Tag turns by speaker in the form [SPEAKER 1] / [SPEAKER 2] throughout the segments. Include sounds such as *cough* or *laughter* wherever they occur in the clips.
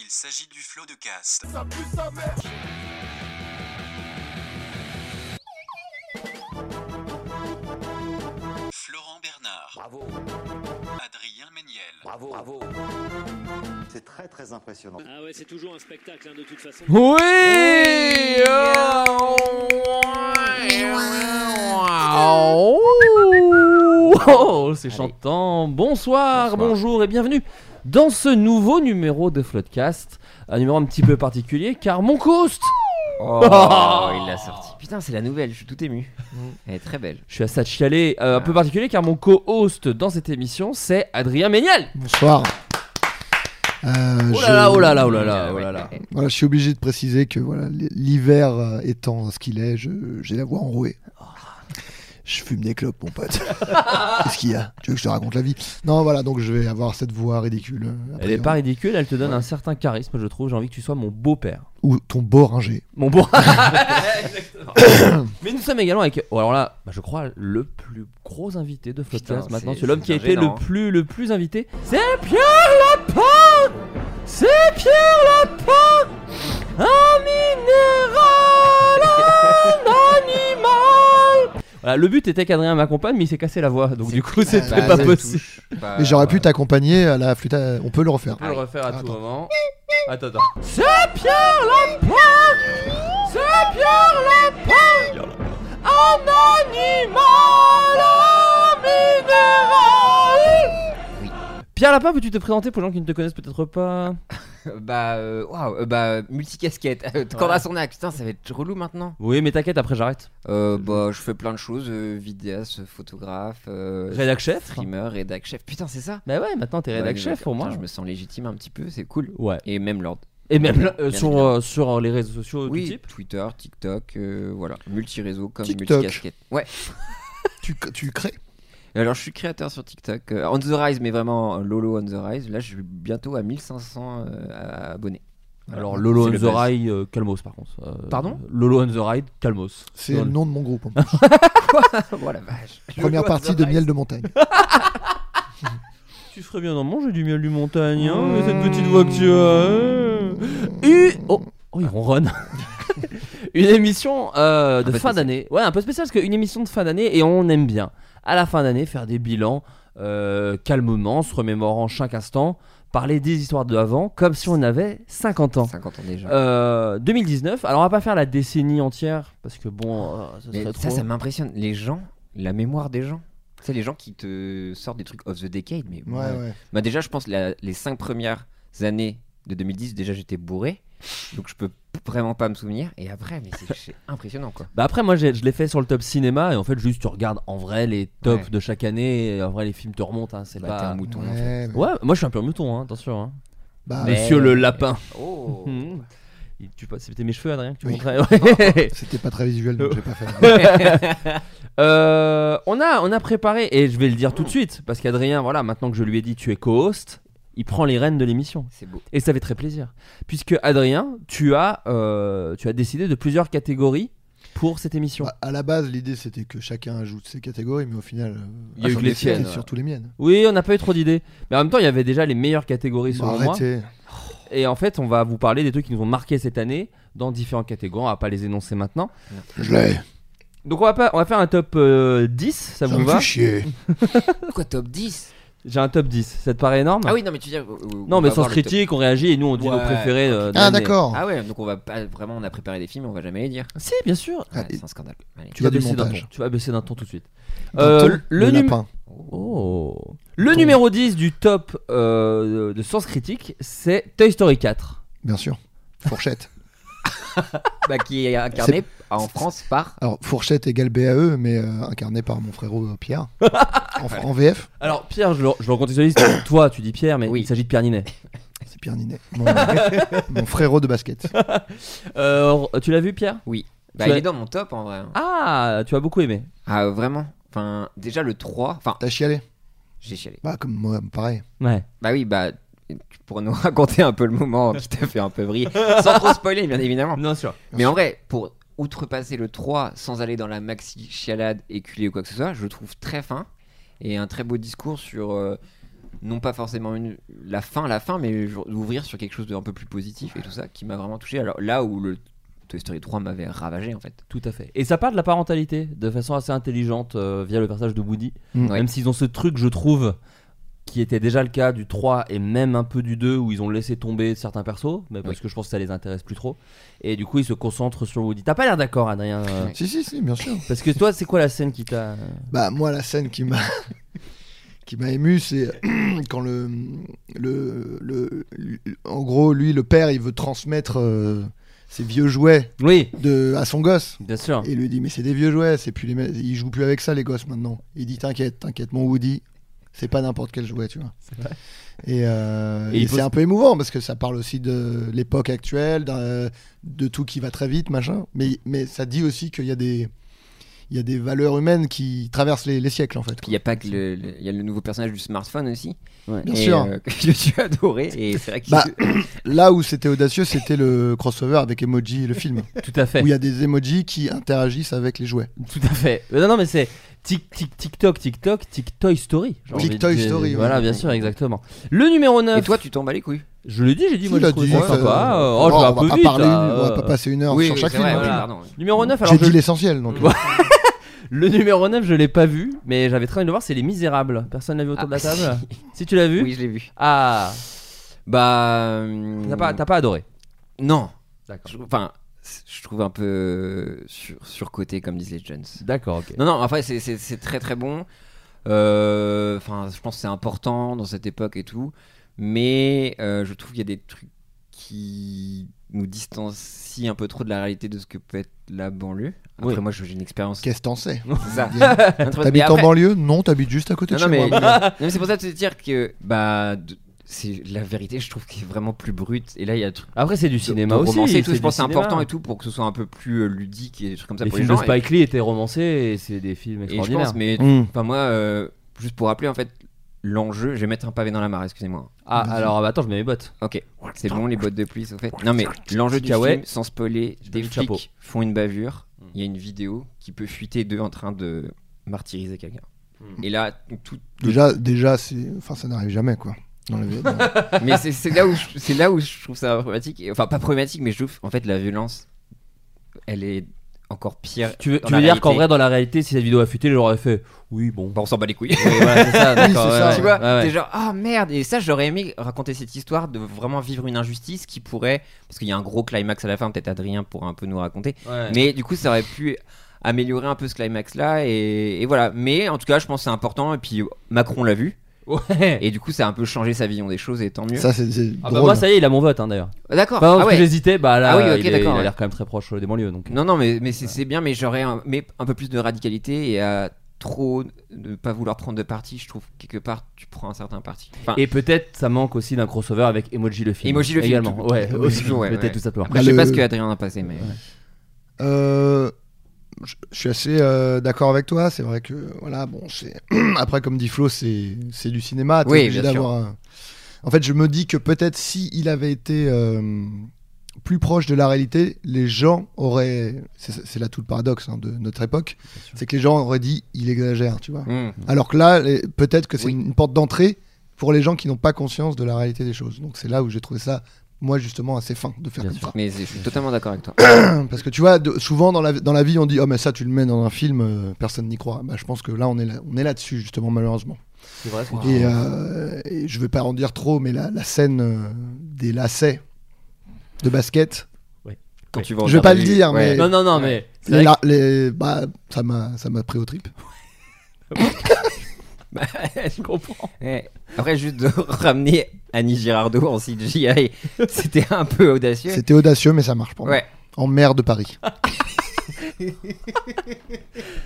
[SPEAKER 1] Il s'agit du flot de cast. Florent Bernard.
[SPEAKER 2] Bravo,
[SPEAKER 1] Adrien Méniel.
[SPEAKER 2] bravo, bravo. C'est très très impressionnant.
[SPEAKER 3] Ah ouais, c'est toujours un spectacle hein, de toute façon.
[SPEAKER 4] Oui Oh, c'est chantant. Bonsoir, bonjour et bienvenue dans ce nouveau numéro de Floodcast. Un numéro un petit peu particulier car mon host, *laughs*
[SPEAKER 5] Oh,
[SPEAKER 4] Oh.
[SPEAKER 5] il l'a sorti. Putain, c'est la nouvelle, je suis tout ému. Ah. Elle est très belle.
[SPEAKER 4] je suis à ça de chialer, euh, un peu particulier car mon co-host dans cette émission c'est Adrien Méniel.
[SPEAKER 6] Bonsoir. Euh,
[SPEAKER 4] Oh
[SPEAKER 6] je-
[SPEAKER 4] là là, oh là là, oh là là, oh là là.
[SPEAKER 6] Voilà, je suis obligé de préciser que voilà, l- l'hiver euh, étant ce qu'il est, je- j'ai la voix enrouée. Je fume des clopes, mon pote. Qu'est-ce qu'il y a Tu veux que je te raconte la vie Non, voilà, donc je vais avoir cette voix ridicule. euh, a
[SPEAKER 4] Elle est
[SPEAKER 6] priori.
[SPEAKER 4] pas ridicule, elle te donne un certain charisme, je trouve. J'ai envie que tu sois mon beau-père.
[SPEAKER 6] Ou ton beau ringer.
[SPEAKER 4] Mon *laughs* bon. *coughs* Mais nous sommes également avec. oh, alors là, bah, je crois le plus gros invité de Floodcast
[SPEAKER 5] Putain,
[SPEAKER 4] maintenant.
[SPEAKER 5] c'est-
[SPEAKER 4] C'est l'homme
[SPEAKER 5] c'est
[SPEAKER 4] qui a
[SPEAKER 5] bien
[SPEAKER 4] été le
[SPEAKER 5] gênant, hein.
[SPEAKER 4] plus, le plus invité. C'est Pierre Lapin C'est Pierre Lapin Un minéral
[SPEAKER 6] *laughs*
[SPEAKER 4] Un animal Voilà, le but était qu'Adrien m'accompagne, mais il s'est cassé la voix. Donc du coup, c'était
[SPEAKER 6] clair.
[SPEAKER 4] pas
[SPEAKER 6] Bah,
[SPEAKER 4] possible.
[SPEAKER 5] Ah,
[SPEAKER 6] Mais j'aurais pu t'accompagner à la flûte. à- On peut le refaire.
[SPEAKER 4] On peut le refaire à tout
[SPEAKER 6] Attends.
[SPEAKER 4] moment. Attends, attends. C'est Pierre Lapin C'est Pierre Lapin Un animal minéral Pierre Lapin, peux-tu te présenter pour les gens qui ne te connaissent peut-être pas
[SPEAKER 5] Bah, euh, waouh, euh, bah, euh, multicasquette. *laughs* Euh, Corde à son axe, putain, ça va être relou maintenant.
[SPEAKER 4] Oui, mais t'inquiète, après j'arrête.
[SPEAKER 5] Euh, bah, je fais plein de choses euh, vidéaste, photographe, euh,
[SPEAKER 4] Rédac chef
[SPEAKER 5] streamer, rédac chef. Putain, c'est ça
[SPEAKER 4] Bah ouais, maintenant t'es rédac
[SPEAKER 5] Ouais,
[SPEAKER 4] chef
[SPEAKER 5] mais,
[SPEAKER 4] pour moi.
[SPEAKER 5] putain, Je me sens légitime un petit peu, c'est cool.
[SPEAKER 4] Ouais.
[SPEAKER 5] Et même l'ordre.
[SPEAKER 4] Et même là, euh,
[SPEAKER 5] Bien
[SPEAKER 4] sur,
[SPEAKER 5] évidemment.
[SPEAKER 4] euh, sur les réseaux sociaux de tout
[SPEAKER 5] Oui,
[SPEAKER 4] type.
[SPEAKER 5] Twitter, TikTok, euh, voilà. Multi-réseau comme
[SPEAKER 6] TikTok.
[SPEAKER 5] multicasquette. Ouais.
[SPEAKER 6] Tu, tu crées
[SPEAKER 5] Et Alors, je suis créateur sur TikTok. euh, on the rise, mais vraiment euh, Lolo on the rise. Là, je suis bientôt à 1500 euh, à- abonnés. Voilà.
[SPEAKER 4] Alors Lolo
[SPEAKER 5] C'est
[SPEAKER 4] on
[SPEAKER 5] le
[SPEAKER 4] the
[SPEAKER 5] buzz.
[SPEAKER 4] Ride, euh, Calmos par contre. Euh,
[SPEAKER 5] Pardon
[SPEAKER 4] Lolo on the Ride, Calmos.
[SPEAKER 6] C'est
[SPEAKER 4] Non,
[SPEAKER 6] le nom de mon groupe. en plus.
[SPEAKER 5] *laughs* oh la vache.
[SPEAKER 6] *laughs* Première partie de Miel de Montagne.
[SPEAKER 4] Tu ferais bien d'en manger du miel du montagne, hein, avec cette petite voix que tu as. Et... Oh, oh, il ronronne. *laughs* une émission euh, de
[SPEAKER 5] peu
[SPEAKER 4] fin
[SPEAKER 5] spéciale.
[SPEAKER 4] d'année. Ouais, un peu spéciale parce qu'une émission de fin d'année et on aime bien, à la fin d'année, faire des bilans euh, calmement, se remémorant chaque instant, parler des histoires de avant comme si on avait 50 ans.
[SPEAKER 5] 50 ans déjà.
[SPEAKER 4] Euh, 2019, alors on va pas faire la décennie entière parce que bon, euh, ça
[SPEAKER 5] Mais
[SPEAKER 4] serait
[SPEAKER 5] ça,
[SPEAKER 4] trop.
[SPEAKER 5] ça m'impressionne. Les gens, la mémoire des gens. Tu sais, les gens qui te sortent des trucs off the decade. Mais
[SPEAKER 6] Ouais,
[SPEAKER 5] moi,
[SPEAKER 6] ouais.
[SPEAKER 5] Bah, déjà, je pense la- les 5 premières années de 2010, déjà, j'étais bourré. Donc, je peux vraiment pas me souvenir. Et après, mais c'est *laughs* c'est impressionnant quoi.
[SPEAKER 4] Bah après moi j'ai- je l'ai fait sur le top cinéma et en fait juste tu regardes en vrai les tops
[SPEAKER 5] Ouais.
[SPEAKER 4] de chaque année et en vrai les films te remontent hein, c'est
[SPEAKER 5] Bah,
[SPEAKER 4] pas
[SPEAKER 5] t'es un mouton en fait.
[SPEAKER 6] Ouais, mais-
[SPEAKER 4] Ouais, moi je suis un pur mouton hein, attention hein.
[SPEAKER 6] bah,
[SPEAKER 5] Mais-
[SPEAKER 4] Monsieur le lapin.
[SPEAKER 5] Oh
[SPEAKER 4] Mhm. Il- tu pas- c'était mes cheveux Adrien que tu *laughs*
[SPEAKER 6] Oui.
[SPEAKER 4] montrais. Ouais.
[SPEAKER 6] C'était pas très visuel, donc j'ai pas fait.
[SPEAKER 4] Euh, on a on a préparé et je vais le dire tout de suite parce qu'Adrien voilà, maintenant que je lui ai dit tu es co-host, il prend les rênes de l'émission.
[SPEAKER 5] *laughs* C'est beau.
[SPEAKER 4] Et ça fait très plaisir. Puisque Adrien, tu as, euh, tu as décidé de plusieurs catégories pour cette émission.
[SPEAKER 6] Bah, à la base, l'idée c'était que chacun ajoute ses catégories, mais au final, euh,
[SPEAKER 4] Il y a eu
[SPEAKER 6] j'en
[SPEAKER 4] que
[SPEAKER 6] ai
[SPEAKER 4] les
[SPEAKER 6] cité
[SPEAKER 4] tiennes,
[SPEAKER 6] surtout les miennes.
[SPEAKER 4] Oui, on n'a pas eu trop d'idées. Mais en même temps, il y avait déjà les meilleures catégories
[SPEAKER 6] Bah,
[SPEAKER 4] selon moi.
[SPEAKER 6] arrêtez.
[SPEAKER 4] Et en fait, on va vous parler des trucs qui nous ont marqué cette année dans différentes catégories. On va pas les énoncer maintenant.
[SPEAKER 6] Je l'ai.
[SPEAKER 4] Donc on va, pas, on va faire un top euh, 10, ça
[SPEAKER 6] Ça
[SPEAKER 4] vous
[SPEAKER 6] me
[SPEAKER 4] va
[SPEAKER 6] fait chier.
[SPEAKER 5] Quoi, top 10
[SPEAKER 4] J'ai un top 10. Ça te paraît énorme
[SPEAKER 5] Ah oui, non, mais tu dis. Non,
[SPEAKER 4] Non, mais sans critique, on réagit et nous on dit nos
[SPEAKER 5] Ouais.
[SPEAKER 4] préférés. euh, de
[SPEAKER 6] Ah
[SPEAKER 4] l'année.
[SPEAKER 6] d'accord.
[SPEAKER 5] Ah ouais, donc on va pas. Vraiment, on a préparé des films, on va jamais les dire.
[SPEAKER 4] Si, bien sûr.
[SPEAKER 6] Ah,
[SPEAKER 5] Ouais,
[SPEAKER 6] et-
[SPEAKER 5] c'est un scandale. Allez.
[SPEAKER 6] Tu vas du
[SPEAKER 4] baisser d'un
[SPEAKER 6] montage.
[SPEAKER 4] ton. Tu vas baisser d'un ton tout de suite.
[SPEAKER 6] D'un
[SPEAKER 4] Euh,
[SPEAKER 6] ton,
[SPEAKER 4] le num-
[SPEAKER 6] lapin.
[SPEAKER 4] Oh. Le numéro 10 du top euh, de Sens Critique, c'est Toy Story 4.
[SPEAKER 6] Bien sûr. *laughs* Fourchette.
[SPEAKER 5] *laughs* Bah, qui est incarné en France par.
[SPEAKER 6] Alors fourchette égale BAE, mais euh, incarné par mon frérot euh, Pierre. en, en VF,
[SPEAKER 4] Alors, Pierre, je le, je le recontextualise. *coughs* Toi, tu dis Pierre, mais
[SPEAKER 5] Oui.
[SPEAKER 4] il s'agit de Pierre Ninet.
[SPEAKER 6] c'est Pierre Ninet. Mon, mon frérot de basket.
[SPEAKER 4] Euh, tu l'as vu, Pierre
[SPEAKER 5] Bah,
[SPEAKER 4] Tu
[SPEAKER 5] il
[SPEAKER 4] as-
[SPEAKER 5] est dans mon top en vrai. hein.
[SPEAKER 4] Ah, tu as beaucoup aimé.
[SPEAKER 5] Ah, euh, vraiment Enfin, déjà le 3. Enfin,
[SPEAKER 6] T'as chialé
[SPEAKER 5] j'ai chialé.
[SPEAKER 6] Bah comme moi, pareil.
[SPEAKER 4] Ouais.
[SPEAKER 5] Bah oui, bah. tu- Pour nous *laughs* raconter un peu le moment qui t'a fait un peu briller. Sans trop spoiler, Ah, bien évidemment.
[SPEAKER 4] Bien sûr.
[SPEAKER 5] Mais en vrai, pour outrepasser le 3 sans aller dans la maxi chialade éculée ou quoi que ce soit, je le trouve très fin et un très beau discours sur euh, non pas forcément une- la fin, la fin, mais genre d'ouvrir sur quelque chose d'un peu plus positif et tout ça qui m'a vraiment touché. Alors là où le Toy Story 3 m'avait ravagé en fait.
[SPEAKER 4] Tout à fait. Et ça parle de la parentalité de façon assez intelligente euh, via le personnage de Woody.
[SPEAKER 6] Mm.
[SPEAKER 5] Ouais.
[SPEAKER 4] Même s'ils ont ce truc, je trouve, qui était déjà le cas du 3 et même un peu du 2 où ils ont laissé tomber certains persos, mais parce
[SPEAKER 5] Oui.
[SPEAKER 4] que je pense que ça les intéresse plus trop. Et du coup, ils se concentrent sur Woody. T'as pas l'air d'accord, Adrien euh,
[SPEAKER 6] Si si si, bien sûr.
[SPEAKER 4] Parce que toi, c'est quoi la scène qui t'a.
[SPEAKER 6] Bah moi la scène qui m'a *laughs* qui m'a ému c'est *clears throat* quand le, le le en gros lui le père il veut transmettre euh, ses vieux jouets
[SPEAKER 4] Oui,
[SPEAKER 6] de à son gosse
[SPEAKER 4] bien sûr.
[SPEAKER 6] et il lui dit mais c'est des vieux jouets c'est plus les mêmes- ils jouent plus avec ça les gosses maintenant il dit t'inquiète t'inquiète mon Woody c'est pas n'importe quel jouet tu vois et, euh,
[SPEAKER 4] Et il
[SPEAKER 6] et
[SPEAKER 4] pose-
[SPEAKER 6] c'est un peu émouvant parce que ça parle aussi de l'époque actuelle d'un- de tout qui va très vite machin mais mais ça dit aussi qu'il y a des il y a des valeurs humaines qui traversent les, les siècles en fait
[SPEAKER 5] Puis il y a pas que le, le- il y a le nouveau personnage du smartphone aussi.
[SPEAKER 6] Bien
[SPEAKER 5] Et,
[SPEAKER 6] sûr.
[SPEAKER 5] euh, *laughs* que j'ai adoré et c'est vrai que
[SPEAKER 6] Bah, là où c'était audacieux, c'était le crossover avec Emoji et le
[SPEAKER 4] *laughs*
[SPEAKER 6] film.
[SPEAKER 4] Tout à fait.
[SPEAKER 6] Où il y a des emojis qui interagissent avec les jouets.
[SPEAKER 4] Tout à fait. Mais non, non, mais c'est tic tic TikTok, TikTok, tic Toy Story. j'ai
[SPEAKER 6] Tic
[SPEAKER 4] envie de
[SPEAKER 6] Toy
[SPEAKER 4] dire.
[SPEAKER 6] Story, ouais.
[SPEAKER 4] Voilà, bien sûr, exactement. Le numéro 9.
[SPEAKER 5] et toi tu t'en bats les couilles.
[SPEAKER 4] je l'ai dit, j'ai dit,
[SPEAKER 6] Tu
[SPEAKER 4] moi, je
[SPEAKER 6] l'as
[SPEAKER 4] trouve
[SPEAKER 6] dit,
[SPEAKER 4] ça
[SPEAKER 6] euh,
[SPEAKER 4] sympa. euh,
[SPEAKER 6] bon,
[SPEAKER 4] Oh, je vais
[SPEAKER 6] on
[SPEAKER 4] un
[SPEAKER 6] va
[SPEAKER 4] peu
[SPEAKER 6] pas
[SPEAKER 4] vite.
[SPEAKER 6] parler une-
[SPEAKER 4] là,
[SPEAKER 6] on va pas
[SPEAKER 4] euh.
[SPEAKER 6] passer une heure sur
[SPEAKER 5] c'est
[SPEAKER 6] chaque film.
[SPEAKER 5] vrai, oui,
[SPEAKER 6] hein.
[SPEAKER 4] voilà.
[SPEAKER 5] pardon.
[SPEAKER 4] Numéro 9, alors
[SPEAKER 6] J'ai
[SPEAKER 4] je-
[SPEAKER 6] dit l'essentiel donc. euh,
[SPEAKER 4] Ouais. Le numéro 9, je l'ai pas vu, mais j'avais très envie de le voir, c'est Les Misérables. Personne l'a vu autour de la
[SPEAKER 5] Ah,
[SPEAKER 4] table Si tu l'as vu
[SPEAKER 5] Oui, je l'ai vu.
[SPEAKER 4] Ah,
[SPEAKER 5] Bah
[SPEAKER 4] t'as pas, t'as pas adoré.
[SPEAKER 5] non.
[SPEAKER 4] D'accord.
[SPEAKER 5] Je- Enfin, c- je trouve un peu euh, sur, surcoté, comme disent les jeunes.
[SPEAKER 4] D'accord, ok.
[SPEAKER 5] Non, non, après, c'est- c'est c'est très très bon. Euh, Enfin, je pense que c'est important dans cette époque et tout. Mais euh, je trouve qu'il y a des trucs qui nous distancient un peu trop de la réalité de ce que peut être la banlieue. Après,
[SPEAKER 4] Oui.
[SPEAKER 5] moi, j'ai une
[SPEAKER 6] *laughs*
[SPEAKER 5] expérience.
[SPEAKER 6] Qu'est-ce que t'en sais
[SPEAKER 5] *laughs* C'est ça.
[SPEAKER 6] T'habites
[SPEAKER 5] Mais
[SPEAKER 6] en
[SPEAKER 5] après-
[SPEAKER 6] banlieue Non, t'habites juste à côté
[SPEAKER 5] non,
[SPEAKER 6] de
[SPEAKER 5] non,
[SPEAKER 6] chez
[SPEAKER 5] mais, *laughs*
[SPEAKER 6] moi. *laughs*
[SPEAKER 5] non, mais c'est pour ça de te dire que bah, de- c'est la vérité, je trouve, qui est vraiment plus brute. Et là, il y a un truc
[SPEAKER 4] Après, c'est du
[SPEAKER 5] de-
[SPEAKER 4] cinéma
[SPEAKER 5] de
[SPEAKER 4] aussi.
[SPEAKER 5] romancer et tout. Je
[SPEAKER 4] du
[SPEAKER 5] pense que c'est
[SPEAKER 4] cinéma.
[SPEAKER 5] important et tout pour que ce soit un peu plus euh, ludique et des trucs comme ça
[SPEAKER 4] Les
[SPEAKER 5] pour les
[SPEAKER 4] films de
[SPEAKER 5] gens. Et-
[SPEAKER 4] Spike Lee étaient romancés et c'est des films
[SPEAKER 5] Et je
[SPEAKER 4] extraordinaires. Hmm.
[SPEAKER 5] pense, mais
[SPEAKER 6] Mm.
[SPEAKER 5] enfin moi, euh, juste pour rappeler en fait l'enjeu, je vais mettre un pavé dans la mare, excusez-moi.
[SPEAKER 4] Ah, alors bah, attends, je mets mes bottes.
[SPEAKER 5] Ok, c'est bon les bottes de pluie, au fait. Non mais l'enjeu du
[SPEAKER 4] Kawaii.
[SPEAKER 5] film, sans spoiler,
[SPEAKER 4] J'ai pas
[SPEAKER 5] des
[SPEAKER 4] mis de
[SPEAKER 5] flics
[SPEAKER 4] chapeau. Mm.
[SPEAKER 5] font une bavure. Il y a une vidéo qui peut fuiter d'eux en train de martyriser quelqu'un.
[SPEAKER 4] Mm.
[SPEAKER 5] Et là, tout.
[SPEAKER 6] Déjà, déjà c'est... Enfin, ça n'arrive jamais quoi. Dans le... dans-
[SPEAKER 5] *laughs* Mais c'est- c'est là où je- c'est là où je trouve ça problématique. Et- Enfin pas problématique, mais je trouve en fait la violence, elle est encore pire.
[SPEAKER 4] Tu veux,
[SPEAKER 5] dans
[SPEAKER 4] tu
[SPEAKER 5] la
[SPEAKER 4] veux dire qu'en
[SPEAKER 5] réalité.
[SPEAKER 4] vrai, dans la réalité, si cette vidéo a fuité, j'aurais fait oui, bon. *laughs*
[SPEAKER 5] Bah, on s'en bat les couilles.
[SPEAKER 4] Oui, voilà, c'est ça, d'accord,
[SPEAKER 6] c'est
[SPEAKER 4] ouais,
[SPEAKER 6] ça.
[SPEAKER 4] ouais,
[SPEAKER 5] *laughs* tu vois,
[SPEAKER 4] ouais, ouais.
[SPEAKER 5] t'es genre, ah merde, et ça j'aurais aimé raconter cette histoire de vraiment vivre une injustice qui pourrait, parce qu'il y a un gros climax à la fin, peut-être Adrien pourra un peu nous raconter,
[SPEAKER 4] Ouais.
[SPEAKER 5] mais du coup ça aurait pu améliorer un peu ce climax là, et, et voilà, mais en tout cas je pense que c'est important, et puis Macron l'a vu,
[SPEAKER 4] *laughs* Ouais.
[SPEAKER 5] et du coup ça a un peu changé sa vision des choses, et tant mieux.
[SPEAKER 6] Ça, c'est, c'est
[SPEAKER 4] Ah, bah,
[SPEAKER 6] drôle.
[SPEAKER 4] moi, ça y est, il a mon vote hein, d'ailleurs.
[SPEAKER 5] Ah, D'accord,
[SPEAKER 4] Enfin,
[SPEAKER 5] ah
[SPEAKER 4] parce
[SPEAKER 5] ouais.
[SPEAKER 4] que j'hésitais, bah là,
[SPEAKER 5] Ah oui, ok,
[SPEAKER 4] il, est- il
[SPEAKER 5] d'accord,
[SPEAKER 4] a
[SPEAKER 5] ouais.
[SPEAKER 4] l'air quand même très proche euh, des banlieues donc.
[SPEAKER 5] Non, non, mais, mais c'est c'est bien, mais j'aurais un- mais un peu plus de radicalité et à trop ne pas vouloir prendre de parti, je trouve que quelque part tu prends un certain parti. Enfin,
[SPEAKER 4] Et peut-être ça manque aussi d'un crossover avec Emoji le film.
[SPEAKER 5] Emoji le film,
[SPEAKER 4] Également,
[SPEAKER 5] tout-
[SPEAKER 4] ouais,
[SPEAKER 5] tout-
[SPEAKER 4] aussi,
[SPEAKER 5] toujours, ouais,
[SPEAKER 4] peut-être
[SPEAKER 5] ouais.
[SPEAKER 4] tout simplement.
[SPEAKER 5] après, je sais
[SPEAKER 6] le-
[SPEAKER 5] pas ce que Adrien a passé, mais.
[SPEAKER 6] Euh, je je suis assez euh, d'accord avec toi. C'est vrai que voilà, bon, c'est *clears throat* après comme dit Flo, c'est c'est du cinéma. T'es
[SPEAKER 5] Oui,
[SPEAKER 6] obligé
[SPEAKER 5] bien sûr.
[SPEAKER 6] d'avoir un- En fait, je me dis que peut-être si il avait été euh, plus proche de la réalité, les gens auraient. C'est c'est là tout le paradoxe hein, de notre époque, c'est que les gens auraient dit il exagère, tu vois.
[SPEAKER 5] Hmm.
[SPEAKER 6] Alors que là, les- peut-être que c'est
[SPEAKER 5] Oui.
[SPEAKER 6] une une porte d'entrée pour les gens qui n'ont pas conscience de la réalité des choses. Donc c'est là où j'ai trouvé ça, moi justement, assez fin de faire
[SPEAKER 4] Bien
[SPEAKER 6] comme
[SPEAKER 4] sûr.
[SPEAKER 6] ça.
[SPEAKER 5] Mais je suis totalement d'accord avec toi.
[SPEAKER 6] Euh, *clears throat* Parce que tu vois, de- souvent dans la, dans la vie, on dit Oh, mais ça, tu le mets dans un film, euh, personne n'y croit. Bah, je pense que là, on est là- on est là-dessus, justement, malheureusement.
[SPEAKER 4] C'est vrai. ce que tu dis.
[SPEAKER 6] Et, euh, et je vais pas en dire trop, mais la, la scène euh, des lacets de basket,
[SPEAKER 5] Quand
[SPEAKER 4] Ouais.
[SPEAKER 5] tu vas
[SPEAKER 6] Je vais pas
[SPEAKER 5] regarder
[SPEAKER 6] le
[SPEAKER 5] les-
[SPEAKER 6] dire, mais-
[SPEAKER 4] Non, non, non, mais. c'est vrai
[SPEAKER 6] les la- les- bah, ça m'a ça m'a pris au trip.
[SPEAKER 4] que- *laughs* je comprends.
[SPEAKER 5] Ouais. Après, juste de *laughs* ramener Annie Girardot en CGI, *laughs* c'était un peu audacieux.
[SPEAKER 6] C'était audacieux, mais ça marche pour moi.
[SPEAKER 5] Ouais.
[SPEAKER 6] En mer de
[SPEAKER 4] *laughs*
[SPEAKER 6] Paris.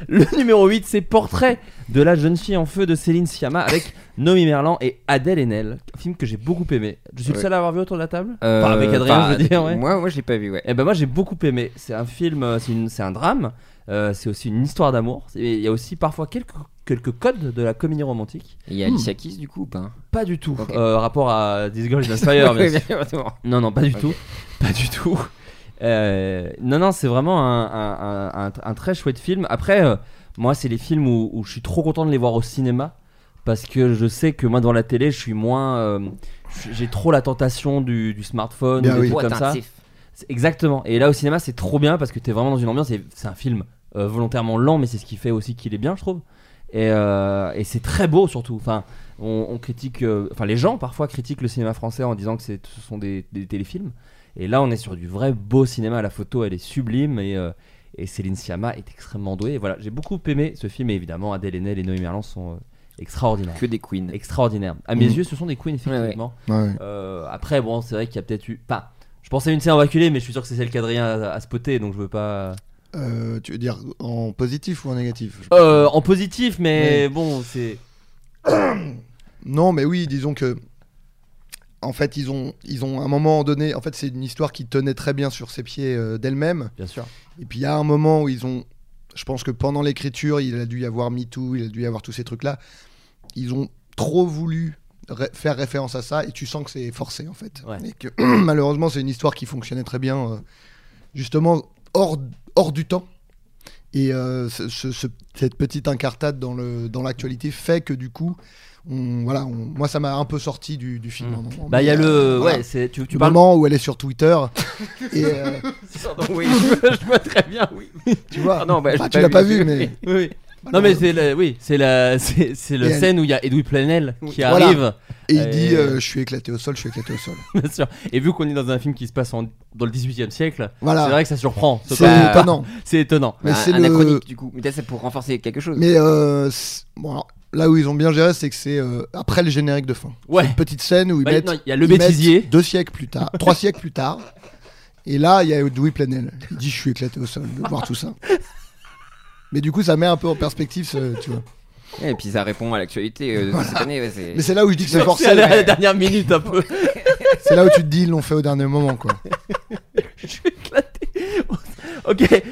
[SPEAKER 4] Le *laughs* numéro 8, c'est Portrait de la jeune fille en feu de Céline Sciamma avec Nomi Merlan et Adèle Haenel. Un film que j'ai beaucoup aimé. Je suis le
[SPEAKER 5] Ouais.
[SPEAKER 4] seul à avoir vu autour de la table
[SPEAKER 5] Euh,
[SPEAKER 4] Enfin, Avec Adrien,
[SPEAKER 5] bah,
[SPEAKER 4] je veux dire, ouais.
[SPEAKER 5] Moi, moi, je l'ai pas vu, ouais.
[SPEAKER 4] Eh ben moi j'ai beaucoup aimé. C'est un film, euh, c'est une- c'est un drame, euh, c'est aussi une histoire d'amour. C'est- Il y a aussi parfois quelques, quelques codes de la comédie romantique.
[SPEAKER 5] Et Il y a Alicia Keys, du coup, ou pas hein.
[SPEAKER 4] Pas du tout.
[SPEAKER 5] Ok.
[SPEAKER 4] Euh, rapport à This Girl is on Fire, Ah, *laughs*
[SPEAKER 5] *laughs*
[SPEAKER 4] bien sûr.
[SPEAKER 5] sûr.
[SPEAKER 4] Non, non, pas du
[SPEAKER 5] Ok.
[SPEAKER 4] tout. Pas du tout. Euh, non, non, c'est vraiment un, un- un- un- un très chouette film. Après, euh, moi, c'est les films où, où je suis trop content de les voir au cinéma. Parce que je sais que moi, devant la télé, je suis moins. euh, J'ai trop la tentation du, du smartphone,
[SPEAKER 6] Bien
[SPEAKER 4] ou des
[SPEAKER 6] oui.
[SPEAKER 4] trucs comme ça. C'est- Exactement. Et là, au cinéma, c'est trop bien parce que t'es vraiment dans une ambiance. et C'est un film euh, volontairement lent, mais c'est ce qui fait aussi qu'il est bien, je trouve. Et, euh, et c'est très beau, surtout. Enfin, on, on critique. euh, Enfin, les gens parfois critiquent le cinéma français en disant que c'est- ce sont des, des téléfilms. Et là, on est sur du vrai beau cinéma. La photo, elle est sublime. Et, euh, et Céline Sciamma est extrêmement douée. Et voilà, j'ai beaucoup aimé ce film. Et évidemment, Adèle Haenel et Noémie Merlan sont euh, extraordinaires.
[SPEAKER 5] Que des queens.
[SPEAKER 4] Extraordinaires. À mes
[SPEAKER 6] Mhm.
[SPEAKER 4] yeux, ce sont des queens,
[SPEAKER 5] ouais.
[SPEAKER 4] effectivement.
[SPEAKER 6] Ouais.
[SPEAKER 4] Euh, après, bon, c'est vrai qu'il y a peut-être eu. Enfin, je pensais à une scène en vaculé, mais je suis sûr que c'est celle qu'Adrien a, a spoté, donc je veux pas.
[SPEAKER 6] Euh, tu veux dire en positif ou en négatif Je-
[SPEAKER 4] Euh, en positif, mais bon, c'est.
[SPEAKER 6] Non, mais oui, disons que. En fait, ils ont, ils ont à un moment donné. En fait, c'est une histoire qui tenait très bien sur ses pieds euh, d'elle-même.
[SPEAKER 4] Bien sûr.
[SPEAKER 6] Et puis il y a un moment où ils ont. Je pense que pendant l'écriture, il a dû y avoir MeToo, il a dû y avoir tous ces trucs-là. Ils ont trop voulu ré- faire référence à ça et tu sens que c'est forcé en fait.
[SPEAKER 4] Ouais.
[SPEAKER 6] Et que *clears throat* malheureusement, c'est une histoire qui fonctionnait très bien, euh, justement, hors, hors du temps. Et euh, ce- ce- ce- cette petite incartade dans le- dans l'actualité fait que du coup, on, voilà, on- moi ça m'a un peu sorti du, du film.
[SPEAKER 4] Mm.
[SPEAKER 6] en- en-
[SPEAKER 4] Bah, il y a le.
[SPEAKER 6] euh, voilà,
[SPEAKER 4] Ouais, c'est. Tu, tu
[SPEAKER 6] le
[SPEAKER 4] parles. *laughs*
[SPEAKER 6] moment où elle est sur Twitter. *laughs* et euh,
[SPEAKER 4] oui, je vois très bien, oui.
[SPEAKER 6] tu vois,
[SPEAKER 5] Ah non, bah, je
[SPEAKER 6] enfin,
[SPEAKER 5] l'ai
[SPEAKER 6] tu
[SPEAKER 5] pas
[SPEAKER 6] l'as
[SPEAKER 5] vu,
[SPEAKER 6] pas vu,
[SPEAKER 5] je-
[SPEAKER 6] mais.
[SPEAKER 4] oui, oui. Non, mais c'est la, oui, c'est la, c'est, c'est la
[SPEAKER 6] Et elle-
[SPEAKER 4] scène où il y a Edoui Plenel qui
[SPEAKER 6] Voilà.
[SPEAKER 4] arrive, *laughs*
[SPEAKER 6] Et il
[SPEAKER 4] Et-
[SPEAKER 6] dit euh, Je suis éclaté au sol, je suis éclaté au sol.
[SPEAKER 4] bien sûr. Et vu qu'on est dans un film qui se passe en- dans le 18 e siècle,
[SPEAKER 6] Voilà.
[SPEAKER 4] c'est vrai que ça surprend. ce
[SPEAKER 6] C'est
[SPEAKER 4] pas-
[SPEAKER 6] étonnant.
[SPEAKER 4] c'est étonnant.
[SPEAKER 6] Mais
[SPEAKER 5] Mais
[SPEAKER 6] c'est
[SPEAKER 5] c'est
[SPEAKER 6] le-
[SPEAKER 5] anachronique, du coup. Mais là, c'est pour renforcer quelque chose.
[SPEAKER 6] Mais euh, c'est- bon, alors, là où ils ont bien géré, c'est que c'est euh, après le générique de fin.
[SPEAKER 4] Ouais.
[SPEAKER 6] Une petite scène où ils
[SPEAKER 4] Bah,
[SPEAKER 6] mettent.
[SPEAKER 4] non, il y a le
[SPEAKER 6] ils mettent
[SPEAKER 4] bêtisier.
[SPEAKER 6] Deux siècles plus tard, trois siècles plus tard. Et là, il y a Louis Plenel. Il dit Je suis éclaté au sol de voir tout ça. Mais du coup, ça met un peu en perspective, ce- tu vois.
[SPEAKER 5] Ouais, Et puis ça répond à l'actualité euh, de cette année. ouais, c'est-
[SPEAKER 6] Mais c'est là où je
[SPEAKER 4] *laughs*
[SPEAKER 6] dis que c'est
[SPEAKER 4] C'est à
[SPEAKER 6] forcé.
[SPEAKER 4] la, à la dernière minute un peu.
[SPEAKER 6] C'est là où tu te dis Ils l'ont fait au dernier moment, quoi.
[SPEAKER 4] Je suis éclaté. ok.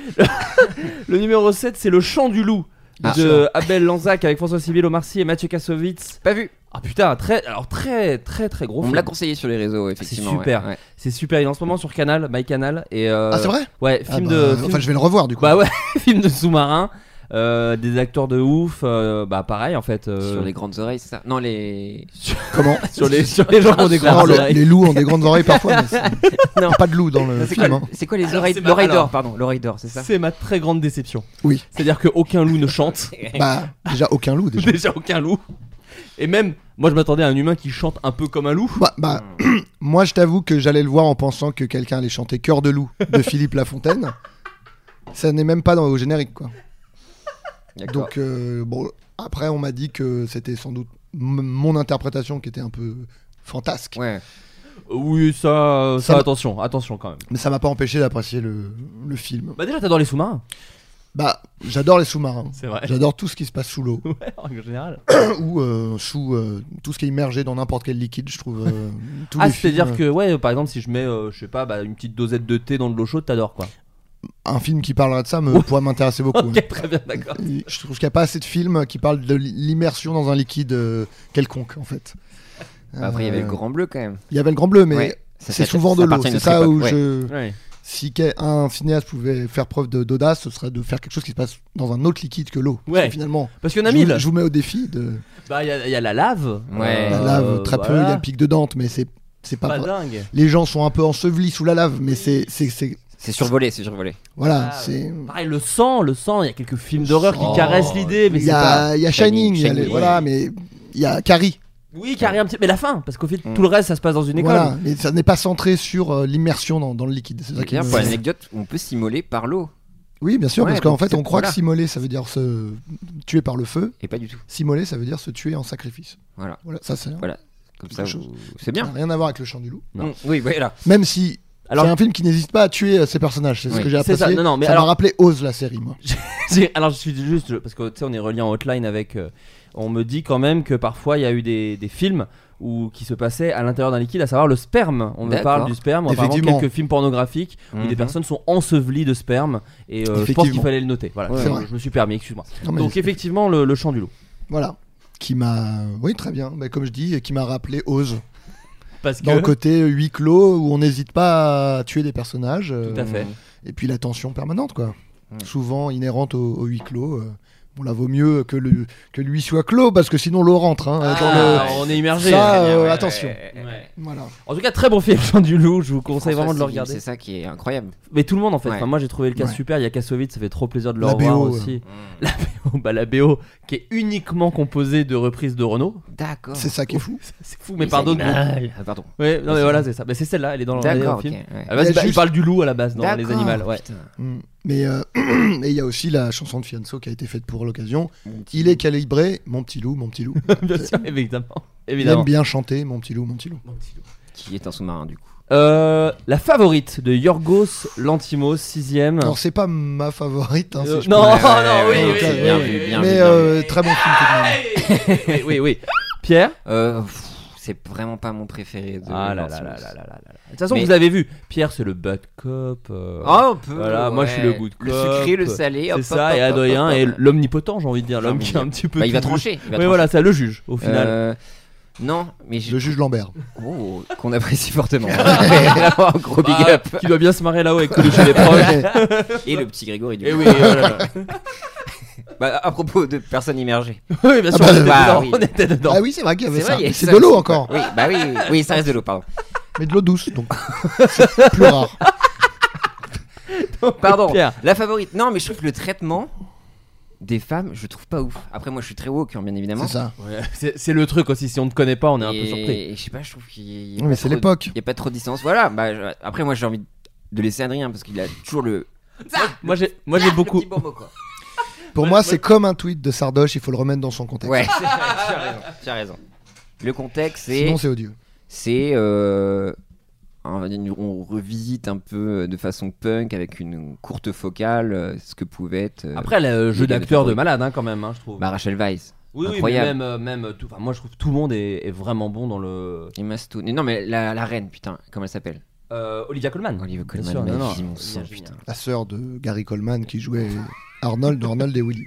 [SPEAKER 4] *laughs* le numéro 7, c'est Le Chant du Loup
[SPEAKER 6] Ah.
[SPEAKER 4] de Abel Lanzac avec François Civil, Omar Sy et Mathieu Kassovitz.
[SPEAKER 5] Pas vu.
[SPEAKER 4] Ah putain, très, alors très, très, très gros.
[SPEAKER 5] On me
[SPEAKER 4] film. Ah,
[SPEAKER 5] l'a conseillé sur les réseaux, effectivement. ouais,
[SPEAKER 4] super.
[SPEAKER 5] ouais.
[SPEAKER 4] C'est super. Il est en ce moment sur Canal, My Canal. Et euh,
[SPEAKER 6] Ah, c'est vrai
[SPEAKER 4] Ouais,
[SPEAKER 6] Ah,
[SPEAKER 4] film
[SPEAKER 6] bah,
[SPEAKER 4] de.
[SPEAKER 6] Enfin,
[SPEAKER 4] film-
[SPEAKER 6] je vais le revoir, du coup.
[SPEAKER 4] Bah ouais, *laughs* film de sous-marin. euh, des acteurs de ouf. euh, bah pareil en fait. euh,
[SPEAKER 5] Sur les grandes oreilles, c'est ça Non, les.
[SPEAKER 6] Comment
[SPEAKER 4] *laughs* sur
[SPEAKER 5] *laughs*
[SPEAKER 4] les, sur les gens qui ont
[SPEAKER 5] Ah,
[SPEAKER 4] des
[SPEAKER 6] Non,
[SPEAKER 4] grandes
[SPEAKER 6] Oh, le-
[SPEAKER 4] oreilles.
[SPEAKER 6] les loups ont des grandes oreilles parfois, mais c'est-
[SPEAKER 5] Non.
[SPEAKER 6] pas de loup dans le
[SPEAKER 5] C'est quoi,
[SPEAKER 6] film. hein.
[SPEAKER 5] c'est quoi les
[SPEAKER 4] Alors,
[SPEAKER 5] oreilles
[SPEAKER 4] c'est
[SPEAKER 5] L'oreille
[SPEAKER 4] marrant.
[SPEAKER 5] d'or, pardon. L'oreille d'or, c'est ça
[SPEAKER 4] C'est ma très grande déception.
[SPEAKER 6] Oui.
[SPEAKER 4] C'est-à-dire qu'aucun loup ne chante.
[SPEAKER 5] *laughs*
[SPEAKER 6] Bah, déjà, aucun loup, déjà.
[SPEAKER 4] déjà aucun loup. Et même, moi je m'attendais à un humain qui chante un peu comme un loup.
[SPEAKER 6] Bah, bah, *clears throat* moi, je t'avoue que j'allais le voir en pensant que quelqu'un allait chanter Cœur de loup de Philippe Lafontaine. Ça n'est même pas dans, au générique, quoi.
[SPEAKER 5] D'accord.
[SPEAKER 6] Donc, euh, bon, après, on m'a dit que c'était sans doute m- mon interprétation qui était un peu fantasque.
[SPEAKER 5] Ouais.
[SPEAKER 4] Oui, ça, euh,
[SPEAKER 6] Ça
[SPEAKER 4] ça,
[SPEAKER 6] va.
[SPEAKER 4] attention, attention quand même.
[SPEAKER 6] Mais ça m'a pas empêché d'apprécier le, le film.
[SPEAKER 4] Bah déjà, t'adores les sous-marins.
[SPEAKER 6] Bah, j'adore les sous-marins.
[SPEAKER 4] C'est vrai.
[SPEAKER 6] J'adore tout ce qui se passe sous l'eau
[SPEAKER 4] *laughs* Ouais, en général.
[SPEAKER 6] ou euh, sous euh, tout ce qui est immergé dans n'importe quel liquide, je trouve. euh, tous
[SPEAKER 4] Ah,
[SPEAKER 6] les
[SPEAKER 4] c'est-à-dire
[SPEAKER 6] films,
[SPEAKER 4] que, ouais, par exemple, si je mets, euh, je sais pas, bah, une petite dosette de thé dans de l'eau chaude, t'adores quoi.
[SPEAKER 6] Un film qui parlera de
[SPEAKER 5] *laughs*
[SPEAKER 6] ça me,
[SPEAKER 4] Ouais.
[SPEAKER 6] pourrait m'intéresser beaucoup. hein.
[SPEAKER 4] Ok, très bien, d'accord.
[SPEAKER 6] Je trouve qu'il n'y a pas assez de films qui parlent de l'immersion dans un liquide euh, quelconque, en fait.
[SPEAKER 5] Bah, Après, il y avait
[SPEAKER 6] Euh,
[SPEAKER 5] le grand bleu quand même.
[SPEAKER 6] il y avait le Grand Bleu, mais
[SPEAKER 5] Ouais. Ça,
[SPEAKER 6] c'est
[SPEAKER 5] ça-
[SPEAKER 6] souvent
[SPEAKER 5] ça
[SPEAKER 6] de l'eau.
[SPEAKER 5] appartient à
[SPEAKER 6] C'est
[SPEAKER 5] notre
[SPEAKER 6] ça
[SPEAKER 5] époque,
[SPEAKER 6] où
[SPEAKER 5] ouais.
[SPEAKER 6] je.
[SPEAKER 4] *laughs* Ouais.
[SPEAKER 6] Si quel- un cinéaste pouvait faire preuve de- d'audace, ce serait de faire quelque chose qui se passe dans un autre liquide que l'eau.
[SPEAKER 4] Ouais.
[SPEAKER 6] Parce que Finalement,
[SPEAKER 4] Parce qu'il y en
[SPEAKER 6] je
[SPEAKER 4] a mille.
[SPEAKER 6] vous, je vous mets au défi de
[SPEAKER 4] Bah, il y, a- il y a la lave.
[SPEAKER 5] Ouais.
[SPEAKER 6] la
[SPEAKER 5] Euh, Bah,
[SPEAKER 6] lave, très peu, il y a le pic de Dante, mais c'est c'est
[SPEAKER 4] Pas,
[SPEAKER 6] pas, vrai.
[SPEAKER 4] dingue.
[SPEAKER 6] Les gens sont un peu ensevelis sous la lave, mais c'est c'est c'est-
[SPEAKER 5] C'est survolé, c'est survolé.
[SPEAKER 6] voilà,
[SPEAKER 4] Ah,
[SPEAKER 6] c'est.
[SPEAKER 4] Pareil, le sang, le sang, il y a quelques films d'horreur qui
[SPEAKER 5] Oh,
[SPEAKER 4] caressent l'idée, mais
[SPEAKER 6] Il
[SPEAKER 4] c'est
[SPEAKER 6] y
[SPEAKER 4] pas.
[SPEAKER 6] a, il y a Shining,
[SPEAKER 5] Shining,
[SPEAKER 6] il y a les-
[SPEAKER 5] Shining,
[SPEAKER 6] voilà, mais il y a Carrie.
[SPEAKER 4] Oui, carré un petit. Mais la fin, parce qu'au fil,
[SPEAKER 5] Mm.
[SPEAKER 4] tout le reste, ça se passe dans une école.
[SPEAKER 6] Voilà, mais ça n'est pas centré sur euh, l'immersion dans, dans le liquide. C'est ça qui
[SPEAKER 5] D'ailleurs,
[SPEAKER 6] me-
[SPEAKER 5] pour l'anecdote, on peut s'immoler par l'eau.
[SPEAKER 6] Oui, bien sûr,
[SPEAKER 5] Ouais,
[SPEAKER 6] parce qu'en
[SPEAKER 5] donc
[SPEAKER 6] fait,
[SPEAKER 5] c'est-
[SPEAKER 6] on croit
[SPEAKER 5] voilà.
[SPEAKER 6] que s'immoler, ça veut dire se tuer par le feu.
[SPEAKER 5] Et pas du tout.
[SPEAKER 6] S'immoler, ça veut dire se tuer en sacrifice.
[SPEAKER 5] Voilà.
[SPEAKER 6] Voilà, ça, c'est
[SPEAKER 5] Voilà. Comme ça,
[SPEAKER 6] Quelque chose. Ah,
[SPEAKER 5] vous- c'est
[SPEAKER 6] ça
[SPEAKER 5] bien.
[SPEAKER 6] n'a rien à voir avec le chant du loup.
[SPEAKER 4] Non.
[SPEAKER 5] Mm. Oui, voilà.
[SPEAKER 6] Même si
[SPEAKER 4] Alors-
[SPEAKER 6] c'est un film qui n'hésite pas à tuer euh, ses personnages, c'est ce
[SPEAKER 5] Oui,
[SPEAKER 6] que j'ai
[SPEAKER 4] c'est
[SPEAKER 6] apprécié.
[SPEAKER 4] ça. Non, non, mais
[SPEAKER 6] ça
[SPEAKER 4] alors-
[SPEAKER 6] m'a rappelé Oz la série, moi.
[SPEAKER 4] J'ai- Alors je suis juste parce que tu sais on est relié en hotline avec. euh, on me dit quand même que parfois il y a eu des, des films où qui se passaient à l'intérieur d'un liquide, à savoir le sperme. On me
[SPEAKER 5] D'accord.
[SPEAKER 4] parle du sperme. Apparemment
[SPEAKER 6] Effectivement.
[SPEAKER 4] quelques films pornographiques où des
[SPEAKER 5] Mhm.
[SPEAKER 4] personnes sont ensevelies de sperme et euh, je pense qu'il
[SPEAKER 6] Effectivement.
[SPEAKER 4] fallait le noter. Voilà,
[SPEAKER 5] Ouais,
[SPEAKER 4] je,
[SPEAKER 6] c'est vrai.
[SPEAKER 4] je me suis permis, excuse-moi.
[SPEAKER 6] Non, mais
[SPEAKER 4] Donc effectivement le, le chant du loup.
[SPEAKER 6] voilà, qui m'a, oui, très bien. Mais comme je dis, qui m'a rappelé Oz
[SPEAKER 4] Parce
[SPEAKER 6] dans le
[SPEAKER 4] que
[SPEAKER 6] côté huis clos où on n'hésite pas à tuer des personnages. euh,
[SPEAKER 4] tout à fait.
[SPEAKER 6] Et puis la tension permanente, quoi.
[SPEAKER 5] Mm.
[SPEAKER 6] Souvent inhérente au, au huis clos. euh, Bon, là, vaut mieux que, le, que lui soit clos parce que sinon l'eau rentre. hein, dans
[SPEAKER 4] Ah,
[SPEAKER 6] le-
[SPEAKER 4] On est immergé.
[SPEAKER 6] Ça, euh, attention.
[SPEAKER 4] Ouais.
[SPEAKER 6] Voilà.
[SPEAKER 4] En tout cas, très bon film, Chant du Loup. Je vous conseille
[SPEAKER 5] François
[SPEAKER 4] vraiment de le
[SPEAKER 5] Civil,
[SPEAKER 4] regarder.
[SPEAKER 5] C'est ça qui est incroyable.
[SPEAKER 4] Mais tout le monde en fait.
[SPEAKER 5] Ouais.
[SPEAKER 4] Enfin, moi j'ai trouvé le cas
[SPEAKER 6] Ouais.
[SPEAKER 4] super. Il y a Kassovitz, ça fait trop plaisir de le
[SPEAKER 6] La
[SPEAKER 4] revoir
[SPEAKER 6] BO,
[SPEAKER 4] aussi.
[SPEAKER 5] euh.
[SPEAKER 4] *laughs* La BO, bah, la BO qui est uniquement composée de reprises de Renault. *laughs*
[SPEAKER 5] D'accord.
[SPEAKER 6] C'est ça qui est fou.
[SPEAKER 4] C'est fou, mais par d'autres groupes.
[SPEAKER 5] Ah, pardon.
[SPEAKER 4] Ouais, non mais voilà, c'est ça. Mais c'est celle-là, elle est dans le dans
[SPEAKER 5] D'accord.
[SPEAKER 4] le
[SPEAKER 5] ok,
[SPEAKER 4] film.
[SPEAKER 5] ouais.
[SPEAKER 4] Ah, vas-y,
[SPEAKER 6] Il y a
[SPEAKER 4] bah, il
[SPEAKER 6] juste-
[SPEAKER 4] parle du loup à la base dans les
[SPEAKER 5] D'accord,
[SPEAKER 4] animaux. Ouais. *laughs*
[SPEAKER 5] putain.
[SPEAKER 6] Mm. Mais euh, *clears throat* et il y a aussi la chanson de Fianso qui a été faite pour l'occasion. Il est calibré, mon petit loup, mon petit loup.
[SPEAKER 4] bien sûr, évidemment.
[SPEAKER 6] Il aime
[SPEAKER 4] évidemment.
[SPEAKER 6] bien chanter, mon petit loup, mon petit loup.
[SPEAKER 5] Qui est un sous-marin du coup.
[SPEAKER 4] Euh, la favorite de Yorgos Lantimos, sixième.
[SPEAKER 6] Alors c'est pas ma favorite. hein, si
[SPEAKER 4] Euh,
[SPEAKER 6] je
[SPEAKER 4] *laughs* non,
[SPEAKER 6] peux-
[SPEAKER 5] Ouais, ouais,
[SPEAKER 4] non, oui,
[SPEAKER 5] ouais,
[SPEAKER 4] oui,
[SPEAKER 6] ok,
[SPEAKER 4] oui,
[SPEAKER 6] bien
[SPEAKER 4] oui,
[SPEAKER 5] vu,
[SPEAKER 4] oui,
[SPEAKER 5] bien
[SPEAKER 4] oui,
[SPEAKER 6] mais
[SPEAKER 5] vu.
[SPEAKER 6] euh, très bon film tout de même.
[SPEAKER 4] oui, oui, oui. Pierre.
[SPEAKER 5] Euh, pff, c'est vraiment pas mon préféré. De
[SPEAKER 4] Ah là là
[SPEAKER 5] Lantimos.
[SPEAKER 4] là là là là là. De toute façon,
[SPEAKER 5] Mais-
[SPEAKER 4] vous avez vu. Pierre, c'est le bad cop. euh,
[SPEAKER 5] Ah, un peu.
[SPEAKER 4] Voilà, moi, je suis le good
[SPEAKER 5] Le
[SPEAKER 4] cop.
[SPEAKER 5] sucré, le salé.
[SPEAKER 4] c'est
[SPEAKER 5] hop,
[SPEAKER 4] ça.
[SPEAKER 5] hop,
[SPEAKER 4] et
[SPEAKER 5] hop, hop,
[SPEAKER 4] Adrien
[SPEAKER 5] hop,
[SPEAKER 4] est
[SPEAKER 5] hop.
[SPEAKER 4] l'omnipotent, j'ai envie de dire, l'homme
[SPEAKER 5] J'ai
[SPEAKER 4] qui est un
[SPEAKER 5] envie de
[SPEAKER 4] petit peu.
[SPEAKER 5] Bah, il va
[SPEAKER 4] tout-
[SPEAKER 5] trancher. il va
[SPEAKER 4] Oui,
[SPEAKER 5] trancher.
[SPEAKER 4] voilà, ça le juge au final.
[SPEAKER 5] Euh, Non, mais j'ai-
[SPEAKER 6] Le juge Lambert.
[SPEAKER 5] *laughs* Oh, qu'on apprécie
[SPEAKER 4] *laughs*
[SPEAKER 5] fortement. *laughs* Vraiment, un gros big
[SPEAKER 4] Ah. Bah,
[SPEAKER 5] up.
[SPEAKER 4] Qui doit bien se marrer là-haut
[SPEAKER 5] bah,
[SPEAKER 4] avec tous les chez
[SPEAKER 5] *laughs*
[SPEAKER 4] les proches.
[SPEAKER 6] *laughs*
[SPEAKER 5] Et le petit Grégory du
[SPEAKER 4] Et
[SPEAKER 5] coup.
[SPEAKER 4] Eh oui, voilà.
[SPEAKER 5] *laughs* Bah, à propos de personnes immergées.
[SPEAKER 4] oui, bien sûr, on
[SPEAKER 6] Ah bah,
[SPEAKER 4] était
[SPEAKER 5] bah,
[SPEAKER 4] dedans,
[SPEAKER 5] oui.
[SPEAKER 4] on était *laughs* dedans.
[SPEAKER 6] Ah oui, c'est vrai qu'il y avait
[SPEAKER 5] C'est vrai,
[SPEAKER 6] ça.
[SPEAKER 5] il y a
[SPEAKER 6] Mais C'est
[SPEAKER 5] ça
[SPEAKER 6] de
[SPEAKER 5] aussi.
[SPEAKER 6] l'eau encore,
[SPEAKER 5] Oui, bah oui, oui, ça reste de
[SPEAKER 4] *laughs*
[SPEAKER 5] l'eau, pardon.
[SPEAKER 6] mais de l'eau douce, donc *laughs* c'est plus rare.
[SPEAKER 5] Ah Pardon.
[SPEAKER 4] Pierre.
[SPEAKER 5] La favorite. Non, mais je trouve que le traitement des femmes, je trouve pas ouf. Après, moi, je suis très woke, hein, bien évidemment.
[SPEAKER 6] C'est ça.
[SPEAKER 4] Ouais, C'est c'est le truc aussi, si on ne connaît pas, on est un peu
[SPEAKER 5] Et-
[SPEAKER 4] surpris.
[SPEAKER 5] Et je sais pas, je trouve qu'il y a
[SPEAKER 6] Oui,
[SPEAKER 5] pas
[SPEAKER 6] mais c'est
[SPEAKER 5] trop-
[SPEAKER 6] l'époque.
[SPEAKER 5] Il y a pas trop de distance. Voilà. Bah, je- Après, moi, j'ai envie de laisser Adrien parce qu'il a toujours le.
[SPEAKER 4] Moi j'ai moi, j'ai
[SPEAKER 5] *laughs* le
[SPEAKER 4] beaucoup.
[SPEAKER 5] petit bobo, quoi.
[SPEAKER 6] Pour moi, c'est comme un tweet de Sardoche. Il faut le remettre dans son contexte.
[SPEAKER 5] Ouais. tu as raison. Tu as raison. Le contexte, c'est.
[SPEAKER 6] Sinon, c'est odieux.
[SPEAKER 5] c'est euh, un- on revisite un peu euh, de façon punk avec une courte focale euh, ce que pouvait être euh,
[SPEAKER 4] Après, le jeu
[SPEAKER 5] il y a des
[SPEAKER 4] d'acteur de
[SPEAKER 5] favoris.
[SPEAKER 4] malade, hein, quand même, hein, je trouve.
[SPEAKER 5] bah, Rachel Weisz
[SPEAKER 4] oui, oui, mais
[SPEAKER 5] incroyable.
[SPEAKER 4] même, euh, même tout, enfin, moi je trouve que tout le monde est, est vraiment bon dans le.
[SPEAKER 5] Emma Stone Et non mais la, la reine putain comment elle s'appelle
[SPEAKER 4] Euh, Olivia Colman. Bien
[SPEAKER 5] Olivia Colman
[SPEAKER 4] sûr,
[SPEAKER 5] ma
[SPEAKER 4] non, non,
[SPEAKER 5] vie, mon
[SPEAKER 4] Olivia
[SPEAKER 5] sang,
[SPEAKER 4] Colman.
[SPEAKER 5] putain
[SPEAKER 6] La sœur de Gary Coleman qui jouait Arnold, Arnold
[SPEAKER 4] *laughs*
[SPEAKER 6] et Willy.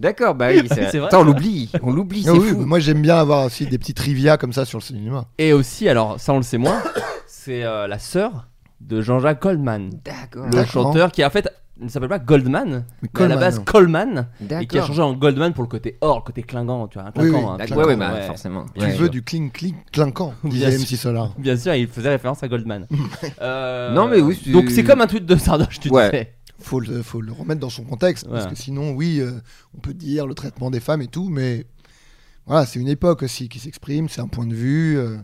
[SPEAKER 5] d'accord bah oui c'est
[SPEAKER 4] C'est vrai.
[SPEAKER 5] vrai. Attends, on l'oublie on l'oublie c'est
[SPEAKER 6] Ah oui,
[SPEAKER 5] fou
[SPEAKER 6] mais moi j'aime bien avoir aussi des petits trivia comme ça sur le cinéma.
[SPEAKER 4] Et aussi, alors ça on le sait moins, *coughs* c'est euh, la sœur de Jean-Jacques Goldman,
[SPEAKER 5] d'accord
[SPEAKER 4] le
[SPEAKER 6] D'accord.
[SPEAKER 4] chanteur qui en fait ne s'appelle pas Goldman, mais à
[SPEAKER 6] Coleman,
[SPEAKER 4] la base
[SPEAKER 6] non.
[SPEAKER 4] Coleman, et qui a
[SPEAKER 5] d'accord
[SPEAKER 4] changé en Goldman pour le côté or, le côté clinquant, tu vois, un
[SPEAKER 6] Oui,
[SPEAKER 4] clinquant,
[SPEAKER 6] oui,
[SPEAKER 4] un
[SPEAKER 5] D'accord,
[SPEAKER 4] clinquant,
[SPEAKER 5] ouais, ouais, bah,
[SPEAKER 4] ouais.
[SPEAKER 5] forcément
[SPEAKER 6] Tu
[SPEAKER 5] Ouais.
[SPEAKER 6] veux du clink clink
[SPEAKER 4] *laughs*
[SPEAKER 6] clinquant, disait
[SPEAKER 4] Bien
[SPEAKER 6] MC Solar.
[SPEAKER 4] Bien sûr, il faisait référence à
[SPEAKER 6] *laughs*
[SPEAKER 4] Goldman. Euh,
[SPEAKER 5] Non, mais oui, c'est-
[SPEAKER 4] Donc c'est comme un tweet de Sardoche, tu
[SPEAKER 5] Ouais.
[SPEAKER 4] disais.
[SPEAKER 6] Faut le, faut le remettre dans son contexte parce
[SPEAKER 4] Ouais.
[SPEAKER 6] que sinon, oui, euh, on peut dire le traitement des femmes et tout, mais voilà, c'est une époque aussi qui s'exprime, c'est un point de vue euh,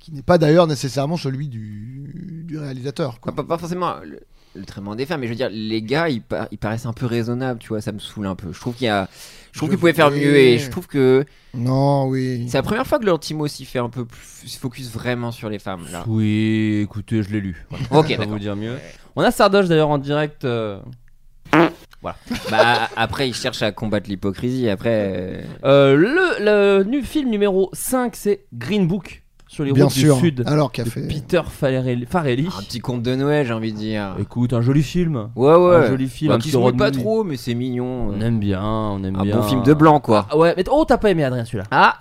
[SPEAKER 6] qui n'est pas d'ailleurs nécessairement celui du, du réalisateur.
[SPEAKER 5] Pas,
[SPEAKER 4] Ah
[SPEAKER 6] quoi.
[SPEAKER 5] pas- pas forcément le, le traitement des femmes, mais je veux dire, les gars, ils, par- ils paraissent un peu raisonnables, tu vois, ça me saoule un peu. Je trouve qu'il y a. Je trouve
[SPEAKER 6] Je
[SPEAKER 5] qu'ils pouvaient faire
[SPEAKER 6] voulais-
[SPEAKER 5] mieux et je trouue que
[SPEAKER 4] bah.
[SPEAKER 6] Non, oui.
[SPEAKER 5] c'est la première fois que leur team aussi fait un peu plus se focus vraiment sur les femmes *laughs* là.
[SPEAKER 4] Oui, écoutez, je l'ai lu. Voilà,
[SPEAKER 5] Ok,
[SPEAKER 4] je vais pas
[SPEAKER 5] d'accord.
[SPEAKER 4] vous dire mieux. On a Sardoche d'ailleurs en direct. euh,
[SPEAKER 5] Bah après ils cherchent à combattre l'hypocrisie. Après, euh,
[SPEAKER 4] euh, le, le nu- film numéro 5, c'est Green Book sur les
[SPEAKER 6] Bien
[SPEAKER 4] routes
[SPEAKER 6] sûr.
[SPEAKER 4] du Sud.
[SPEAKER 6] Alors qu'a
[SPEAKER 4] de
[SPEAKER 6] fait Ah,
[SPEAKER 4] Peter Farelli. Farelli.
[SPEAKER 5] un petit conte de Noël, j'ai envie de dire.
[SPEAKER 4] Écoute, un joli film.
[SPEAKER 5] Ouais ouais.
[SPEAKER 4] Un joli film,
[SPEAKER 5] Bah,
[SPEAKER 4] un
[SPEAKER 5] qui
[SPEAKER 4] petit
[SPEAKER 5] se
[SPEAKER 4] road
[SPEAKER 5] mouille pas
[SPEAKER 4] movie.
[SPEAKER 5] trop, mais c'est mignon.
[SPEAKER 4] On aime bien, on aime
[SPEAKER 5] un
[SPEAKER 4] bien.
[SPEAKER 5] bon film de blanc quoi.
[SPEAKER 4] Ah ouais, mais t- oh, t'as pas aimé Adrien celui-là.
[SPEAKER 5] Ah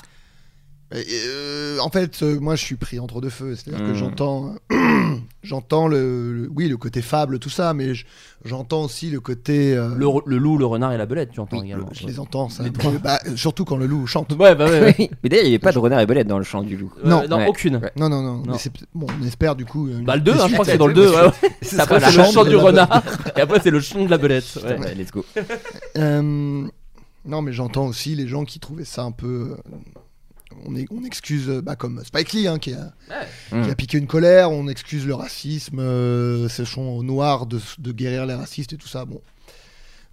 [SPEAKER 6] Euh, euh, en fait, euh, moi, je suis pris entre deux feux. C'est-à-dire que
[SPEAKER 5] Mm.
[SPEAKER 6] j'entends, *clears throat* j'entends le, le- oui, le côté fable, tout ça, mais je- j'entends aussi le côté. euh,
[SPEAKER 4] Le, re- le loup, le renard et la belette, tu entends
[SPEAKER 6] le-
[SPEAKER 4] également.
[SPEAKER 6] je les entends, ça.
[SPEAKER 4] Les
[SPEAKER 6] Mais,
[SPEAKER 4] trois.
[SPEAKER 6] bah, euh, surtout quand le loup chante.
[SPEAKER 4] Ouais, bah ouais, ouais.
[SPEAKER 5] Mais d'ailleurs il y avait pas de renard et belette dans le champ du loup.
[SPEAKER 4] Euh,
[SPEAKER 6] Non.
[SPEAKER 4] non,
[SPEAKER 5] Ouais.
[SPEAKER 4] aucune.
[SPEAKER 5] Ouais.
[SPEAKER 6] Non, non, non.
[SPEAKER 4] Non.
[SPEAKER 6] mais c'est- bon, on espère du coup. une-
[SPEAKER 4] Bah, le 2,
[SPEAKER 6] des
[SPEAKER 4] je crois que
[SPEAKER 6] suites.
[SPEAKER 4] c'est dans le 2. Ouais, ouais. Après,
[SPEAKER 6] sera
[SPEAKER 4] c'est le
[SPEAKER 6] la
[SPEAKER 4] chant *laughs*
[SPEAKER 6] chambre
[SPEAKER 4] du
[SPEAKER 6] de la
[SPEAKER 4] renard. Et après, c'est le chant de la belette. Ouais.
[SPEAKER 5] Ouais, let's go.
[SPEAKER 6] Euh, Non, mais j'entends aussi les gens qui trouvaient ça un peu. euh, On, est- on excuse, euh, bah, comme Spike Lee, hein, qui, a, qui
[SPEAKER 4] Mm.
[SPEAKER 6] a piqué une colère, on excuse le racisme, euh, séchons aux noirs de, de guérir les racistes et tout ça. Bon.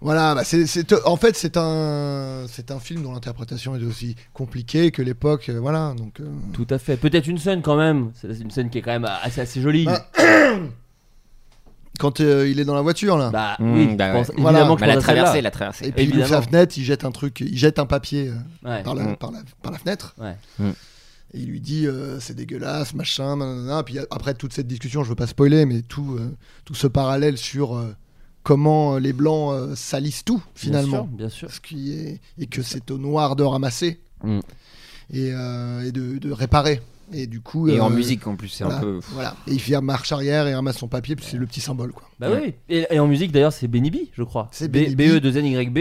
[SPEAKER 6] Voilà, bah, c'est- c'est- en fait, c'est un, c'est un film dont l'interprétation est aussi compliquée que l'époque. euh, voilà, donc. euh,
[SPEAKER 4] Tout à fait. Peut-être une scène quand même. C'est une scène qui est quand même assez, assez jolie.
[SPEAKER 6] Bah, quand euh, il est dans la voiture, là.
[SPEAKER 4] Bah
[SPEAKER 5] Mmh,
[SPEAKER 4] oui,
[SPEAKER 5] bah
[SPEAKER 4] je pense-
[SPEAKER 5] ouais.
[SPEAKER 4] évidemment
[SPEAKER 6] Voilà.
[SPEAKER 4] que
[SPEAKER 5] Bah,
[SPEAKER 4] je pense à
[SPEAKER 5] la
[SPEAKER 4] celle-là.
[SPEAKER 5] traversée, la traversée.
[SPEAKER 6] et puis il ouvre
[SPEAKER 4] évidemment.
[SPEAKER 6] sa fenêtre, il jette un truc, il jette un papier euh,
[SPEAKER 4] Ouais.
[SPEAKER 6] par, la,
[SPEAKER 5] Mm.
[SPEAKER 6] par, la, par la fenêtre.
[SPEAKER 4] Ouais.
[SPEAKER 5] Mm.
[SPEAKER 6] Et il lui dit euh, c'est dégueulasse, machin, nanana. Puis euh, après toute cette discussion, je veux pas spoiler, mais tout, euh, tout ce parallèle sur euh, comment euh, les blancs euh, salissent tout finalement,
[SPEAKER 4] Bien sûr.
[SPEAKER 6] ce qui est et que c'est au noir de ramasser
[SPEAKER 4] Mm.
[SPEAKER 6] et, euh, et de, de réparer. Et du coup,
[SPEAKER 5] Et en
[SPEAKER 6] euh,
[SPEAKER 5] musique en plus, c'est
[SPEAKER 6] voilà,
[SPEAKER 5] un *laughs* peu.
[SPEAKER 6] voilà. Et il fait marche arrière et ramasse son papier, puis c'est le petit symbole quoi.
[SPEAKER 4] Bah
[SPEAKER 5] Ouais.
[SPEAKER 4] oui. Et, et en musique d'ailleurs, c'est Benny B, je crois.
[SPEAKER 6] C'est
[SPEAKER 4] B- E
[SPEAKER 6] Benny B.
[SPEAKER 4] BE 2 NYB.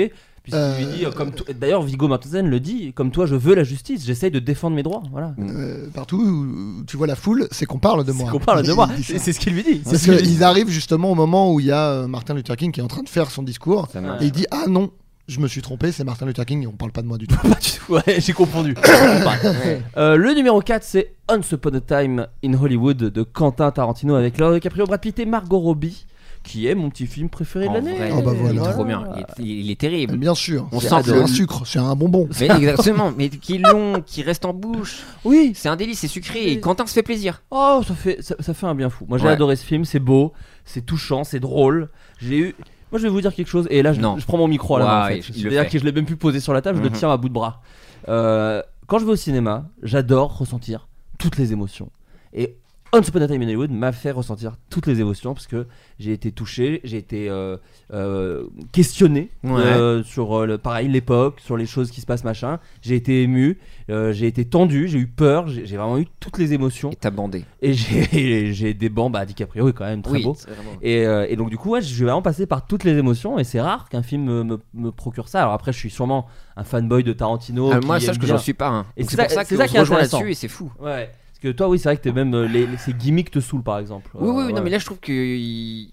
[SPEAKER 4] Puisqu'il lui
[SPEAKER 6] Euh,
[SPEAKER 4] dit, euh, comme to- d'ailleurs, Vigo Mortensen le dit, comme toi, je veux la justice, j'essaye de défendre mes droits. Voilà.
[SPEAKER 6] Euh, partout où où tu vois la foule, c'est qu'on parle de
[SPEAKER 4] C'est
[SPEAKER 6] moi.
[SPEAKER 4] qu'on parle de
[SPEAKER 6] Il
[SPEAKER 4] moi.
[SPEAKER 6] dit ça.
[SPEAKER 4] C'est c'est ce qu'il lui dit. C'est
[SPEAKER 6] Parce
[SPEAKER 4] ce qu'il lui dit.
[SPEAKER 6] qu'ils arrivent justement au moment où il y a euh, Martin Luther King qui est en train de faire son discours
[SPEAKER 5] Ça marche.
[SPEAKER 6] et il dit Ah non, je me suis trompé, c'est Martin Luther King et on parle pas de moi *laughs* du tout.
[SPEAKER 4] *laughs* Pas du tout. Ouais, j'ai confondu. *coughs*
[SPEAKER 5] Ouais.
[SPEAKER 4] Euh, le numéro 4, c'est Once Upon a Time in Hollywood de Quentin Tarantino avec Leonardo DiCaprio, Brad Pitt et Margot Robbie, qui est mon petit film préféré
[SPEAKER 5] En
[SPEAKER 4] de l'année.
[SPEAKER 5] vrai,
[SPEAKER 6] Oh, bah
[SPEAKER 5] Il
[SPEAKER 6] voilà.
[SPEAKER 5] est trop bien. Il est, il est terrible.
[SPEAKER 4] Ah,
[SPEAKER 6] Bien sûr,
[SPEAKER 5] On
[SPEAKER 6] c'est
[SPEAKER 5] sent
[SPEAKER 6] c'est
[SPEAKER 5] le-
[SPEAKER 6] un sucre, c'est un bonbon.
[SPEAKER 5] Mais exactement,
[SPEAKER 4] *laughs*
[SPEAKER 5] mais qui est long, qui reste en bouche.
[SPEAKER 4] Oui.
[SPEAKER 5] C'est un délice, c'est sucré. Et Quentin se fait plaisir.
[SPEAKER 4] Oh, ça fait, ça, ça fait un bien fou. Moi, j'ai
[SPEAKER 5] Ouais.
[SPEAKER 4] adoré ce film. C'est beau, c'est touchant, c'est drôle. J'ai eu. Moi, je vais vous dire quelque chose. Et là, je,
[SPEAKER 5] Non.
[SPEAKER 4] je prends mon micro à la main. en
[SPEAKER 5] Ouais,
[SPEAKER 4] fait.
[SPEAKER 5] il- il le
[SPEAKER 4] C'est-à-dire
[SPEAKER 5] fait.
[SPEAKER 4] que je l'ai même plus posé sur la table. Je
[SPEAKER 5] Mhm.
[SPEAKER 4] le tiens à bout de bras. Euh, quand je vais au cinéma, j'adore ressentir toutes les émotions. Et Once Upon a Time in Hollywood m'a fait ressentir toutes les émotions parce que j'ai été touché, j'ai été euh, euh, questionné
[SPEAKER 5] Ouais.
[SPEAKER 4] euh, sur euh, le, pareil l'époque, sur les choses qui se passent machin. J'ai été ému, euh, j'ai été tendu, j'ai eu peur, j'ai j'ai vraiment eu toutes les émotions.
[SPEAKER 5] Et t'as bandé.
[SPEAKER 4] Et j'ai *laughs* j'ai des bancs, bah DiCaprio est quand même très
[SPEAKER 5] oui,
[SPEAKER 4] beau.
[SPEAKER 5] c'est vraiment-
[SPEAKER 4] Et, euh, et donc du coup, ouais, je vais vraiment passer par toutes les émotions et c'est rare qu'un film me, me- me procure ça. Alors après, je suis sûrement un fanboy de Tarantino.
[SPEAKER 5] Ah, moi,
[SPEAKER 4] qui
[SPEAKER 5] sache
[SPEAKER 4] aime
[SPEAKER 5] que j'en
[SPEAKER 4] bien-
[SPEAKER 5] suis pas un.
[SPEAKER 4] Et
[SPEAKER 5] Donc,
[SPEAKER 4] c'est
[SPEAKER 5] C'est
[SPEAKER 4] ça-
[SPEAKER 5] pour ça
[SPEAKER 4] c'est
[SPEAKER 5] que
[SPEAKER 4] ça
[SPEAKER 5] on
[SPEAKER 4] qui
[SPEAKER 5] se
[SPEAKER 4] est
[SPEAKER 5] rejoint
[SPEAKER 4] intéressant.
[SPEAKER 5] là-dessus et c'est fou.
[SPEAKER 4] Ouais. Parce que toi, oui, c'est vrai que t'es même euh, les, les- ces gimmicks te saoulent par exemple.
[SPEAKER 5] Oui,
[SPEAKER 4] Euh,
[SPEAKER 5] oui,
[SPEAKER 4] ouais.
[SPEAKER 5] non, mais là, je trouve qu'il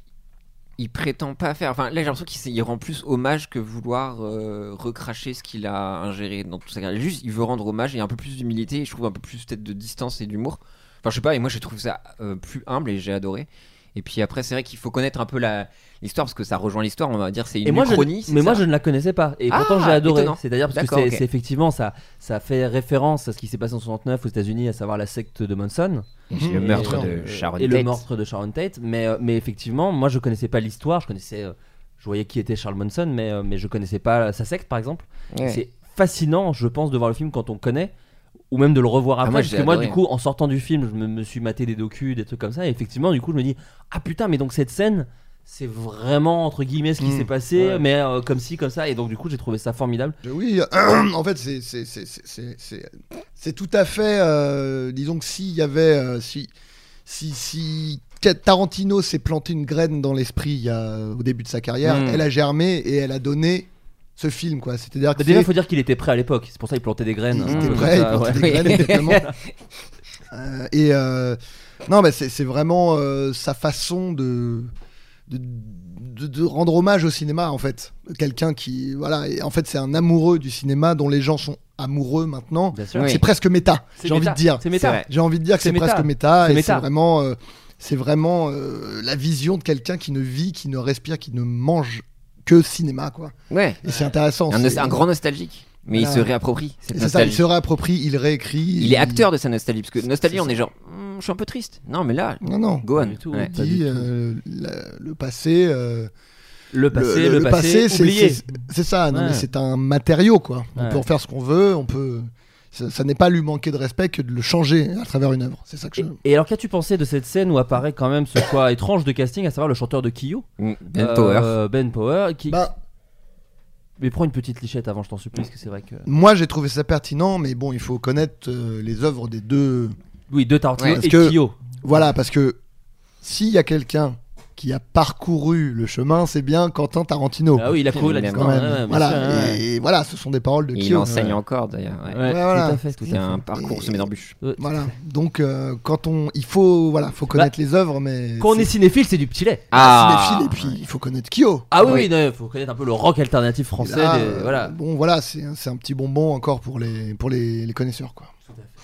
[SPEAKER 5] il prétend pas faire. Enfin, là, j'ai l'impression qu'il s'est- il rend plus hommage que vouloir euh, recracher ce qu'il a ingéré dans toute sa carrière. Juste, il veut rendre hommage et un peu plus d'humilité. Et je trouve un peu plus peut-être de distance et d'humour. Enfin, je sais pas. Et moi, j'ai trouvé ça euh, plus humble et j'ai adoré. Et puis après, c'est vrai qu'il faut connaître un peu la l'histoire parce que ça rejoint l'histoire. On va dire, c'est une
[SPEAKER 4] Et moi, je,
[SPEAKER 5] uchronie. c'est
[SPEAKER 4] mais moi
[SPEAKER 5] ça
[SPEAKER 4] je ne la connaissais pas et pourtant
[SPEAKER 5] Ah,
[SPEAKER 4] j'ai adoré.
[SPEAKER 5] étonnant.
[SPEAKER 4] C'est-à-dire parce que
[SPEAKER 5] D'accord,
[SPEAKER 4] c'est
[SPEAKER 5] ok.
[SPEAKER 4] c'est effectivement ça, ça fait référence à ce qui s'est passé en 69 aux États-Unis, à savoir la secte de Manson.
[SPEAKER 5] C'est le
[SPEAKER 4] Mm. Et-
[SPEAKER 5] meurtre
[SPEAKER 6] euh,
[SPEAKER 5] de Sharon
[SPEAKER 4] et le
[SPEAKER 5] Tate.
[SPEAKER 4] meurtre de Sharon Tate. Mais, euh, mais effectivement, moi je connaissais pas l'histoire, je connaissais, euh, je voyais qui était Charles Manson, mais, euh, mais je connaissais pas sa secte par exemple.
[SPEAKER 5] Ouais.
[SPEAKER 4] C'est fascinant, je pense, de voir le film quand on connaît, ou même de le revoir après.
[SPEAKER 5] moi,
[SPEAKER 4] parce
[SPEAKER 5] j'ai
[SPEAKER 4] que moi,
[SPEAKER 5] adoré.
[SPEAKER 4] du coup, en sortant du film, je me, me suis maté des docus, des trucs comme ça, et effectivement, du coup, je me dis, ah putain, mais donc cette scène. C'est vraiment entre guillemets ce qui
[SPEAKER 6] Mm,
[SPEAKER 4] s'est passé,
[SPEAKER 6] ouais.
[SPEAKER 4] mais euh, comme ci, comme ça. Et donc, du coup, j'ai trouvé ça formidable.
[SPEAKER 6] Je- Euh, Oui, *clears throat* en fait, c'est- c'est- c'est- c'est- c'est c'est- c'est tout à fait. euh, disons que s'il y avait. euh, si, si, si Tarantino s'est planté une graine dans l'esprit il y a, au début de sa carrière,
[SPEAKER 5] Mm.
[SPEAKER 6] elle a germé et elle a donné ce film, quoi. C'est-à-dire que.
[SPEAKER 4] Bah, déjà,
[SPEAKER 6] c'est-
[SPEAKER 4] il faut dire qu'il était prêt à l'époque. C'est pour ça qu'il plantait des graines.
[SPEAKER 6] Il
[SPEAKER 4] hein,
[SPEAKER 6] était
[SPEAKER 4] comme ça,
[SPEAKER 6] prêt, il
[SPEAKER 4] ouais.
[SPEAKER 6] plantait des graines,
[SPEAKER 4] *laughs*
[SPEAKER 6] exactement. Euh, et euh, non, mais c'est c'est vraiment euh, sa façon de, de, de- de rendre hommage au cinéma, en fait. Quelqu'un qui, voilà, et en fait, c'est un amoureux du cinéma dont les gens sont amoureux maintenant.
[SPEAKER 4] Bien sûr.
[SPEAKER 5] Oui.
[SPEAKER 6] C'est presque méta, j'ai envie de
[SPEAKER 4] méta,
[SPEAKER 6] dire.
[SPEAKER 4] C'est méta.
[SPEAKER 5] C'est vrai.
[SPEAKER 6] J'ai envie de dire que
[SPEAKER 4] C'est
[SPEAKER 6] c'est
[SPEAKER 4] méta.
[SPEAKER 6] presque méta
[SPEAKER 4] C'est
[SPEAKER 6] et
[SPEAKER 4] méta.
[SPEAKER 6] c'est vraiment, euh, c'est vraiment euh, la vision de quelqu'un qui ne vit, qui ne respire, qui ne mange que cinéma, quoi.
[SPEAKER 5] Ouais.
[SPEAKER 6] Et c'est intéressant.
[SPEAKER 5] Un,
[SPEAKER 6] c'est-
[SPEAKER 5] un grand nostalgique. Mais il
[SPEAKER 6] Voilà.
[SPEAKER 5] se réapproprie. cette
[SPEAKER 6] C'est ça, il
[SPEAKER 5] nostalgie.
[SPEAKER 6] se réapproprie, il réécrit.
[SPEAKER 5] Il est acteur de sa nostalgie parce que
[SPEAKER 6] C'est-
[SPEAKER 5] nostalgie
[SPEAKER 6] c'est
[SPEAKER 5] on
[SPEAKER 6] ça.
[SPEAKER 5] est genre Hmm, je suis un peu triste. Non mais là
[SPEAKER 6] Non, non.
[SPEAKER 5] Gohan.
[SPEAKER 4] Pas du tout. hein.
[SPEAKER 5] Ouais.
[SPEAKER 4] Pas du
[SPEAKER 6] dit
[SPEAKER 4] tout.
[SPEAKER 6] euh, la- le passé. euh,
[SPEAKER 4] Le passé, le, passé,
[SPEAKER 6] c'est-
[SPEAKER 4] oublié.
[SPEAKER 6] c'est- C'est ça, non,
[SPEAKER 4] Ouais.
[SPEAKER 6] mais c'est un matériau, quoi. On
[SPEAKER 4] Ouais.
[SPEAKER 6] peut en faire ce qu'on veut, on peut. Ça, ça n'est pas lui manquer de respect que de le changer à travers une œuvre. C'est ça que je.
[SPEAKER 4] Et, et alors, qu'as-tu pensé de cette scène où apparaît quand même ce choix étrange de casting, à savoir le chanteur de Kyo
[SPEAKER 5] Ben
[SPEAKER 4] Euh,
[SPEAKER 5] Power.
[SPEAKER 4] Ben Power. Qui...
[SPEAKER 6] Bah,
[SPEAKER 4] Mais prends une petite lichette avant, je t'en supplie, parce que c'est vrai que.
[SPEAKER 6] moi, j'ai trouvé ça pertinent, mais bon, il faut connaître euh, les œuvres des deux.
[SPEAKER 4] Oui, deux Tarantino
[SPEAKER 5] Ouais,
[SPEAKER 6] parce
[SPEAKER 4] et
[SPEAKER 6] que-
[SPEAKER 4] Kyo.
[SPEAKER 6] Voilà, parce que s'il y a quelqu'un qui a parcouru le chemin, c'est bien Quentin Tarantino.
[SPEAKER 4] Ah oui, il a couru la
[SPEAKER 5] Quand
[SPEAKER 6] quand
[SPEAKER 4] distance.
[SPEAKER 6] même.
[SPEAKER 4] ouais, ouais, bien
[SPEAKER 6] voilà,
[SPEAKER 4] sûr, ouais, ouais.
[SPEAKER 6] et voilà, ce sont des paroles de
[SPEAKER 5] Et
[SPEAKER 6] qui euh,
[SPEAKER 5] il enseigne encore d'ailleurs. ouais.
[SPEAKER 4] Ouais,
[SPEAKER 6] Ouais, voilà.
[SPEAKER 4] tout à fait, tout à
[SPEAKER 5] C'est un
[SPEAKER 4] fait.
[SPEAKER 5] parcours semé d'embûches.
[SPEAKER 4] Ouais.
[SPEAKER 6] Voilà, donc euh, quand on, il faut, voilà, faut connaître les œuvres, mais
[SPEAKER 4] Bah, Quand on est
[SPEAKER 6] c'est-
[SPEAKER 4] cinéphile, c'est du petit lait.
[SPEAKER 5] Ah
[SPEAKER 6] cinéphile, et puis il faut connaître Kyo.
[SPEAKER 4] Ah oui, il faut connaître un peu le rock alternatif
[SPEAKER 6] Et
[SPEAKER 4] français.
[SPEAKER 6] là,
[SPEAKER 4] des-
[SPEAKER 6] euh,
[SPEAKER 4] voilà.
[SPEAKER 6] Bon, voilà, c'est un- c'est un petit bonbon encore pour les, pour les, les connaisseurs, quoi.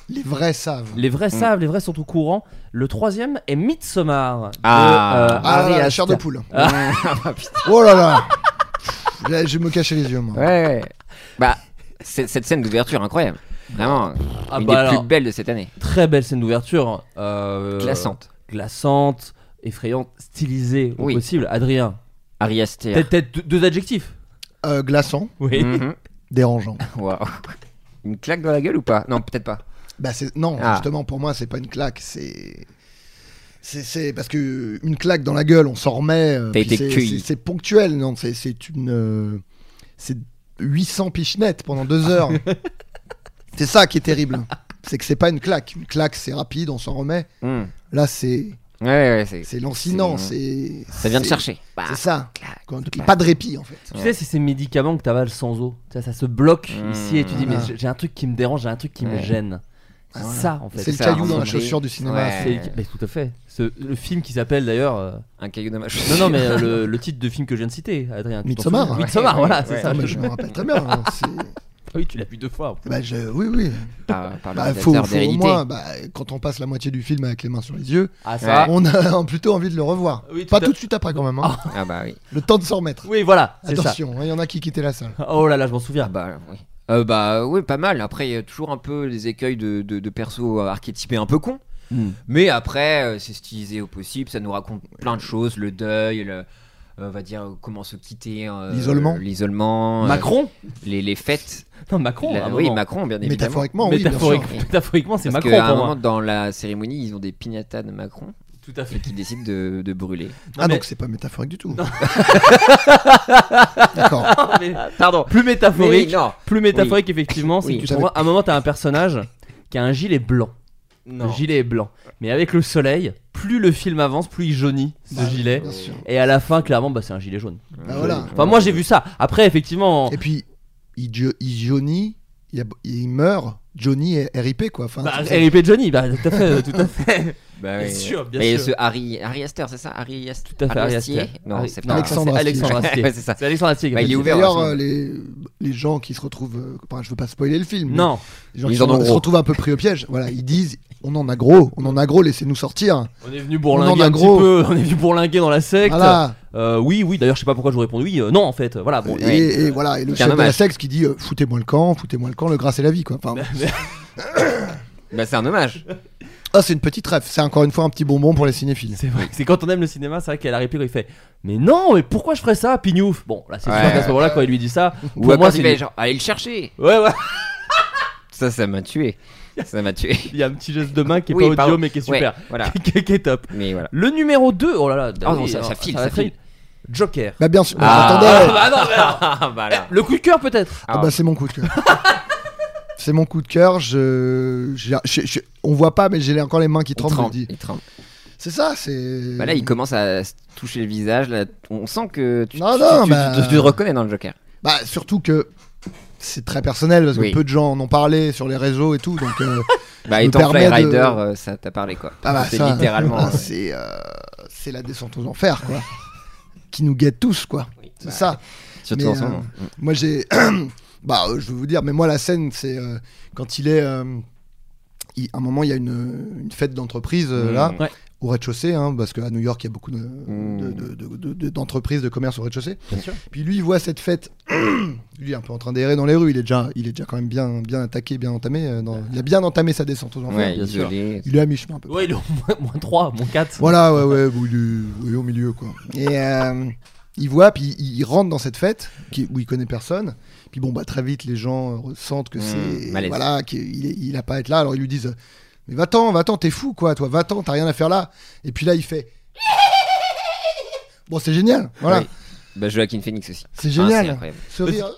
[SPEAKER 6] Les vrais savent.
[SPEAKER 4] Les
[SPEAKER 5] Mm.
[SPEAKER 4] vrais savent, les vrais sont au courant. Le troisième est Midsommar. de,
[SPEAKER 5] Ah.
[SPEAKER 4] euh,
[SPEAKER 6] Ah, là,
[SPEAKER 4] Ari
[SPEAKER 6] là, la
[SPEAKER 4] Aster.
[SPEAKER 6] chair de poule.
[SPEAKER 5] *laughs* Ah, putain.
[SPEAKER 6] Oh là là Pff, là, Je me cachais les yeux, moi.
[SPEAKER 5] Ouais. Bah, c'est- cette scène d'ouverture incroyable. Vraiment,
[SPEAKER 4] Ah
[SPEAKER 5] une
[SPEAKER 4] bah
[SPEAKER 5] des
[SPEAKER 4] alors,
[SPEAKER 5] plus belles de cette année.
[SPEAKER 4] Très belle scène d'ouverture. euh,
[SPEAKER 5] Classante.
[SPEAKER 4] Glaçante, effrayante, stylisée au
[SPEAKER 5] Oui.
[SPEAKER 4] possible. Adrien,
[SPEAKER 5] Ari Aster.
[SPEAKER 4] peut-être peut-être deux- deux adjectifs.
[SPEAKER 6] Euh, glaçant,
[SPEAKER 4] Oui.
[SPEAKER 5] Mhm.
[SPEAKER 6] dérangeant.
[SPEAKER 5] Waouh. Une claque dans la gueule ou pas Non, peut-être pas.
[SPEAKER 6] Bah c'est non,
[SPEAKER 5] Ah.
[SPEAKER 6] justement pour moi c'est pas une claque, c'est c'est- c'est parce que une claque dans la gueule, on s'en remet. euh,
[SPEAKER 5] T'as
[SPEAKER 6] puis
[SPEAKER 5] été
[SPEAKER 6] c'est-
[SPEAKER 5] cueilli.
[SPEAKER 6] c'est- C'est ponctuel, non C'est c'est une euh, c'est 800 pichenettes pendant
[SPEAKER 5] *laughs*
[SPEAKER 6] deux heures. c'est ça qui est terrible, c'est que c'est pas une claque. Une claque c'est rapide, on s'en remet.
[SPEAKER 5] Hmm.
[SPEAKER 6] Là c'est
[SPEAKER 5] Ouais, ouais, ouais, c'est-
[SPEAKER 6] c'est lancinant,
[SPEAKER 5] c'est-
[SPEAKER 6] c'est
[SPEAKER 5] Ça vient de
[SPEAKER 6] c'est-
[SPEAKER 5] chercher. Bah,
[SPEAKER 6] C'est ça.
[SPEAKER 5] claque.
[SPEAKER 6] Quand-
[SPEAKER 5] claque.
[SPEAKER 6] Pas de répit en fait.
[SPEAKER 4] Tu sais, c'est ces médicaments que t'avales sans eau. Tu sais, ça se bloque
[SPEAKER 5] Mmh.
[SPEAKER 4] ici et tu dis, mais
[SPEAKER 6] Voilà.
[SPEAKER 4] j'ai- j'ai un truc qui me dérange, j'ai un truc qui me
[SPEAKER 5] Ouais.
[SPEAKER 4] gêne.
[SPEAKER 6] Ah, voilà.
[SPEAKER 4] Ça, en fait.
[SPEAKER 6] C'est le
[SPEAKER 5] ça,
[SPEAKER 6] caillou dans la
[SPEAKER 5] remonter.
[SPEAKER 6] chaussure du cinéma.
[SPEAKER 5] Ouais.
[SPEAKER 6] c'est-
[SPEAKER 4] C'est- mais tout à fait. Ce- le film qui s'appelle d'ailleurs. euh,
[SPEAKER 5] Un caillou dans ma
[SPEAKER 4] Non,
[SPEAKER 5] chaussure.
[SPEAKER 4] non, mais euh, le, le titre de film que je viens de citer, Adrien. tu t'en
[SPEAKER 6] Midsommar.
[SPEAKER 4] souviens
[SPEAKER 6] Ouais,
[SPEAKER 4] Midsommar,
[SPEAKER 5] ouais,
[SPEAKER 4] voilà,
[SPEAKER 5] ouais.
[SPEAKER 4] c'est ça. Ah
[SPEAKER 6] Ah, mais je me rappelle très bien. hein, c'est-
[SPEAKER 4] Oui, tu l'as vu deux fois.
[SPEAKER 6] Bah, je... Oui, oui. *laughs*
[SPEAKER 5] Par, par le
[SPEAKER 6] Bah, faut,
[SPEAKER 5] réalisateur
[SPEAKER 6] faut au
[SPEAKER 5] d'Hérédité.
[SPEAKER 6] moins, bah, quand on passe la moitié du film avec les mains sur les yeux,
[SPEAKER 4] Ah, ça. Ah
[SPEAKER 6] on a *laughs* plutôt envie de le revoir.
[SPEAKER 4] Oui, tout
[SPEAKER 6] Pas
[SPEAKER 4] à-
[SPEAKER 6] tout de suite après quand même. hein.
[SPEAKER 5] Ah bah oui.
[SPEAKER 6] Le temps de s'en remettre.
[SPEAKER 4] Oui, voilà, *laughs* c'est ça.
[SPEAKER 6] Attention, hein, il y en a qui quittaient la salle.
[SPEAKER 4] Oh là là, je m'en souviens.
[SPEAKER 5] Ah bah oui. Euh, bah oui, pas mal. Après, il y a toujours un peu des écueils de, de, de perso archétypés un peu cons.
[SPEAKER 4] Hmm.
[SPEAKER 5] Mais après, euh, c'est stylisé au possible, ça nous raconte plein de choses, le deuil, le- euh, on va dire euh, comment se quitter, euh,
[SPEAKER 6] L'isolement.
[SPEAKER 5] l'isolement, euh,
[SPEAKER 4] Macron
[SPEAKER 5] les, les fêtes.
[SPEAKER 4] Non, Macron.
[SPEAKER 5] La-
[SPEAKER 4] à un
[SPEAKER 5] oui,
[SPEAKER 4] moment.
[SPEAKER 5] Macron, bien évidemment.
[SPEAKER 6] Métaphoriquement, oui, bien sûr.
[SPEAKER 4] Métaphorique- Métaphoriquement, c'est
[SPEAKER 5] Parce
[SPEAKER 4] Macron
[SPEAKER 5] qu'à un
[SPEAKER 4] pour
[SPEAKER 5] moment,
[SPEAKER 4] moi.
[SPEAKER 5] dans la cérémonie, ils ont des pignatas de Macron
[SPEAKER 4] Tout à
[SPEAKER 5] et qui décident de, de brûler.
[SPEAKER 6] Ah,
[SPEAKER 4] mais-
[SPEAKER 6] donc c'est pas métaphorique du tout. *laughs* D'accord.
[SPEAKER 4] *laughs* *laughs* Mais-
[SPEAKER 6] ah,
[SPEAKER 5] Pardon.
[SPEAKER 4] Plus métaphorique.
[SPEAKER 5] non.
[SPEAKER 4] Plus métaphorique, effectivement, c'est
[SPEAKER 5] Oui.
[SPEAKER 4] que tu te rends- à un moment, t'as un personnage qui a un gilet blanc. Le gilet est blanc. Mais avec le soleil, plus le film avance, plus il jaunit ce
[SPEAKER 6] Bah,
[SPEAKER 4] gilet.
[SPEAKER 6] bien sûr.
[SPEAKER 4] Et à la fin, clairement, bah, c'est un gilet jaune.
[SPEAKER 6] Bah, voilà.
[SPEAKER 4] Enfin, moi, j'ai vu ça. Après, effectivement.
[SPEAKER 6] Et puis, il, jo- il Johnny, il, a- il meurt. Johnny est RIP quoi. Enfin,
[SPEAKER 4] Bah,
[SPEAKER 6] tout ça.
[SPEAKER 4] R.I.P. Johnny, bah, tout à fait, tout à
[SPEAKER 6] *laughs*
[SPEAKER 4] fait.
[SPEAKER 5] Bah,
[SPEAKER 4] Bien
[SPEAKER 5] oui.
[SPEAKER 4] sûr, bien
[SPEAKER 5] Mais
[SPEAKER 4] sûr.
[SPEAKER 5] ce Harry, Harry Aster, c'est ça Harry Aster
[SPEAKER 4] Tout à fait, Ari
[SPEAKER 5] Astier
[SPEAKER 4] Aster.
[SPEAKER 5] Non,
[SPEAKER 4] Ari-
[SPEAKER 5] c'est
[SPEAKER 4] non,
[SPEAKER 5] pas
[SPEAKER 6] Alexandre
[SPEAKER 4] c'est Alexandre
[SPEAKER 5] Astier.
[SPEAKER 4] Astier.
[SPEAKER 5] Ouais, c'est ça.
[SPEAKER 4] C'est Alexandre Astier qui
[SPEAKER 5] Bah,
[SPEAKER 4] a
[SPEAKER 5] il
[SPEAKER 4] fait
[SPEAKER 5] est
[SPEAKER 4] ça.
[SPEAKER 5] ouvert.
[SPEAKER 6] D'ailleurs,
[SPEAKER 5] ensemble.
[SPEAKER 6] euh, les, les gens qui se retrouvent, euh, enfin, je veux pas spoiler le film. mais
[SPEAKER 4] Non,
[SPEAKER 6] les gens
[SPEAKER 5] Ils
[SPEAKER 6] qui
[SPEAKER 5] en ont
[SPEAKER 6] se
[SPEAKER 5] gros.
[SPEAKER 6] retrouvent un peu pris au piège. Voilà, ils disent, on en a gros, on en a gros, laissez-nous sortir.
[SPEAKER 4] on est venu bourlinguer
[SPEAKER 6] On en a
[SPEAKER 4] un
[SPEAKER 6] gros.
[SPEAKER 4] petit peu, *laughs* on est venu bourlinguer dans la secte.
[SPEAKER 6] Voilà.
[SPEAKER 4] Euh, oui, oui, d'ailleurs, je sais pas pourquoi je vous réponds oui, euh, non, en fait, voilà. Bon,
[SPEAKER 6] Et,
[SPEAKER 5] Ouais.
[SPEAKER 6] et voilà, et le
[SPEAKER 5] C'est un
[SPEAKER 6] chef de la
[SPEAKER 5] hommage.
[SPEAKER 6] sexe qui dit euh, foutez-moi le camp, foutez-moi le camp, le gras c'est la vie quoi. Enfin,
[SPEAKER 5] Bah, c'est un hommage.
[SPEAKER 6] ah, c'est une petite rêve, c'est encore une fois un petit bonbon pour les cinéphiles.
[SPEAKER 4] C'est vrai, que c'est quand on aime le cinéma, c'est vrai qu'il y a la réplique où il fait Mais non, mais pourquoi je ferais ça Pignouf Bon, là, c'est
[SPEAKER 5] Ouais.
[SPEAKER 4] sûr qu'à ce moment-là, quand il lui dit ça,
[SPEAKER 5] Ou
[SPEAKER 4] pour
[SPEAKER 5] moi,
[SPEAKER 4] moi,
[SPEAKER 5] il
[SPEAKER 4] c'est.
[SPEAKER 5] fait
[SPEAKER 4] des-
[SPEAKER 5] genre, allez le chercher.
[SPEAKER 4] Ouais, ouais,
[SPEAKER 5] Ça, ça m'a tué. Ça m'a
[SPEAKER 4] *laughs*
[SPEAKER 5] tué.
[SPEAKER 4] il y a un petit geste de main qui est
[SPEAKER 5] Oui,
[SPEAKER 4] pas audio,
[SPEAKER 5] pardon.
[SPEAKER 4] mais qui est
[SPEAKER 5] Ouais,
[SPEAKER 4] super.
[SPEAKER 5] voilà.
[SPEAKER 4] qui, *laughs* qui- qui est top.
[SPEAKER 5] Mais voilà.
[SPEAKER 4] Le numéro 2, oh là là, bah
[SPEAKER 5] Ah
[SPEAKER 4] oui,
[SPEAKER 5] non, ça-
[SPEAKER 4] alors,
[SPEAKER 5] ça file,
[SPEAKER 4] va
[SPEAKER 5] ça
[SPEAKER 4] très
[SPEAKER 5] file.
[SPEAKER 4] vite. Joker.
[SPEAKER 6] Bah bien sûr,
[SPEAKER 5] Ah.
[SPEAKER 6] attendez,
[SPEAKER 4] *laughs* Ah, bah non, mais alors,
[SPEAKER 5] *laughs* Ah, bah là.
[SPEAKER 4] Le coup de cœur, peut-être
[SPEAKER 6] Ah bah c'est mon coup de cœur. *laughs* c'est mon coup de cœur, je... j'ai- j'ai- j'ai- on voit pas mais j'ai encore les mains qui
[SPEAKER 5] Il
[SPEAKER 6] tremblent. je
[SPEAKER 5] tremble,
[SPEAKER 6] dis.
[SPEAKER 5] il tremble.
[SPEAKER 6] C'est ça, c'est...
[SPEAKER 5] Bah là, il commence à se toucher le visage. Là, on sent que tu,
[SPEAKER 6] Non,
[SPEAKER 5] tu-
[SPEAKER 6] non,
[SPEAKER 5] tu-
[SPEAKER 6] bah-
[SPEAKER 5] tu- tu te reconnais dans le Joker.
[SPEAKER 6] Bah surtout que c'est très personnel parce que
[SPEAKER 5] Oui.
[SPEAKER 6] peu de gens en ont parlé sur les réseaux et tout, donc...
[SPEAKER 5] *laughs*
[SPEAKER 6] euh,
[SPEAKER 5] Bah,
[SPEAKER 6] Je me
[SPEAKER 5] étant Fly
[SPEAKER 6] permets de-
[SPEAKER 5] Rider, euh, ça t'a parlé quoi.
[SPEAKER 6] Ah bah,
[SPEAKER 5] c'est
[SPEAKER 6] ça,
[SPEAKER 5] littéralement.
[SPEAKER 6] *laughs* voilà,
[SPEAKER 5] ouais.
[SPEAKER 6] c'est euh, c'est la descente aux enfers quoi, qui nous guette tous quoi. C'est
[SPEAKER 5] Bah,
[SPEAKER 6] ça.
[SPEAKER 5] Surtout
[SPEAKER 6] Mais,
[SPEAKER 5] en ce moment.
[SPEAKER 6] euh, Moi j'ai. *clears throat* bah, euh, je veux vous dire, mais moi la scène, c'est euh, quand il est. euh, il- à un moment, il y a une, une fête d'entreprise euh,
[SPEAKER 5] Mmh.
[SPEAKER 6] là,
[SPEAKER 4] Ouais.
[SPEAKER 6] au rez-de-chaussée, hein, parce qu'à New York, il y a beaucoup de- de- de- de- de- de- d'entreprises, de, commerces au rez-de-chaussée.
[SPEAKER 4] Bien sûr.
[SPEAKER 6] Puis lui, il voit cette fête. *clears throat* lui, il est un peu en train d'errer dans les rues. Il est déjà, il est déjà quand même bien, bien attaqué, bien entamé. euh, dans- il a bien entamé sa descente aux enfers.
[SPEAKER 5] Ouais,
[SPEAKER 4] bien sûr.
[SPEAKER 5] isolé.
[SPEAKER 6] Il est à mi-chemin un peu.
[SPEAKER 4] Ah, Ouais, il est au moins- moins 3, moins 4. *laughs*
[SPEAKER 6] Voilà, ouais, ouais, bon, il est- il est au milieu, quoi. Et euh, il voit, puis il, il rentre dans cette fête qui, où il connaît personne. Puis bon, bah très vite, les gens ressentent que
[SPEAKER 5] Mmh,
[SPEAKER 6] c'est.
[SPEAKER 5] malaise.
[SPEAKER 6] Voilà, qu'il est- il a pas à être là. Alors ils lui disent Mais va-t'en, va-t'en, t'es fou, quoi, toi, va-t'en, t'as rien à faire là. Et puis là, il fait Bon, c'est génial, voilà,
[SPEAKER 5] Oui. Bah, Joaquin Phoenix aussi.
[SPEAKER 6] c'est
[SPEAKER 5] Ah, c'est
[SPEAKER 6] génial.
[SPEAKER 5] incroyable.
[SPEAKER 6] Ce rire.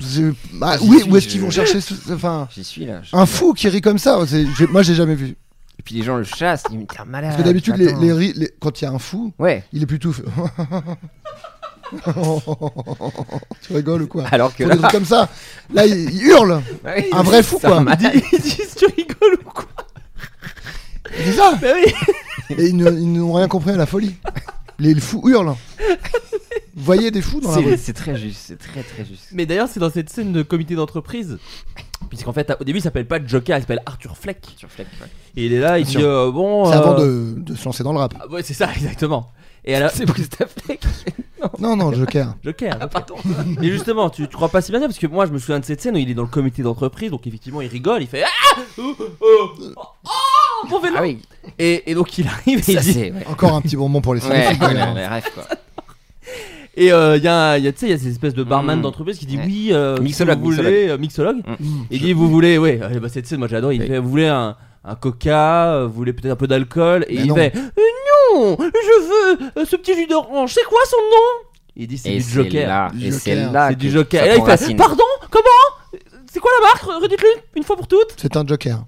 [SPEAKER 6] Je- bah,
[SPEAKER 5] J'y
[SPEAKER 6] où est-
[SPEAKER 5] suis,
[SPEAKER 6] où est-ce qu'ils
[SPEAKER 5] je-
[SPEAKER 6] vont chercher ce- ce- enfin,
[SPEAKER 5] J'y suis là. je-
[SPEAKER 6] un fou qui rit comme ça c'est- j'ai- Moi, j'ai jamais vu.
[SPEAKER 5] puis les gens le chassent. Ils me disent, T'es un malade.
[SPEAKER 6] Parce que d'habitude, les,
[SPEAKER 5] Euh, attends.
[SPEAKER 6] les ri- les- quand il y a un fou,
[SPEAKER 5] Ouais.
[SPEAKER 6] il est plutôt. fait- *laughs* tu rigoles ou quoi
[SPEAKER 4] Ah,
[SPEAKER 5] Alors que
[SPEAKER 6] Faut des
[SPEAKER 5] là, *laughs*
[SPEAKER 6] trucs comme ça. Là, il, il hurle.
[SPEAKER 5] Ouais,
[SPEAKER 6] Un vrai fou,
[SPEAKER 5] c'est un
[SPEAKER 6] quoi.
[SPEAKER 5] malade.
[SPEAKER 4] Ils disent tu rigoles ou quoi
[SPEAKER 6] C'est ça.
[SPEAKER 4] Bah oui.
[SPEAKER 6] Et ils ne- ils n'ont rien compris à la folie. Les, les fous hurlent. Vous voyez des fous dans la
[SPEAKER 5] C'est-
[SPEAKER 6] rue
[SPEAKER 5] C'est très juste, c'est très très juste.
[SPEAKER 4] Mais d'ailleurs, c'est dans cette scène de comité d'entreprise. Puisqu'en fait, au début, il s'appelle pas Joker, il s'appelle Arthur Fleck.
[SPEAKER 5] Sur Fleck, ouais.
[SPEAKER 4] Et il est là, il dit
[SPEAKER 6] Sûr.
[SPEAKER 4] euh, Bon.
[SPEAKER 6] C'est avant
[SPEAKER 4] euh,
[SPEAKER 6] de, de se lancer dans le rap.
[SPEAKER 4] ah, ouais, c'est ça, *laughs* exactement. Et
[SPEAKER 5] *laughs*
[SPEAKER 4] alors. C'est Christophe Fleck.
[SPEAKER 6] Non, non, Joker.
[SPEAKER 5] Ah,
[SPEAKER 4] Joker. pardon. *laughs* Mais justement, tu, tu crois pas si bien dire parce que moi, je me souviens de cette scène où il est dans le comité d'entreprise, donc effectivement, il rigole, il fait Ah Oh, oh, oh, mon vélo
[SPEAKER 5] Ah oui,
[SPEAKER 4] et, et donc il arrive et il
[SPEAKER 5] ça
[SPEAKER 4] dit-
[SPEAKER 5] c'est. Ouais,
[SPEAKER 6] Encore un petit bonbon pour les
[SPEAKER 5] ouais,
[SPEAKER 6] cinéphiles, d'ailleurs.
[SPEAKER 5] mais bref quoi.
[SPEAKER 4] Et euh, il y a, un- il y a, tu sais, il y a ces espèces de barman
[SPEAKER 5] Mm.
[SPEAKER 4] d'entreprise qui dit
[SPEAKER 5] Ouais.
[SPEAKER 4] oui, euh,
[SPEAKER 5] Mixologue, Hmm.
[SPEAKER 4] vous voulez, euh, mixologue. Il dit vous voulez, ouais, euh, bah, cette scène moi j'adore. Il
[SPEAKER 5] Oui.
[SPEAKER 4] fait vous voulez un, un coca, euh, vous voulez peut-être un peu d'alcool et
[SPEAKER 6] Mais
[SPEAKER 4] il
[SPEAKER 6] non.
[SPEAKER 4] fait Euh, non, je veux euh, ce petit jus d'orange. C'est quoi son nom Il dit c'est
[SPEAKER 5] Et
[SPEAKER 4] du
[SPEAKER 5] c'est
[SPEAKER 4] Joker.
[SPEAKER 5] là,
[SPEAKER 6] Du
[SPEAKER 5] et
[SPEAKER 6] Joker.
[SPEAKER 5] c'est là.
[SPEAKER 4] C'est du
[SPEAKER 5] que
[SPEAKER 4] Joker.
[SPEAKER 5] ça
[SPEAKER 4] Et là il
[SPEAKER 5] prend
[SPEAKER 4] fait
[SPEAKER 5] racine.
[SPEAKER 4] pardon, comment C'est quoi la marque Redites-le une fois pour toutes.
[SPEAKER 6] C'est un Joker.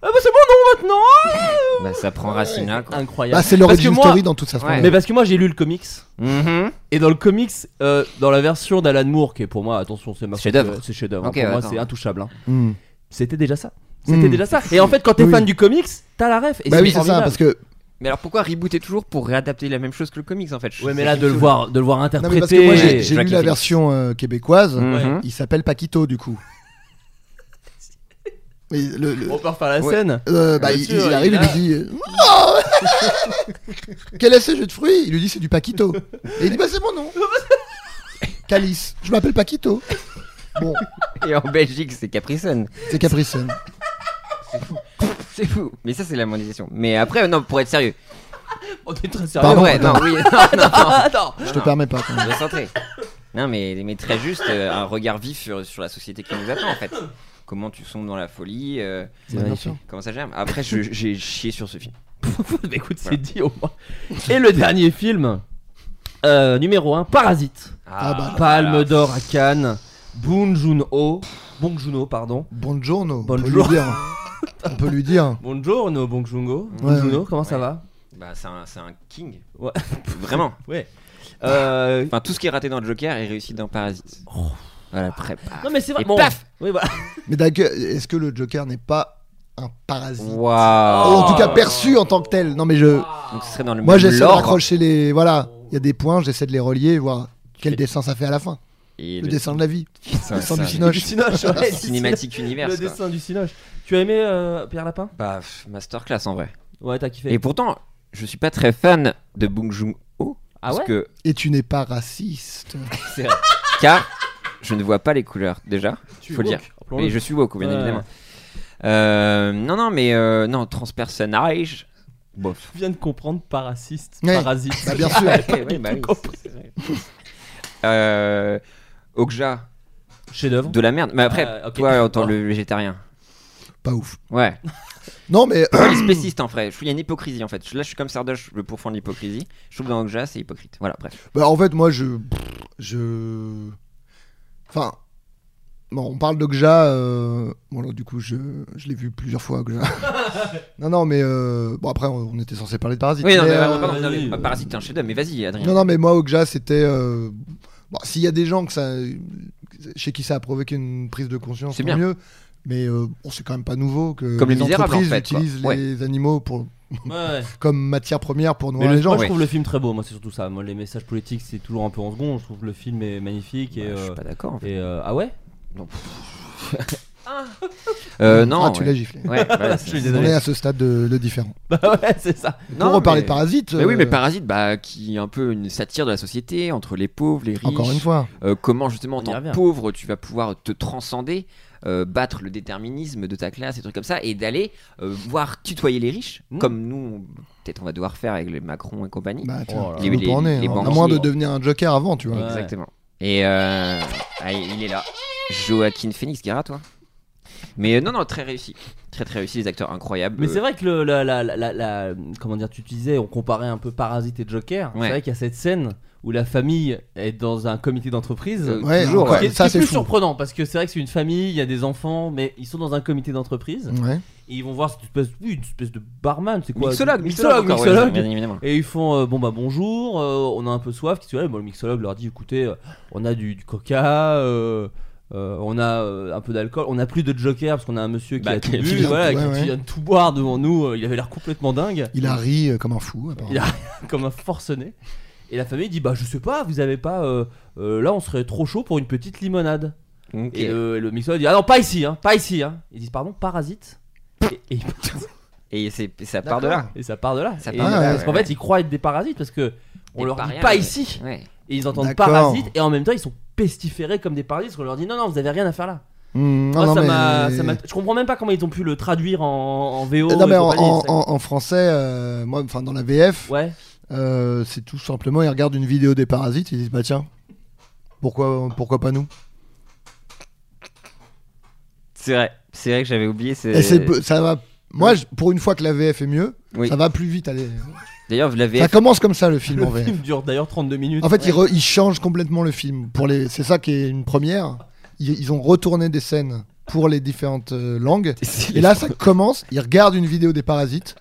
[SPEAKER 4] Ah bah, c'est mon nom maintenant.
[SPEAKER 5] Bah, ça prend racine là quoi.
[SPEAKER 4] Incroyable.
[SPEAKER 6] Bah, c'est le
[SPEAKER 4] Parce que
[SPEAKER 6] origin
[SPEAKER 4] moi-
[SPEAKER 6] story dans toute sa splendeur.
[SPEAKER 4] Ah, Mais parce que moi j'ai lu le comics.
[SPEAKER 5] Mhm.
[SPEAKER 4] Et dans le comics, euh, dans la version d'Alan Moore, qui est pour moi, attention, c'est ma
[SPEAKER 5] C'est chef-d'œuvre.
[SPEAKER 4] c'est chef-d'œuvre.
[SPEAKER 5] Ok,
[SPEAKER 4] hein, pour moi,
[SPEAKER 5] d'accord.
[SPEAKER 4] c'est intouchable. hein.
[SPEAKER 6] Hmm.
[SPEAKER 4] C'était déjà ça. C'était
[SPEAKER 6] Mm.
[SPEAKER 4] déjà ça. Et en fait, quand t'es
[SPEAKER 6] Oui.
[SPEAKER 4] fan du comics, t'as la ref. Et
[SPEAKER 6] Bah oui, c'est ça,
[SPEAKER 4] formidable.
[SPEAKER 6] parce que
[SPEAKER 5] Mais alors pourquoi rebooter toujours pour réadapter la même chose que le comics en fait Je-
[SPEAKER 4] Ouais, mais
[SPEAKER 5] c'est
[SPEAKER 4] là, de le
[SPEAKER 5] quelque
[SPEAKER 4] voir, de le voir
[SPEAKER 6] Non, mais parce que moi j'ai
[SPEAKER 4] interpréter.
[SPEAKER 6] j'ai
[SPEAKER 5] Joaquin
[SPEAKER 6] lu la
[SPEAKER 5] Phoenix.
[SPEAKER 6] version euh, québécoise,
[SPEAKER 4] Hmm.
[SPEAKER 5] chose. Mhm.
[SPEAKER 6] il s'appelle Paquito du coup. Mais le- le-
[SPEAKER 4] On peut refaire la
[SPEAKER 5] Ouais.
[SPEAKER 4] scène.
[SPEAKER 6] euh, bah,
[SPEAKER 4] Bien
[SPEAKER 6] il,
[SPEAKER 4] sûr,
[SPEAKER 6] il
[SPEAKER 4] il
[SPEAKER 6] arrive,
[SPEAKER 4] est
[SPEAKER 6] il lui
[SPEAKER 4] là.
[SPEAKER 6] dit euh, Non Quel est ce jeu de fruits Il lui dit c'est du Paquito. Et il dit bah c'est mon nom Calice, je m'appelle Paquito. Bon,
[SPEAKER 5] Et en Belgique c'est Capricen.
[SPEAKER 6] c'est capricieux.
[SPEAKER 5] C'est fou. Mais ça c'est la mondialisation. Mais après non pour être sérieux.
[SPEAKER 4] On est très
[SPEAKER 5] Ah
[SPEAKER 4] sérieux.
[SPEAKER 6] Pardon,
[SPEAKER 5] ouais non oui non non. non.
[SPEAKER 4] Attends.
[SPEAKER 6] Je
[SPEAKER 5] Ah.
[SPEAKER 6] te permets pas. quand même.
[SPEAKER 5] De santé. Non, mais, mais très juste, euh, un regard vif sur, sur la société qui nous attend, en fait. Comment tu sombres dans la folie, euh,
[SPEAKER 6] Bah, bien sûr.
[SPEAKER 5] comment ça germe. Après, je- j'ai chié sur ce film.
[SPEAKER 4] Bah, Écoute, c'est
[SPEAKER 5] Voilà.
[SPEAKER 4] dit au moins. Et le dernier film, euh, numéro 1, Parasite.
[SPEAKER 6] Ah bah.
[SPEAKER 4] Palme d'or à Cannes. Boon Joon-ho. Bong Joon-ho, pardon.
[SPEAKER 6] Buongiorno. On
[SPEAKER 4] Bonjour.
[SPEAKER 6] peut lui dire. On peut lui dire.
[SPEAKER 4] Buongiorno, Bong Joon-ho.
[SPEAKER 6] Ouais, ouais.
[SPEAKER 4] Bong Joon-ho, comment ça
[SPEAKER 5] Ouais.
[SPEAKER 4] va
[SPEAKER 5] Bah, c'est un, c'est un king.
[SPEAKER 4] Ouais.
[SPEAKER 5] *laughs* Vraiment.
[SPEAKER 4] Ouais. Euh,
[SPEAKER 5] Enfin, tout ce qui est raté dans le Joker est réussi dans Parasite.
[SPEAKER 4] Oh.
[SPEAKER 5] Voilà, très paf.
[SPEAKER 4] non mais c'est vrai.
[SPEAKER 5] Et paf
[SPEAKER 4] Oui, voilà.
[SPEAKER 6] Mais d'accord, est-ce que le Joker n'est pas un parasite
[SPEAKER 5] Waouh.
[SPEAKER 6] Oh, En tout cas perçu en tant que tel. Non mais je,
[SPEAKER 5] Donc, ce serait dans le
[SPEAKER 6] moi
[SPEAKER 5] même
[SPEAKER 6] j'essaie de
[SPEAKER 5] lore.
[SPEAKER 6] raccrocher les, voilà, il y a des points, j'essaie de les relier, voir quel dessin ça fait à la fin.
[SPEAKER 5] Et
[SPEAKER 6] Le dessin de la vie,
[SPEAKER 5] Putain,
[SPEAKER 6] le dessin
[SPEAKER 5] ça,
[SPEAKER 6] du
[SPEAKER 4] *laughs*
[SPEAKER 5] j'ai-
[SPEAKER 6] cinoche.
[SPEAKER 4] Cinoche, ouais,
[SPEAKER 5] Cinématique univers.
[SPEAKER 4] Le
[SPEAKER 5] quoi.
[SPEAKER 4] dessin du Cinoche. Tu as aimé euh, Pierre Lapin
[SPEAKER 5] Bah, pff, masterclass en vrai.
[SPEAKER 4] Ouais, t'as kiffé.
[SPEAKER 5] Et pourtant, je suis pas très fan de Bong Joon-ho.
[SPEAKER 4] ah ouais
[SPEAKER 5] parce que
[SPEAKER 6] Et tu n'es pas raciste.
[SPEAKER 4] C'est vrai.
[SPEAKER 5] car je ne vois pas les couleurs déjà.
[SPEAKER 4] Tu
[SPEAKER 5] Faut le
[SPEAKER 4] woke,
[SPEAKER 5] dire.
[SPEAKER 4] rappelons-le.
[SPEAKER 5] Mais je suis woke, bien
[SPEAKER 4] Ouais.
[SPEAKER 5] évidemment. Euh, non, non, mais euh, non, transpersonnage.
[SPEAKER 4] *laughs*
[SPEAKER 5] Bof.
[SPEAKER 4] Je viens de comprendre parasiste.
[SPEAKER 6] Ouais.
[SPEAKER 4] Parasite.
[SPEAKER 6] Bah,
[SPEAKER 4] *laughs*
[SPEAKER 6] bien sûr.
[SPEAKER 5] Ouais, ouais, bah oui, c'est- c'est vrai. Euh, Okja,
[SPEAKER 4] Chef d'œuvre.
[SPEAKER 5] de la merde. Mais après,
[SPEAKER 4] Euh, ok.
[SPEAKER 5] toi, en tant que végétarien.
[SPEAKER 6] Pas ouf.
[SPEAKER 5] Ouais. *clears throat*
[SPEAKER 6] Non mais
[SPEAKER 5] Toi, les spécistes, en vrai. Je trouve qu'il y a une hypocrisie, en fait. Là, je suis comme Sardoche, je veux pourfendre l'hypocrisie. Je trouve que dans Okja, c'est hypocrite. Voilà, bref.
[SPEAKER 6] bah, en fait moi je, je, enfin, bon on parle d'Ogja. Euh... Bon alors, du coup je, je l'ai vu plusieurs fois Ogja. non non mais euh, bon après on on était censé parler de parasite.
[SPEAKER 5] Oui, non,
[SPEAKER 6] Mais,
[SPEAKER 5] mais,
[SPEAKER 6] euh,
[SPEAKER 5] vraiment, pardon, non,
[SPEAKER 4] vas-y,
[SPEAKER 5] mais-
[SPEAKER 4] euh,
[SPEAKER 5] Parasite, c'est un chef-d'œuvre. Mais vas-y, Adrien.
[SPEAKER 6] Non, non, mais moi, Okja, c'était. euh, bon, S'il y a des gens que ça, chez qui ça a provoqué une prise de conscience,
[SPEAKER 5] C'est
[SPEAKER 6] c'est
[SPEAKER 5] bien.
[SPEAKER 6] mieux. Mais euh, bon, c'est quand même pas nouveau que
[SPEAKER 5] Comme Les Misérables,
[SPEAKER 6] entreprises
[SPEAKER 5] en fait, quoi.
[SPEAKER 6] utilisent les animaux pour,
[SPEAKER 4] Ouais, ouais.
[SPEAKER 6] comme matière première pour
[SPEAKER 4] Mais
[SPEAKER 6] nourrir
[SPEAKER 4] le-
[SPEAKER 6] les gens.
[SPEAKER 4] moi je trouve le film très beau, moi c'est surtout ça. Moi les messages politiques c'est toujours un peu en second, je trouve le film est magnifique
[SPEAKER 5] Bah,
[SPEAKER 4] et,
[SPEAKER 5] je
[SPEAKER 4] euh,
[SPEAKER 5] suis pas d'accord. En fait.
[SPEAKER 4] et, euh, ah ouais *laughs*
[SPEAKER 5] Euh, non.
[SPEAKER 6] Ah, tu
[SPEAKER 5] ouais.
[SPEAKER 6] *laughs* l'as giflé.
[SPEAKER 5] Ouais, voilà,
[SPEAKER 4] Je suis
[SPEAKER 5] c'est-
[SPEAKER 6] On
[SPEAKER 4] désolé.
[SPEAKER 6] est à ce stade de, de différent.
[SPEAKER 4] Bah ouais c'est ça.
[SPEAKER 5] Non,
[SPEAKER 6] pour reparler
[SPEAKER 5] mais-
[SPEAKER 6] de parasites.
[SPEAKER 5] Mais oui, mais
[SPEAKER 6] euh,
[SPEAKER 5] Parasite, bah, qui est un peu une satire de la société entre les pauvres, les riches.
[SPEAKER 6] Encore une fois.
[SPEAKER 5] Euh, comment justement, en
[SPEAKER 4] On y
[SPEAKER 5] tant que
[SPEAKER 4] revient.
[SPEAKER 5] pauvre, tu vas pouvoir te transcender, euh, battre le déterminisme de ta classe et trucs comme ça, et d'aller euh, voir tutoyer les riches,
[SPEAKER 4] Mm.
[SPEAKER 5] comme nous, on- peut-être on va devoir faire avec les Macron et compagnie.
[SPEAKER 6] Bah, tiens,
[SPEAKER 4] là
[SPEAKER 6] tu
[SPEAKER 5] là.
[SPEAKER 6] veux
[SPEAKER 5] Les-
[SPEAKER 6] pas en
[SPEAKER 5] les-
[SPEAKER 6] est,
[SPEAKER 5] les
[SPEAKER 6] hein. à
[SPEAKER 5] banquiers.
[SPEAKER 6] moins de devenir un joker avant, tu vois.
[SPEAKER 4] Ouais.
[SPEAKER 5] Exactement. Et euh, ah, il est là, Joaquin Phoenix, Guerra, toi. Mais euh, non, non, très réussi, très très réussi, les acteurs incroyables.
[SPEAKER 4] Mais
[SPEAKER 5] Euh,
[SPEAKER 4] c'est vrai que le, la, la, la, la- la- comment dire, tu disais, on comparait un peu Parasite et Joker.
[SPEAKER 5] Ouais.
[SPEAKER 4] C'est vrai qu'il y a cette scène où la famille est dans un comité d'entreprise.
[SPEAKER 5] Euh,
[SPEAKER 6] Ouais,
[SPEAKER 5] Toujours,
[SPEAKER 6] encore-
[SPEAKER 5] ouais.
[SPEAKER 4] Ce qui est- ce
[SPEAKER 6] ça
[SPEAKER 4] qui est
[SPEAKER 6] c'est
[SPEAKER 4] plus
[SPEAKER 6] fou. Mm.
[SPEAKER 4] surprenant parce que c'est vrai que c'est une famille, il y a des enfants, mais ils sont dans un comité d'entreprise.
[SPEAKER 6] Ouais.
[SPEAKER 4] Et ils vont voir cette espèce, oui, une espèce de barman, c'est quoi
[SPEAKER 5] Euh, Mixologue,
[SPEAKER 4] mixologue,
[SPEAKER 5] encore, ouais,
[SPEAKER 4] mixologue.
[SPEAKER 5] bien évidemment.
[SPEAKER 4] Et ils font euh, bon bah bonjour, euh, on a un peu soif, qu'est-ce que tu veux Bon, le mixologue leur dit écoutez, euh, on a du, du coca, euh, euh, on a euh, un peu d'alcool, on a plus de joker parce qu'on a un monsieur qui
[SPEAKER 5] Bah,
[SPEAKER 4] a tout
[SPEAKER 5] qui- qui
[SPEAKER 4] bu,
[SPEAKER 6] vient-
[SPEAKER 4] voilà,
[SPEAKER 6] ouais,
[SPEAKER 4] qui
[SPEAKER 6] ouais.
[SPEAKER 4] vient de tout boire devant nous, euh, il avait l'air complètement dingue,
[SPEAKER 6] Il a ri euh, comme un fou. apparemment.
[SPEAKER 4] Il a- *laughs* comme un forcené. Et la famille dit bah je sais pas, vous avez pas, euh, euh, là on serait trop chaud pour une petite limonade.
[SPEAKER 5] Ok.
[SPEAKER 4] Et le, et le mixologue dit ah non pas ici, hein, pas ici. Hein. Ils disent pardon parasite. Et, et-
[SPEAKER 5] Et c'est- ça part de là.
[SPEAKER 4] et ça part de là.
[SPEAKER 5] Ça
[SPEAKER 4] Et-
[SPEAKER 5] part
[SPEAKER 6] de là,
[SPEAKER 4] parce
[SPEAKER 5] ouais,
[SPEAKER 4] qu'en
[SPEAKER 5] ouais.
[SPEAKER 4] fait ils croient être des parasites parce que on
[SPEAKER 5] Des
[SPEAKER 4] leur dit
[SPEAKER 5] parias,
[SPEAKER 4] pas
[SPEAKER 5] ouais.
[SPEAKER 4] ici.
[SPEAKER 5] Ouais.
[SPEAKER 4] Et ils entendent
[SPEAKER 6] D'accord.
[SPEAKER 4] parasites et en même temps ils sont pestiférés comme des parasites parce qu'on leur dit non non vous avez rien à faire là.
[SPEAKER 6] Hmm, non,
[SPEAKER 5] Ah,
[SPEAKER 4] Moi,
[SPEAKER 6] non,
[SPEAKER 4] ça
[SPEAKER 6] mais-
[SPEAKER 4] m'a- ça m'a- je comprends même pas comment ils ont pu le traduire en, en VO.
[SPEAKER 6] Eh, non
[SPEAKER 4] et
[SPEAKER 6] mais en,
[SPEAKER 4] compagnie,
[SPEAKER 6] en-
[SPEAKER 4] c'est-
[SPEAKER 6] en- en français, euh, moi, enfin dans la VF,
[SPEAKER 4] Ouais.
[SPEAKER 6] euh, c'est tout simplement ils regardent une vidéo des parasites, ils disent bah tiens, pourquoi pourquoi pas nous
[SPEAKER 5] C'est vrai. C'est vrai que j'avais oublié. c'est-
[SPEAKER 6] Et c'est peu- ça va. Moi, je- pour une fois que la VF est mieux,
[SPEAKER 5] Oui.
[SPEAKER 6] ça va plus vite. Allez.
[SPEAKER 5] D'ailleurs, la
[SPEAKER 6] Ça
[SPEAKER 5] VF.
[SPEAKER 6] commence comme ça le film
[SPEAKER 4] Le
[SPEAKER 6] en VF.
[SPEAKER 4] film dure d'ailleurs 32 minutes.
[SPEAKER 6] En fait, ils, re- ils changent complètement le film. Pour les, c'est ça qui est une première. Ils, ils ont retourné des scènes pour les différentes euh, langues.
[SPEAKER 4] *laughs*
[SPEAKER 6] Et là, ça commence. Ils regardent une vidéo des Parasites.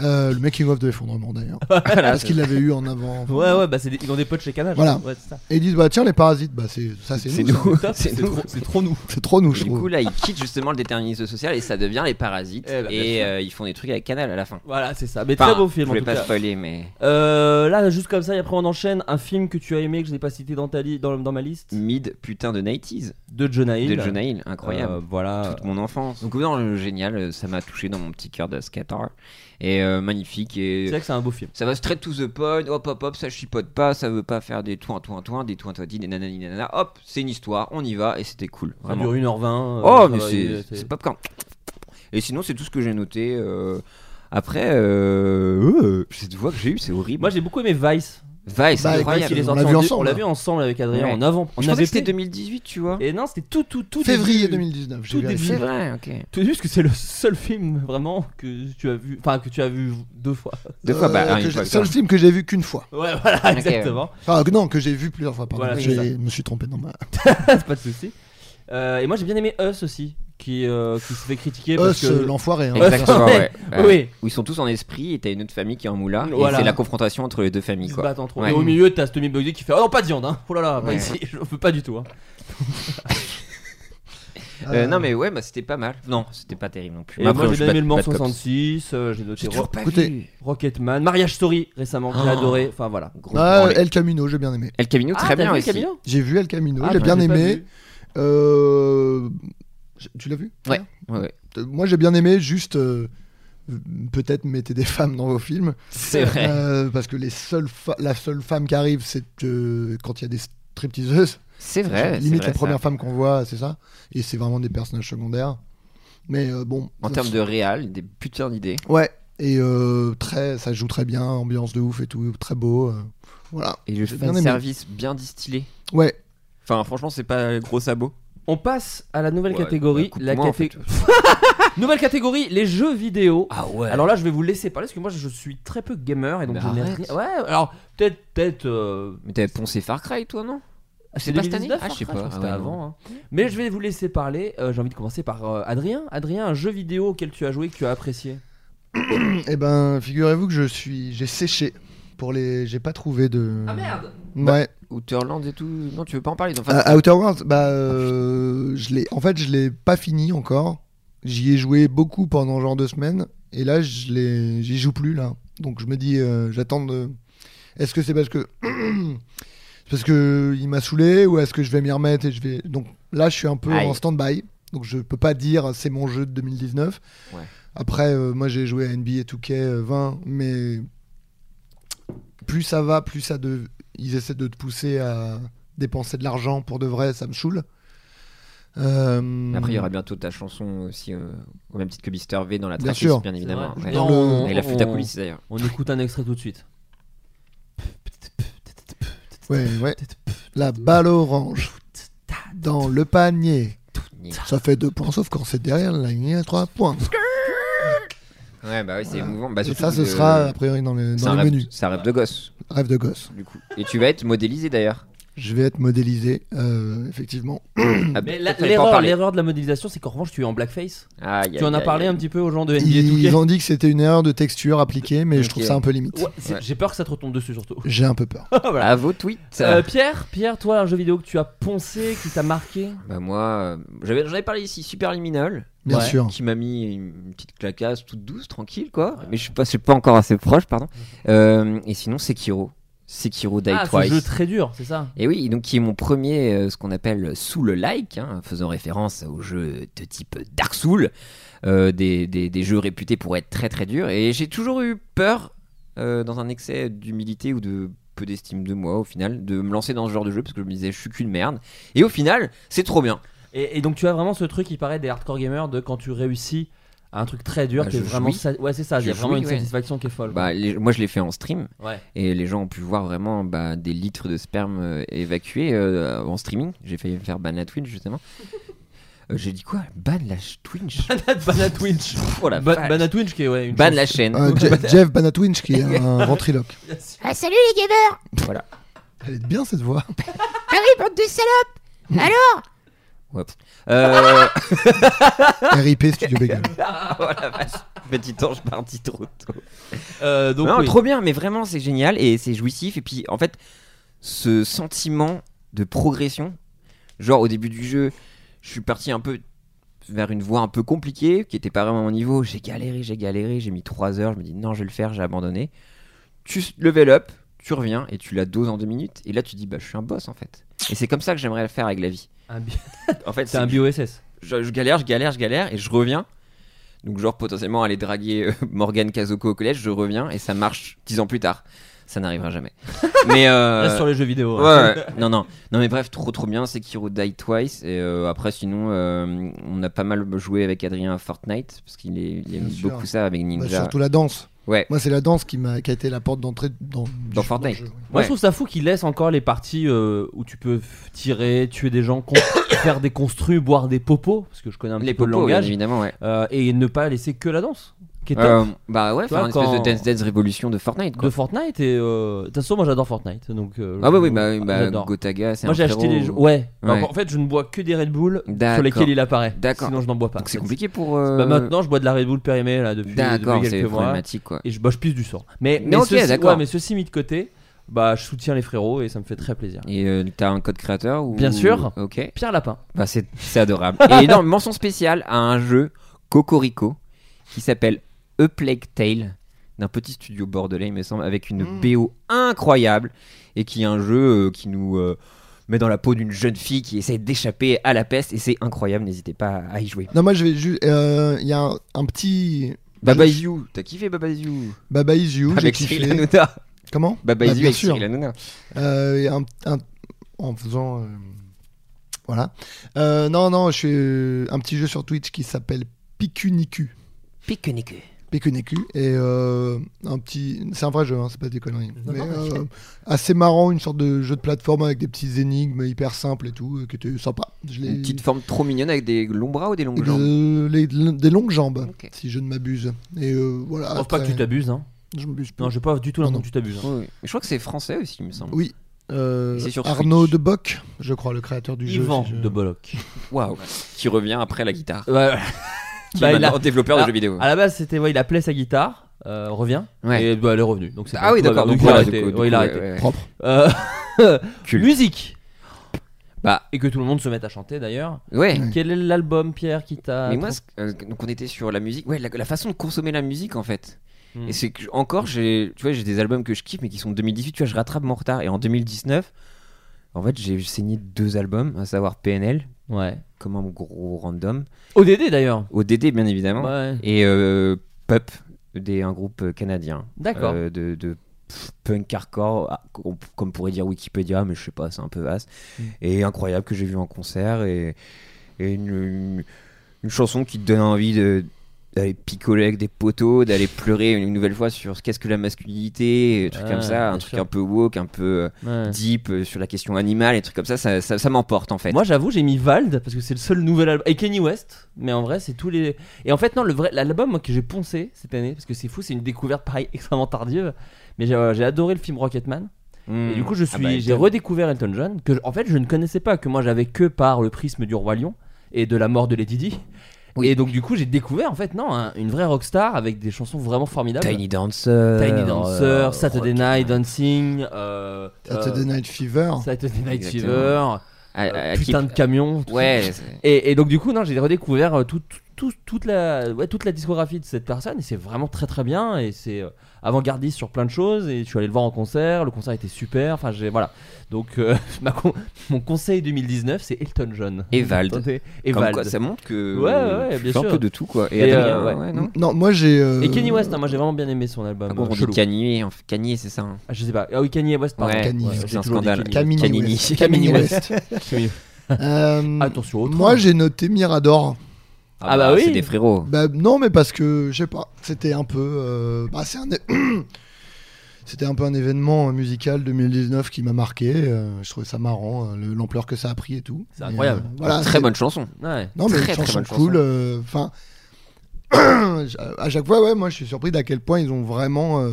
[SPEAKER 6] Euh, le making of de l'effondrement d'ailleurs, parce qu'ils l'avaient eu en avant.
[SPEAKER 4] Ouais ouais bah c'est des- ils ont des potes chez Canal.
[SPEAKER 6] Voilà.
[SPEAKER 4] Ouais, c'est ça.
[SPEAKER 6] Et ils disent bah tiens les Parasites, bah c'est ça c'est
[SPEAKER 5] C'est
[SPEAKER 6] nous.
[SPEAKER 5] nous.
[SPEAKER 6] ça.
[SPEAKER 4] Top,
[SPEAKER 5] C'est
[SPEAKER 4] c'est
[SPEAKER 5] nous.
[SPEAKER 4] trop- c'est trop nous.
[SPEAKER 6] C'est trop nous, je
[SPEAKER 5] Du
[SPEAKER 6] trouve.
[SPEAKER 5] coup, là, ils quittent justement le déterminisme social et ça devient les parasites.
[SPEAKER 4] Eh bah, bien
[SPEAKER 5] et
[SPEAKER 4] sûr.
[SPEAKER 5] euh, ils font des trucs avec Canal à la fin.
[SPEAKER 4] Voilà c'est ça. Mais
[SPEAKER 5] Enfin,
[SPEAKER 4] très beau film en
[SPEAKER 5] Je voulais
[SPEAKER 4] tout
[SPEAKER 5] pas
[SPEAKER 4] cas.
[SPEAKER 5] spoiler, mais.
[SPEAKER 4] Euh, là juste comme ça et après on enchaîne un film que tu as aimé que je n'ai pas cité dans ta li- dans, dans ma liste
[SPEAKER 5] Mid putain de 90s.
[SPEAKER 4] de Jonah Hill.
[SPEAKER 5] Mm. De Jonah Hill, incroyable.
[SPEAKER 4] Euh, voilà.
[SPEAKER 5] toute mon enfance. Donc non, euh, génial, euh, ça m'a touché dans mon petit cœur de skater. Et euh, magnifique.
[SPEAKER 4] C'est
[SPEAKER 5] Et
[SPEAKER 4] vrai que c'est un beau film.
[SPEAKER 5] ça va straight to the point. Hop, hop, hop, ça chipote pas, ça veut pas faire des toins, toins, toins, des toins, toins, des nanani, nanana. Hop, c'est une histoire, on y va et c'était cool.
[SPEAKER 4] Ça
[SPEAKER 5] Vraiment.
[SPEAKER 4] dure 1h20.
[SPEAKER 5] Oh, mais c'est- c'est popcorn. Et sinon, c'est tout ce que j'ai noté. euh, Après, euh, euh, cette voix que j'ai eue, c'est horrible.
[SPEAKER 4] Moi j'ai beaucoup aimé Vice.
[SPEAKER 5] Vice,
[SPEAKER 6] Bah,
[SPEAKER 5] incroyable.
[SPEAKER 6] écoute,
[SPEAKER 4] Qui les
[SPEAKER 6] On l'a
[SPEAKER 4] sorti
[SPEAKER 6] vu
[SPEAKER 4] en-
[SPEAKER 6] ensemble,
[SPEAKER 4] On l'a
[SPEAKER 6] hein.
[SPEAKER 4] vu ensemble avec Adrien
[SPEAKER 5] Ouais.
[SPEAKER 4] en avant. On
[SPEAKER 5] Je pensais
[SPEAKER 4] avait
[SPEAKER 5] que c'était
[SPEAKER 4] plus-
[SPEAKER 5] 2018, tu vois.
[SPEAKER 4] Et non, c'était tout, tout, tout.
[SPEAKER 6] Février
[SPEAKER 4] début.
[SPEAKER 6] 2019. j'ai
[SPEAKER 4] Tout
[SPEAKER 6] vérifié.
[SPEAKER 4] début.
[SPEAKER 5] C'est vrai, ok.
[SPEAKER 4] Tout juste que c'est le seul film vraiment que tu as vu, enfin que tu as vu deux
[SPEAKER 5] *laughs*
[SPEAKER 4] fois.
[SPEAKER 5] De quoi
[SPEAKER 6] Euh,
[SPEAKER 5] Bah,
[SPEAKER 6] que
[SPEAKER 5] une
[SPEAKER 6] j'ai-
[SPEAKER 5] fois,
[SPEAKER 6] seul film que j'ai vu qu'une fois.
[SPEAKER 4] Ouais, *laughs* voilà,
[SPEAKER 5] Ok,
[SPEAKER 4] exactement.
[SPEAKER 6] Enfin, que- non, que j'ai vu plusieurs fois. Pardon,
[SPEAKER 4] Voilà,
[SPEAKER 6] je
[SPEAKER 4] c'est ça.
[SPEAKER 6] me suis trompé dans ma.
[SPEAKER 4] C'est pas de souci. Euh, et moi j'ai bien aimé Us aussi, qui euh, qui se fait critiquer parce
[SPEAKER 6] Us, euh,
[SPEAKER 4] que.
[SPEAKER 6] l'enfoiré. hein.
[SPEAKER 5] Exactement, ouais.
[SPEAKER 4] *laughs* Ouais. Oui.
[SPEAKER 5] Où ils sont tous en esprit et t'as une autre famille qui est en moula.
[SPEAKER 4] Voilà.
[SPEAKER 5] Et c'est la confrontation entre les deux familles,
[SPEAKER 4] Ils se
[SPEAKER 6] Bah,
[SPEAKER 5] quoi.
[SPEAKER 4] battent entre eux.
[SPEAKER 5] Ouais.
[SPEAKER 4] Et au milieu, t'as Tommy Bugsy qui fait Oh non, pas de viande, hein! Oh là là, pas
[SPEAKER 5] Ouais.
[SPEAKER 4] ici, *laughs* je veux pas du tout. Hein.
[SPEAKER 5] Euh, non, mais ouais, bah c'était pas mal. Non, c'était pas terrible non plus.
[SPEAKER 4] Et
[SPEAKER 5] Mais après,
[SPEAKER 4] moi j'ai
[SPEAKER 5] je
[SPEAKER 4] bien aimé
[SPEAKER 5] bat-
[SPEAKER 4] le Mans
[SPEAKER 5] bat de cops.
[SPEAKER 4] 66, euh, j'ai noté
[SPEAKER 5] J'ai toujours
[SPEAKER 4] Ro-
[SPEAKER 5] pas
[SPEAKER 6] Écoutez,
[SPEAKER 5] vu.
[SPEAKER 4] Rocketman, Mariage Story récemment, que j'ai
[SPEAKER 5] Ah.
[SPEAKER 4] adoré. Enfin voilà.
[SPEAKER 5] Gros
[SPEAKER 6] Ah,
[SPEAKER 5] branlé.
[SPEAKER 6] El Camino, j'ai bien aimé.
[SPEAKER 5] El Camino,
[SPEAKER 4] Ah,
[SPEAKER 5] très
[SPEAKER 4] t'as
[SPEAKER 5] bien
[SPEAKER 4] vu
[SPEAKER 5] aussi.
[SPEAKER 4] Camino
[SPEAKER 6] J'ai vu El Camino,
[SPEAKER 4] bah,
[SPEAKER 6] j'ai bien
[SPEAKER 4] j'ai pas
[SPEAKER 6] aimé.
[SPEAKER 4] vu.
[SPEAKER 6] Euh, je- Tu l'as vu
[SPEAKER 5] Ouais.
[SPEAKER 4] Ah.
[SPEAKER 5] Ouais, ouais.
[SPEAKER 6] Euh, Moi, j'ai bien aimé, juste. euh, Peut-être mettez des *laughs* femmes dans vos films.
[SPEAKER 5] C'est vrai.
[SPEAKER 6] Euh, parce que les seules fa- la seule femme qui arrive, c'est euh, quand il y a des stripteaseuses.
[SPEAKER 5] C'est vrai. c'est
[SPEAKER 6] *laughs* Limite
[SPEAKER 5] vrai,
[SPEAKER 6] la
[SPEAKER 5] ça.
[SPEAKER 6] première femme qu'on voit, c'est ça. Et c'est vraiment des personnages secondaires. Mais euh, bon.
[SPEAKER 5] En
[SPEAKER 6] ça-
[SPEAKER 5] termes de réal, des putains d'idées.
[SPEAKER 6] Ouais. Et euh, très, ça joue très bien, ambiance de ouf et tout, très beau. euh, voilà.
[SPEAKER 5] Et le
[SPEAKER 6] J'ai bien aimé.
[SPEAKER 5] service bien distillé.
[SPEAKER 6] Ouais.
[SPEAKER 5] Enfin, franchement, c'est pas gros sabot.
[SPEAKER 4] On passe à la nouvelle
[SPEAKER 5] Ouais, bah,
[SPEAKER 4] catégorie.
[SPEAKER 5] coupe-moi,
[SPEAKER 4] la
[SPEAKER 5] en
[SPEAKER 4] catég- *laughs* nouvelle catégorie, les jeux vidéo.
[SPEAKER 5] Ah ouais.
[SPEAKER 4] Alors là, je vais vous laisser parler parce que moi, je suis très peu gamer et donc
[SPEAKER 5] Mais
[SPEAKER 4] je n'ai
[SPEAKER 5] arrête.
[SPEAKER 4] rien. Ouais, alors peut-être, peut-être. euh,
[SPEAKER 5] Mais t'avais poncé Far Cry, toi, non
[SPEAKER 4] c'est
[SPEAKER 5] pas cette année
[SPEAKER 4] 2019,
[SPEAKER 5] Ah, je sais
[SPEAKER 4] crois,
[SPEAKER 5] pas.
[SPEAKER 4] crois que
[SPEAKER 5] Ah
[SPEAKER 4] C'était
[SPEAKER 5] ouais,
[SPEAKER 4] avant. hein. Mais je vais vous laisser parler. Euh, J'ai envie de commencer par euh, Adrien. Adrien, un jeu vidéo auquel tu as joué que tu as apprécié.
[SPEAKER 6] Eh ben, figurez-vous que je suis, j'ai séché pour les, j'ai pas trouvé de. Ouais.
[SPEAKER 5] Bah, Outerland et tout. Non, tu veux pas en parler. donc, enfin,
[SPEAKER 6] À Outer Worlds,
[SPEAKER 5] Ah,
[SPEAKER 6] bah, euh, je l'ai. En fait, je l'ai pas fini encore. J'y ai joué beaucoup pendant genre deux semaines, et là, je l'ai, j'y joue plus là. Donc, je me dis, euh, j'attends. de- Est-ce que c'est parce que *clears throat* c'est parce que il m'a saoulé, ou est-ce que je vais m'y remettre et je vais. Donc là, je suis un peu
[SPEAKER 5] Aïe.
[SPEAKER 6] en stand-by. Donc, je peux pas dire c'est mon jeu de 2019.
[SPEAKER 5] Ouais.
[SPEAKER 6] Après, euh, moi, j'ai joué à NBA 2K20, euh, mais plus ça va, plus ça de... ils essaient de te pousser à dépenser de l'argent pour de vrai, ça me saoule. Euh,
[SPEAKER 5] Après, il y aura bientôt ta chanson aussi, euh, au même titre que Mister V dans la
[SPEAKER 6] Bien
[SPEAKER 5] tracklist,
[SPEAKER 6] sûr.
[SPEAKER 5] bien évidemment.
[SPEAKER 4] C'est
[SPEAKER 5] Ouais.
[SPEAKER 4] vrai.
[SPEAKER 6] Dans
[SPEAKER 4] Non,
[SPEAKER 5] Et la flûte à
[SPEAKER 4] on-
[SPEAKER 5] coulisses d'ailleurs.
[SPEAKER 4] On écoute un extrait tout de suite.
[SPEAKER 6] Ouais,
[SPEAKER 5] *laughs*
[SPEAKER 6] ouais. La balle orange dans le panier. Ça fait deux points, sauf quand c'est derrière la ligne à trois points.
[SPEAKER 5] Ouais, bah oui, c'est
[SPEAKER 6] Voilà.
[SPEAKER 5] émouvant. Bah,
[SPEAKER 6] Et
[SPEAKER 5] surtout
[SPEAKER 6] ça, ce
[SPEAKER 5] que-
[SPEAKER 6] sera a priori dans le,
[SPEAKER 5] c'est
[SPEAKER 6] dans
[SPEAKER 5] un
[SPEAKER 6] le
[SPEAKER 5] rêve-
[SPEAKER 6] menu.
[SPEAKER 5] C'est un rêve de gosse,
[SPEAKER 6] Rêve de gosse.
[SPEAKER 5] du coup. Et tu vas être modélisé d'ailleurs.
[SPEAKER 6] je vais être modélisé, euh, effectivement.
[SPEAKER 5] Ah,
[SPEAKER 4] Mais
[SPEAKER 5] peut-être
[SPEAKER 4] la-
[SPEAKER 5] fallait pas en
[SPEAKER 4] l'erreur
[SPEAKER 5] parler.
[SPEAKER 4] l'erreur de la modélisation, c'est qu'en revanche, tu es en blackface.
[SPEAKER 5] Aïe,
[SPEAKER 4] Tu en
[SPEAKER 5] aïe,
[SPEAKER 4] as
[SPEAKER 5] aïe,
[SPEAKER 4] parlé
[SPEAKER 5] aïe.
[SPEAKER 4] un petit peu aux gens de NBA 2K.
[SPEAKER 6] Ils ont dit que c'était une erreur de texture appliquée, mais je trouve
[SPEAKER 5] Ok.
[SPEAKER 6] ça un peu limite.
[SPEAKER 4] Ouais, c'est-
[SPEAKER 5] Ouais.
[SPEAKER 4] J'ai peur que ça te retombe dessus surtout.
[SPEAKER 6] J'ai un peu peur.
[SPEAKER 4] Voilà.
[SPEAKER 5] À vos tweets.
[SPEAKER 4] Euh, Pierre, Pierre, toi, un jeu vidéo que tu as poncé, qui t'a marqué
[SPEAKER 5] Bah moi, euh, j'avais- j'en avais parlé ici, Super Liminal,
[SPEAKER 6] Bien
[SPEAKER 4] Ouais.
[SPEAKER 6] sûr.
[SPEAKER 5] qui m'a mis une petite claquasse toute douce, tranquille quoi. Mais je suis pas, je suis pas encore assez proche, pardon. Euh, et sinon, Sekiro. Sekiro Die
[SPEAKER 4] Ah, ce
[SPEAKER 5] Twice.
[SPEAKER 4] jeu très dur, c'est ça
[SPEAKER 5] Et oui, donc qui est mon premier, euh, ce qu'on appelle soul like, hein, faisant référence au jeu de type Dark Soul, euh, des, des- des jeux réputés pour être très très durs. Et j'ai toujours eu peur, euh, dans un excès d'humilité ou de peu d'estime de moi au final, de me lancer dans ce genre de jeu parce que je me disais je suis qu'une merde. Et au final, c'est trop bien.
[SPEAKER 4] Et, et donc tu as vraiment ce truc qui paraît des hardcore gamers de quand tu réussis à un truc très dur,
[SPEAKER 5] Bah,
[SPEAKER 4] t'es
[SPEAKER 5] je
[SPEAKER 4] vraiment
[SPEAKER 5] jouis.
[SPEAKER 4] sa- ouais c'est ça, il y a
[SPEAKER 5] Je
[SPEAKER 4] vraiment
[SPEAKER 5] jouis,
[SPEAKER 4] une
[SPEAKER 5] ouais.
[SPEAKER 4] satisfaction qui est folle.
[SPEAKER 5] Bah, les- moi je l'ai fait en stream
[SPEAKER 4] ouais. *laughs*
[SPEAKER 5] et les gens ont pu voir vraiment bah, des litres de sperme euh, évacués euh, en streaming. J'ai failli me faire ban à Twitch *laughs* justement. Euh, j'ai dit quoi Ban la ch- Twitch
[SPEAKER 4] Banat Twitch.
[SPEAKER 5] Oh la
[SPEAKER 4] Ba-
[SPEAKER 5] vache. Ah,
[SPEAKER 4] Banat Twitch qui est ouais, une
[SPEAKER 5] Ban
[SPEAKER 4] chose-
[SPEAKER 5] la chaîne.
[SPEAKER 6] Euh,
[SPEAKER 5] *laughs*
[SPEAKER 6] Je- Jeff Banatwinch, qui est un ventriloque.
[SPEAKER 4] *laughs*
[SPEAKER 7] Ah, salut les gamers
[SPEAKER 5] Voilà.
[SPEAKER 6] Elle est bien cette voix.
[SPEAKER 7] Ah oui, bande de salopes
[SPEAKER 5] *laughs* Ouais. Euh,
[SPEAKER 6] RIP
[SPEAKER 5] *laughs*
[SPEAKER 6] Studio Bagel.
[SPEAKER 5] voilà, Oh vache. Petit ange parti trop tôt.
[SPEAKER 4] Euh, donc
[SPEAKER 5] non,
[SPEAKER 4] oui.
[SPEAKER 5] trop bien, mais vraiment, c'est génial et c'est jouissif. Et puis, en fait, ce sentiment de progression, genre au début du jeu, je suis parti un peu vers une voie un peu compliquée qui était pas vraiment à mon niveau. J'ai galéré, j'ai galéré, j'ai mis 3 heures, je me dis non, je vais le faire, j'ai abandonné. Tu s- level up, tu reviens et tu la doses en 2 minutes. Et là, tu dis, bah, je suis un boss en fait. Et c'est comme ça que j'aimerais le faire avec la vie.
[SPEAKER 4] Un bi-
[SPEAKER 5] En fait,
[SPEAKER 4] c'est un
[SPEAKER 5] que
[SPEAKER 4] BioSS.
[SPEAKER 5] je, je galère, je galère, je galère, et je reviens. Donc, genre, potentiellement aller draguer euh, *laughs* Morgane Kazoko au collège, je reviens, et ça marche dix ans plus tard. Ça n'arrivera
[SPEAKER 4] *laughs*
[SPEAKER 5] jamais. mais. euh,
[SPEAKER 4] Reste sur les jeux vidéo.
[SPEAKER 5] ouais,
[SPEAKER 4] hein.
[SPEAKER 5] ouais. non, non, non, mais bref, trop trop bien. C'est Kiro Die Twice. Et euh, après, sinon, euh, on a pas mal joué avec Adrien à Fortnite, parce qu'il est- il aime
[SPEAKER 6] Bien sûr.
[SPEAKER 5] beaucoup ça avec
[SPEAKER 6] Bah,
[SPEAKER 5] Ninja.
[SPEAKER 6] surtout la danse.
[SPEAKER 5] Ouais.
[SPEAKER 6] Moi, c'est la danse qui, m'a, qui a été la porte d'entrée dans, du-
[SPEAKER 5] Dans Fortnite.
[SPEAKER 6] le jeu, ouais.
[SPEAKER 4] Moi
[SPEAKER 5] Ouais.
[SPEAKER 4] je trouve ça fou qu'il laisse encore les parties euh, où tu peux f- tirer, tuer des gens, con- *coughs* faire des construits, boire des popos, parce que je connais un petit
[SPEAKER 5] Les
[SPEAKER 4] peu le
[SPEAKER 5] popos, bien
[SPEAKER 4] langage,
[SPEAKER 5] évidemment, ouais.
[SPEAKER 4] euh, et ne pas laisser que la danse, qui est top.
[SPEAKER 5] Euh, bah ouais,
[SPEAKER 4] Toi,
[SPEAKER 5] faire une espèce
[SPEAKER 4] quand-
[SPEAKER 5] de Dance Dance Révolution de Fortnite, quoi.
[SPEAKER 4] de Fortnite et euh, de toute façon moi j'adore Fortnite donc euh,
[SPEAKER 5] Ah, bah oui,
[SPEAKER 4] je-
[SPEAKER 5] bah, oui, bah
[SPEAKER 4] j'adore.
[SPEAKER 5] Gotaga, c'est
[SPEAKER 4] moi
[SPEAKER 5] un
[SPEAKER 4] j'ai acheté
[SPEAKER 5] frérot.
[SPEAKER 4] les jeux ouais, Bah,
[SPEAKER 5] Ouais.
[SPEAKER 4] en fait je ne bois que des Red Bull sur
[SPEAKER 5] D'accord.
[SPEAKER 4] lesquels il apparaît
[SPEAKER 5] D'accord.
[SPEAKER 4] sinon je n'en bois pas
[SPEAKER 5] Donc, c'est
[SPEAKER 4] en fait.
[SPEAKER 5] compliqué pour. euh,
[SPEAKER 4] bah, maintenant je bois de la Red Bull périmée là depuis,
[SPEAKER 5] D'accord,
[SPEAKER 4] depuis
[SPEAKER 5] c'est
[SPEAKER 4] quelques mois
[SPEAKER 5] problématique quoi.
[SPEAKER 4] et je bois je pisse du sang mais,
[SPEAKER 5] Mais ok,
[SPEAKER 4] ceci,
[SPEAKER 5] d'accord.
[SPEAKER 4] ouais, mais ceci mis de côté bah je soutiens les frérots et ça me fait très plaisir
[SPEAKER 5] Et euh, t'as un code créateur ou
[SPEAKER 4] Bien sûr.
[SPEAKER 5] Ok.
[SPEAKER 4] Pierre Lapin
[SPEAKER 5] Bah c'est c'est adorable.
[SPEAKER 4] *laughs*
[SPEAKER 5] Et énorme mention spéciale à un jeu Cocorico qui s'appelle A Plague Tale d'un petit studio bordelais il me semble avec une
[SPEAKER 4] Mm.
[SPEAKER 5] BO incroyable et qui est un jeu euh, qui nous euh, met dans la peau d'une jeune fille qui essaie d'échapper à la peste et c'est incroyable. N'hésitez pas à y jouer.
[SPEAKER 6] Non, moi, je vais juste. euh, Il y a un, un petit.
[SPEAKER 4] Bah,
[SPEAKER 5] Baba Is You, t'as kiffé Baba Is You
[SPEAKER 6] Baba Is You. j'ai
[SPEAKER 5] avec Cyril
[SPEAKER 6] kiffé.
[SPEAKER 5] Hanouna.
[SPEAKER 6] Comment
[SPEAKER 5] Baba
[SPEAKER 6] Bah,
[SPEAKER 5] Is You
[SPEAKER 6] bien
[SPEAKER 5] avec
[SPEAKER 6] sûr.
[SPEAKER 5] Cyril Hanouna.
[SPEAKER 6] Euh, et un- un- en faisant. euh, voilà. Euh, non, non, je suis euh, un petit jeu sur Twitch qui s'appelle Picunicu.
[SPEAKER 5] Pique-nique.
[SPEAKER 6] Picunicu. Et euh, un petit. C'est un vrai jeu, hein, c'est pas des conneries. Mais, euh, assez marrant, une sorte de jeu de plateforme avec des petites énigmes hyper simples et tout, euh, qui était sympa. Je l'ai-
[SPEAKER 5] Une petite forme trop mignonne avec des longs bras ou des longues
[SPEAKER 6] Avec
[SPEAKER 5] jambes.
[SPEAKER 6] de- les- des longues jambes,
[SPEAKER 5] Ok.
[SPEAKER 6] si je ne m'abuse. Et euh, voilà.
[SPEAKER 4] je pense pas que
[SPEAKER 6] après-
[SPEAKER 4] tu t'abuses hein
[SPEAKER 6] Je m'abuse plus.
[SPEAKER 4] non j'ai pas du tout l'impression
[SPEAKER 6] Non,
[SPEAKER 4] que tu t'abuses hein.
[SPEAKER 5] Oui, oui. Mais je crois que c'est français aussi, il me semble.
[SPEAKER 6] Oui. euh,
[SPEAKER 5] C'est sur
[SPEAKER 6] Arnaud
[SPEAKER 5] Switch.
[SPEAKER 6] de Bock, je crois, le créateur du jeu.
[SPEAKER 4] Yvan
[SPEAKER 6] si je-
[SPEAKER 4] de Bollock
[SPEAKER 5] Waouh. Euh, Qui revient après la guitare.
[SPEAKER 4] Ouais.
[SPEAKER 5] Qui
[SPEAKER 4] Bah,
[SPEAKER 5] est
[SPEAKER 4] il a-
[SPEAKER 5] maintenant développeur
[SPEAKER 4] Ah,
[SPEAKER 5] de jeux vidéo.
[SPEAKER 4] à la base c'était ouais, il appelait sa guitare euh, revient
[SPEAKER 5] Ouais.
[SPEAKER 4] et bah, elle est revenue donc c'est
[SPEAKER 5] Ah
[SPEAKER 4] bon,
[SPEAKER 5] oui,
[SPEAKER 4] tout va
[SPEAKER 5] d'accord.
[SPEAKER 4] bien. donc
[SPEAKER 5] Donc
[SPEAKER 4] il a
[SPEAKER 5] voilà,
[SPEAKER 4] arrêté
[SPEAKER 5] du coup- du
[SPEAKER 4] Ouais, il
[SPEAKER 5] coup,
[SPEAKER 4] a
[SPEAKER 5] ouais,
[SPEAKER 4] arrêté
[SPEAKER 5] ouais, ouais.
[SPEAKER 6] Propre.
[SPEAKER 4] Euh, *laughs*
[SPEAKER 5] Culte.
[SPEAKER 4] Musique
[SPEAKER 5] Bah,
[SPEAKER 4] Et que tout le monde se mette à chanter
[SPEAKER 5] *clears throat*
[SPEAKER 4] d'ailleurs.
[SPEAKER 5] ouais.
[SPEAKER 6] Oui.
[SPEAKER 4] Quel est l'album, Pierre, qui t'a.
[SPEAKER 5] Mais moi, ce- euh, donc on était sur la musique, ouais, la, la façon de consommer la musique en fait.
[SPEAKER 4] Hmm.
[SPEAKER 5] Et c'est que encore, j'ai, tu vois, j'ai des albums que je kiffe mais qui sont de 2018, tu vois, je rattrape mon retard. Et en 2019, en fait, j'ai saigné deux albums, à savoir PNL,
[SPEAKER 4] Ouais.
[SPEAKER 5] comme un gros random,
[SPEAKER 4] ODD d'ailleurs.
[SPEAKER 5] ODD bien évidemment,
[SPEAKER 4] Ouais.
[SPEAKER 5] et euh, Pup, des, un groupe euh, canadien.
[SPEAKER 4] D'accord.
[SPEAKER 5] euh, de, de pff, punk hardcore, ah, com- comme pourrait dire Wikipédia, mais je sais pas, c'est un peu vaste.
[SPEAKER 4] Mm.
[SPEAKER 5] Et incroyable que j'ai vu en concert et, et une, une- une chanson qui te donne envie de d'aller picoler avec des poteaux, d'aller pleurer une nouvelle fois sur qu'est-ce que la masculinité, et trucs
[SPEAKER 4] Ouais,
[SPEAKER 5] comme ça,
[SPEAKER 4] bien
[SPEAKER 5] un truc
[SPEAKER 4] sûr.
[SPEAKER 5] un peu woke, un peu euh,
[SPEAKER 4] Ouais.
[SPEAKER 5] deep euh, sur la question animale, et trucs comme ça, ça, ça, ça m'emporte en fait.
[SPEAKER 4] Moi j'avoue j'ai mis Vald parce que c'est le seul nouvel album et Kenny West mais en vrai c'est tous les et en fait non le vrai l'album moi, que j'ai *laughs* poncé cette année parce que c'est fou c'est une découverte pareil extrêmement tardive mais j'ai euh, j'ai adoré le film Rocketman Et du coup, je
[SPEAKER 5] Ah
[SPEAKER 4] suis,
[SPEAKER 5] bah,
[SPEAKER 4] j'ai
[SPEAKER 5] Elton.
[SPEAKER 4] redécouvert Elton John que, je- en fait, je ne connaissais pas, que moi j'avais que par le prisme du roi lion et de la mort de Lady Di. Et donc du coup, j'ai découvert en fait non un- une vraie rockstar avec des chansons vraiment formidables.
[SPEAKER 5] Tiny Dancer.
[SPEAKER 4] Tiny Dancer,
[SPEAKER 5] euh,
[SPEAKER 4] Saturday
[SPEAKER 5] Rock-
[SPEAKER 4] Night Dancing, euh,
[SPEAKER 6] Saturday
[SPEAKER 4] euh,
[SPEAKER 6] Night Fever.
[SPEAKER 4] Saturday Night
[SPEAKER 5] Exactement.
[SPEAKER 4] Fever,
[SPEAKER 5] À-
[SPEAKER 4] euh,
[SPEAKER 5] à- à Ah, qui-
[SPEAKER 4] putain de camion. tout
[SPEAKER 5] Ouais, c'est-
[SPEAKER 4] et, et donc du coup, non, j'ai redécouvert euh, tout- tout- toute, la, ouais, toute la discographie de cette personne et c'est vraiment très très bien et c'est euh, avant-gardiste sur plein de choses et je suis allé le voir en concert, le concert était super, enfin j'ai voilà. Donc euh, *laughs* ma con- mon conseil 2019 c'est Elton John.
[SPEAKER 5] Evald.
[SPEAKER 4] Attendez,
[SPEAKER 5] Comme
[SPEAKER 4] Evald.
[SPEAKER 5] quoi, ça montre que.
[SPEAKER 4] Ouais, ouais, ouais, bien
[SPEAKER 5] tu fais
[SPEAKER 4] sûr.
[SPEAKER 5] un peu de tout, quoi. Et,
[SPEAKER 4] Et,
[SPEAKER 5] Adrien,
[SPEAKER 4] euh, ouais.
[SPEAKER 5] ouais, non
[SPEAKER 6] Non, moi j'ai. euh,
[SPEAKER 4] Et Kanye West, hein, moi j'ai vraiment bien aimé son album.
[SPEAKER 5] Ah
[SPEAKER 6] bah,
[SPEAKER 5] bon,
[SPEAKER 4] euh,
[SPEAKER 5] on dit
[SPEAKER 4] chelou.
[SPEAKER 5] Kanye, en fait, Kanye, c'est ça. hein.
[SPEAKER 4] Ah, je sais pas. Ah oui, Kanye West, pardon.
[SPEAKER 5] Ouais,
[SPEAKER 6] Kanye,
[SPEAKER 4] j'ai
[SPEAKER 5] c'est un
[SPEAKER 4] toujours dit
[SPEAKER 5] scandale.
[SPEAKER 4] Kanye.
[SPEAKER 6] Camille
[SPEAKER 5] Kanini.
[SPEAKER 6] West.
[SPEAKER 4] Camille
[SPEAKER 6] Camille
[SPEAKER 4] West. Ah,
[SPEAKER 6] West.
[SPEAKER 4] Kanye.
[SPEAKER 6] *laughs* Euh,
[SPEAKER 4] Attention au train.
[SPEAKER 6] Moi j'ai noté Mirador.
[SPEAKER 4] Ah bah oui.
[SPEAKER 5] C'est des frérots.
[SPEAKER 6] Bah, non, mais parce que, je sais pas, c'était un peu. euh, bah, c'est un é- *clears throat* C'était un peu un événement musical 2019 qui m'a marqué. euh, je trouvais ça marrant, euh, le- l'ampleur que ça a pris et tout.
[SPEAKER 4] C'est
[SPEAKER 6] Et,
[SPEAKER 4] incroyable.
[SPEAKER 6] euh, voilà,
[SPEAKER 5] Très
[SPEAKER 6] c'est-
[SPEAKER 5] bonne chanson.
[SPEAKER 4] Ouais.
[SPEAKER 6] Non, mais
[SPEAKER 5] très,
[SPEAKER 6] une
[SPEAKER 5] très
[SPEAKER 6] chanson
[SPEAKER 5] bonne
[SPEAKER 6] cool. euh, Enfin, *clears throat* à chaque fois, ouais, moi je suis surpris d'à quel point ils ont vraiment euh,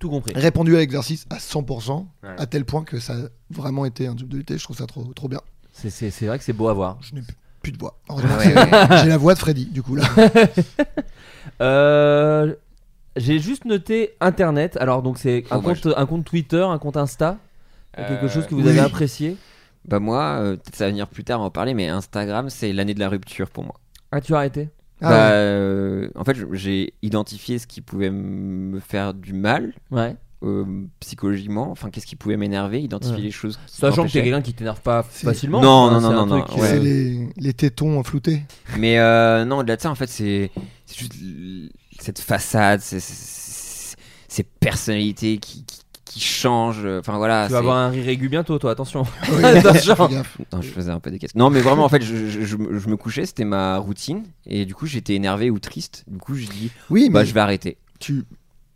[SPEAKER 4] Tout compris.
[SPEAKER 6] répondu à l'exercice à 100%,
[SPEAKER 4] Ouais.
[SPEAKER 6] à tel point que ça a vraiment été un tube de l'été. Je trouve ça trop, trop bien.
[SPEAKER 4] C'est- C'est c'est vrai que c'est beau à voir.
[SPEAKER 6] Je n'ai plus- plus de voix. Heureusement,
[SPEAKER 5] Ouais,
[SPEAKER 6] c'est- J'ai la voix de Freddy, du coup, là.
[SPEAKER 4] Euh, j'ai juste noté internet. Alors donc c'est un
[SPEAKER 5] Oh, moi,
[SPEAKER 4] compte un compte Twitter, un compte Insta, quelque
[SPEAKER 5] Euh,
[SPEAKER 4] chose que vous
[SPEAKER 6] oui.
[SPEAKER 4] avez apprécié.
[SPEAKER 5] Bah moi, euh, peut-être ça va venir plus tard, on va en parler, mais Instagram, c'est l'année de la rupture pour moi.
[SPEAKER 4] Ah tu as arrêté
[SPEAKER 6] Ah
[SPEAKER 5] bah,
[SPEAKER 6] ouais.
[SPEAKER 5] euh, en fait, je- j'ai identifié ce qui pouvait me faire du mal
[SPEAKER 4] Ouais.
[SPEAKER 5] euh, psychologiquement, enfin qu'est-ce qui pouvait m'énerver, identifier
[SPEAKER 4] Ouais.
[SPEAKER 5] les choses. qui
[SPEAKER 4] Sachant que t'es
[SPEAKER 5] m'empêchaient.
[SPEAKER 4] quelqu'un qui t'énerve pas
[SPEAKER 6] C'est-
[SPEAKER 4] facilement.
[SPEAKER 5] Non,
[SPEAKER 4] Enfin,
[SPEAKER 5] non,
[SPEAKER 4] c'est
[SPEAKER 5] non,
[SPEAKER 4] un
[SPEAKER 5] non,
[SPEAKER 4] truc
[SPEAKER 5] non,
[SPEAKER 4] qui-
[SPEAKER 6] C'est
[SPEAKER 5] ouais.
[SPEAKER 6] les, les tétons floutés.
[SPEAKER 5] Mais euh, non, au-delà de ça, en fait, c'est c'est juste l- cette façade, c'est- c'est- ces personnalités qui, qui, qui changent. euh, Enfin voilà.
[SPEAKER 4] Tu vas
[SPEAKER 5] c'est-
[SPEAKER 4] avoir un rire aigu bientôt, toi. Attention.
[SPEAKER 6] Oui,
[SPEAKER 4] Attention.
[SPEAKER 6] fais gaffe.
[SPEAKER 5] Non, je faisais un peu des casques. Non, mais vraiment, en fait, je, je- je me je me couchais, c'était ma routine, et du coup, j'étais énervé ou triste. Du coup, je dis,
[SPEAKER 6] Oui, mais
[SPEAKER 5] bah, je vais arrêter.
[SPEAKER 6] tu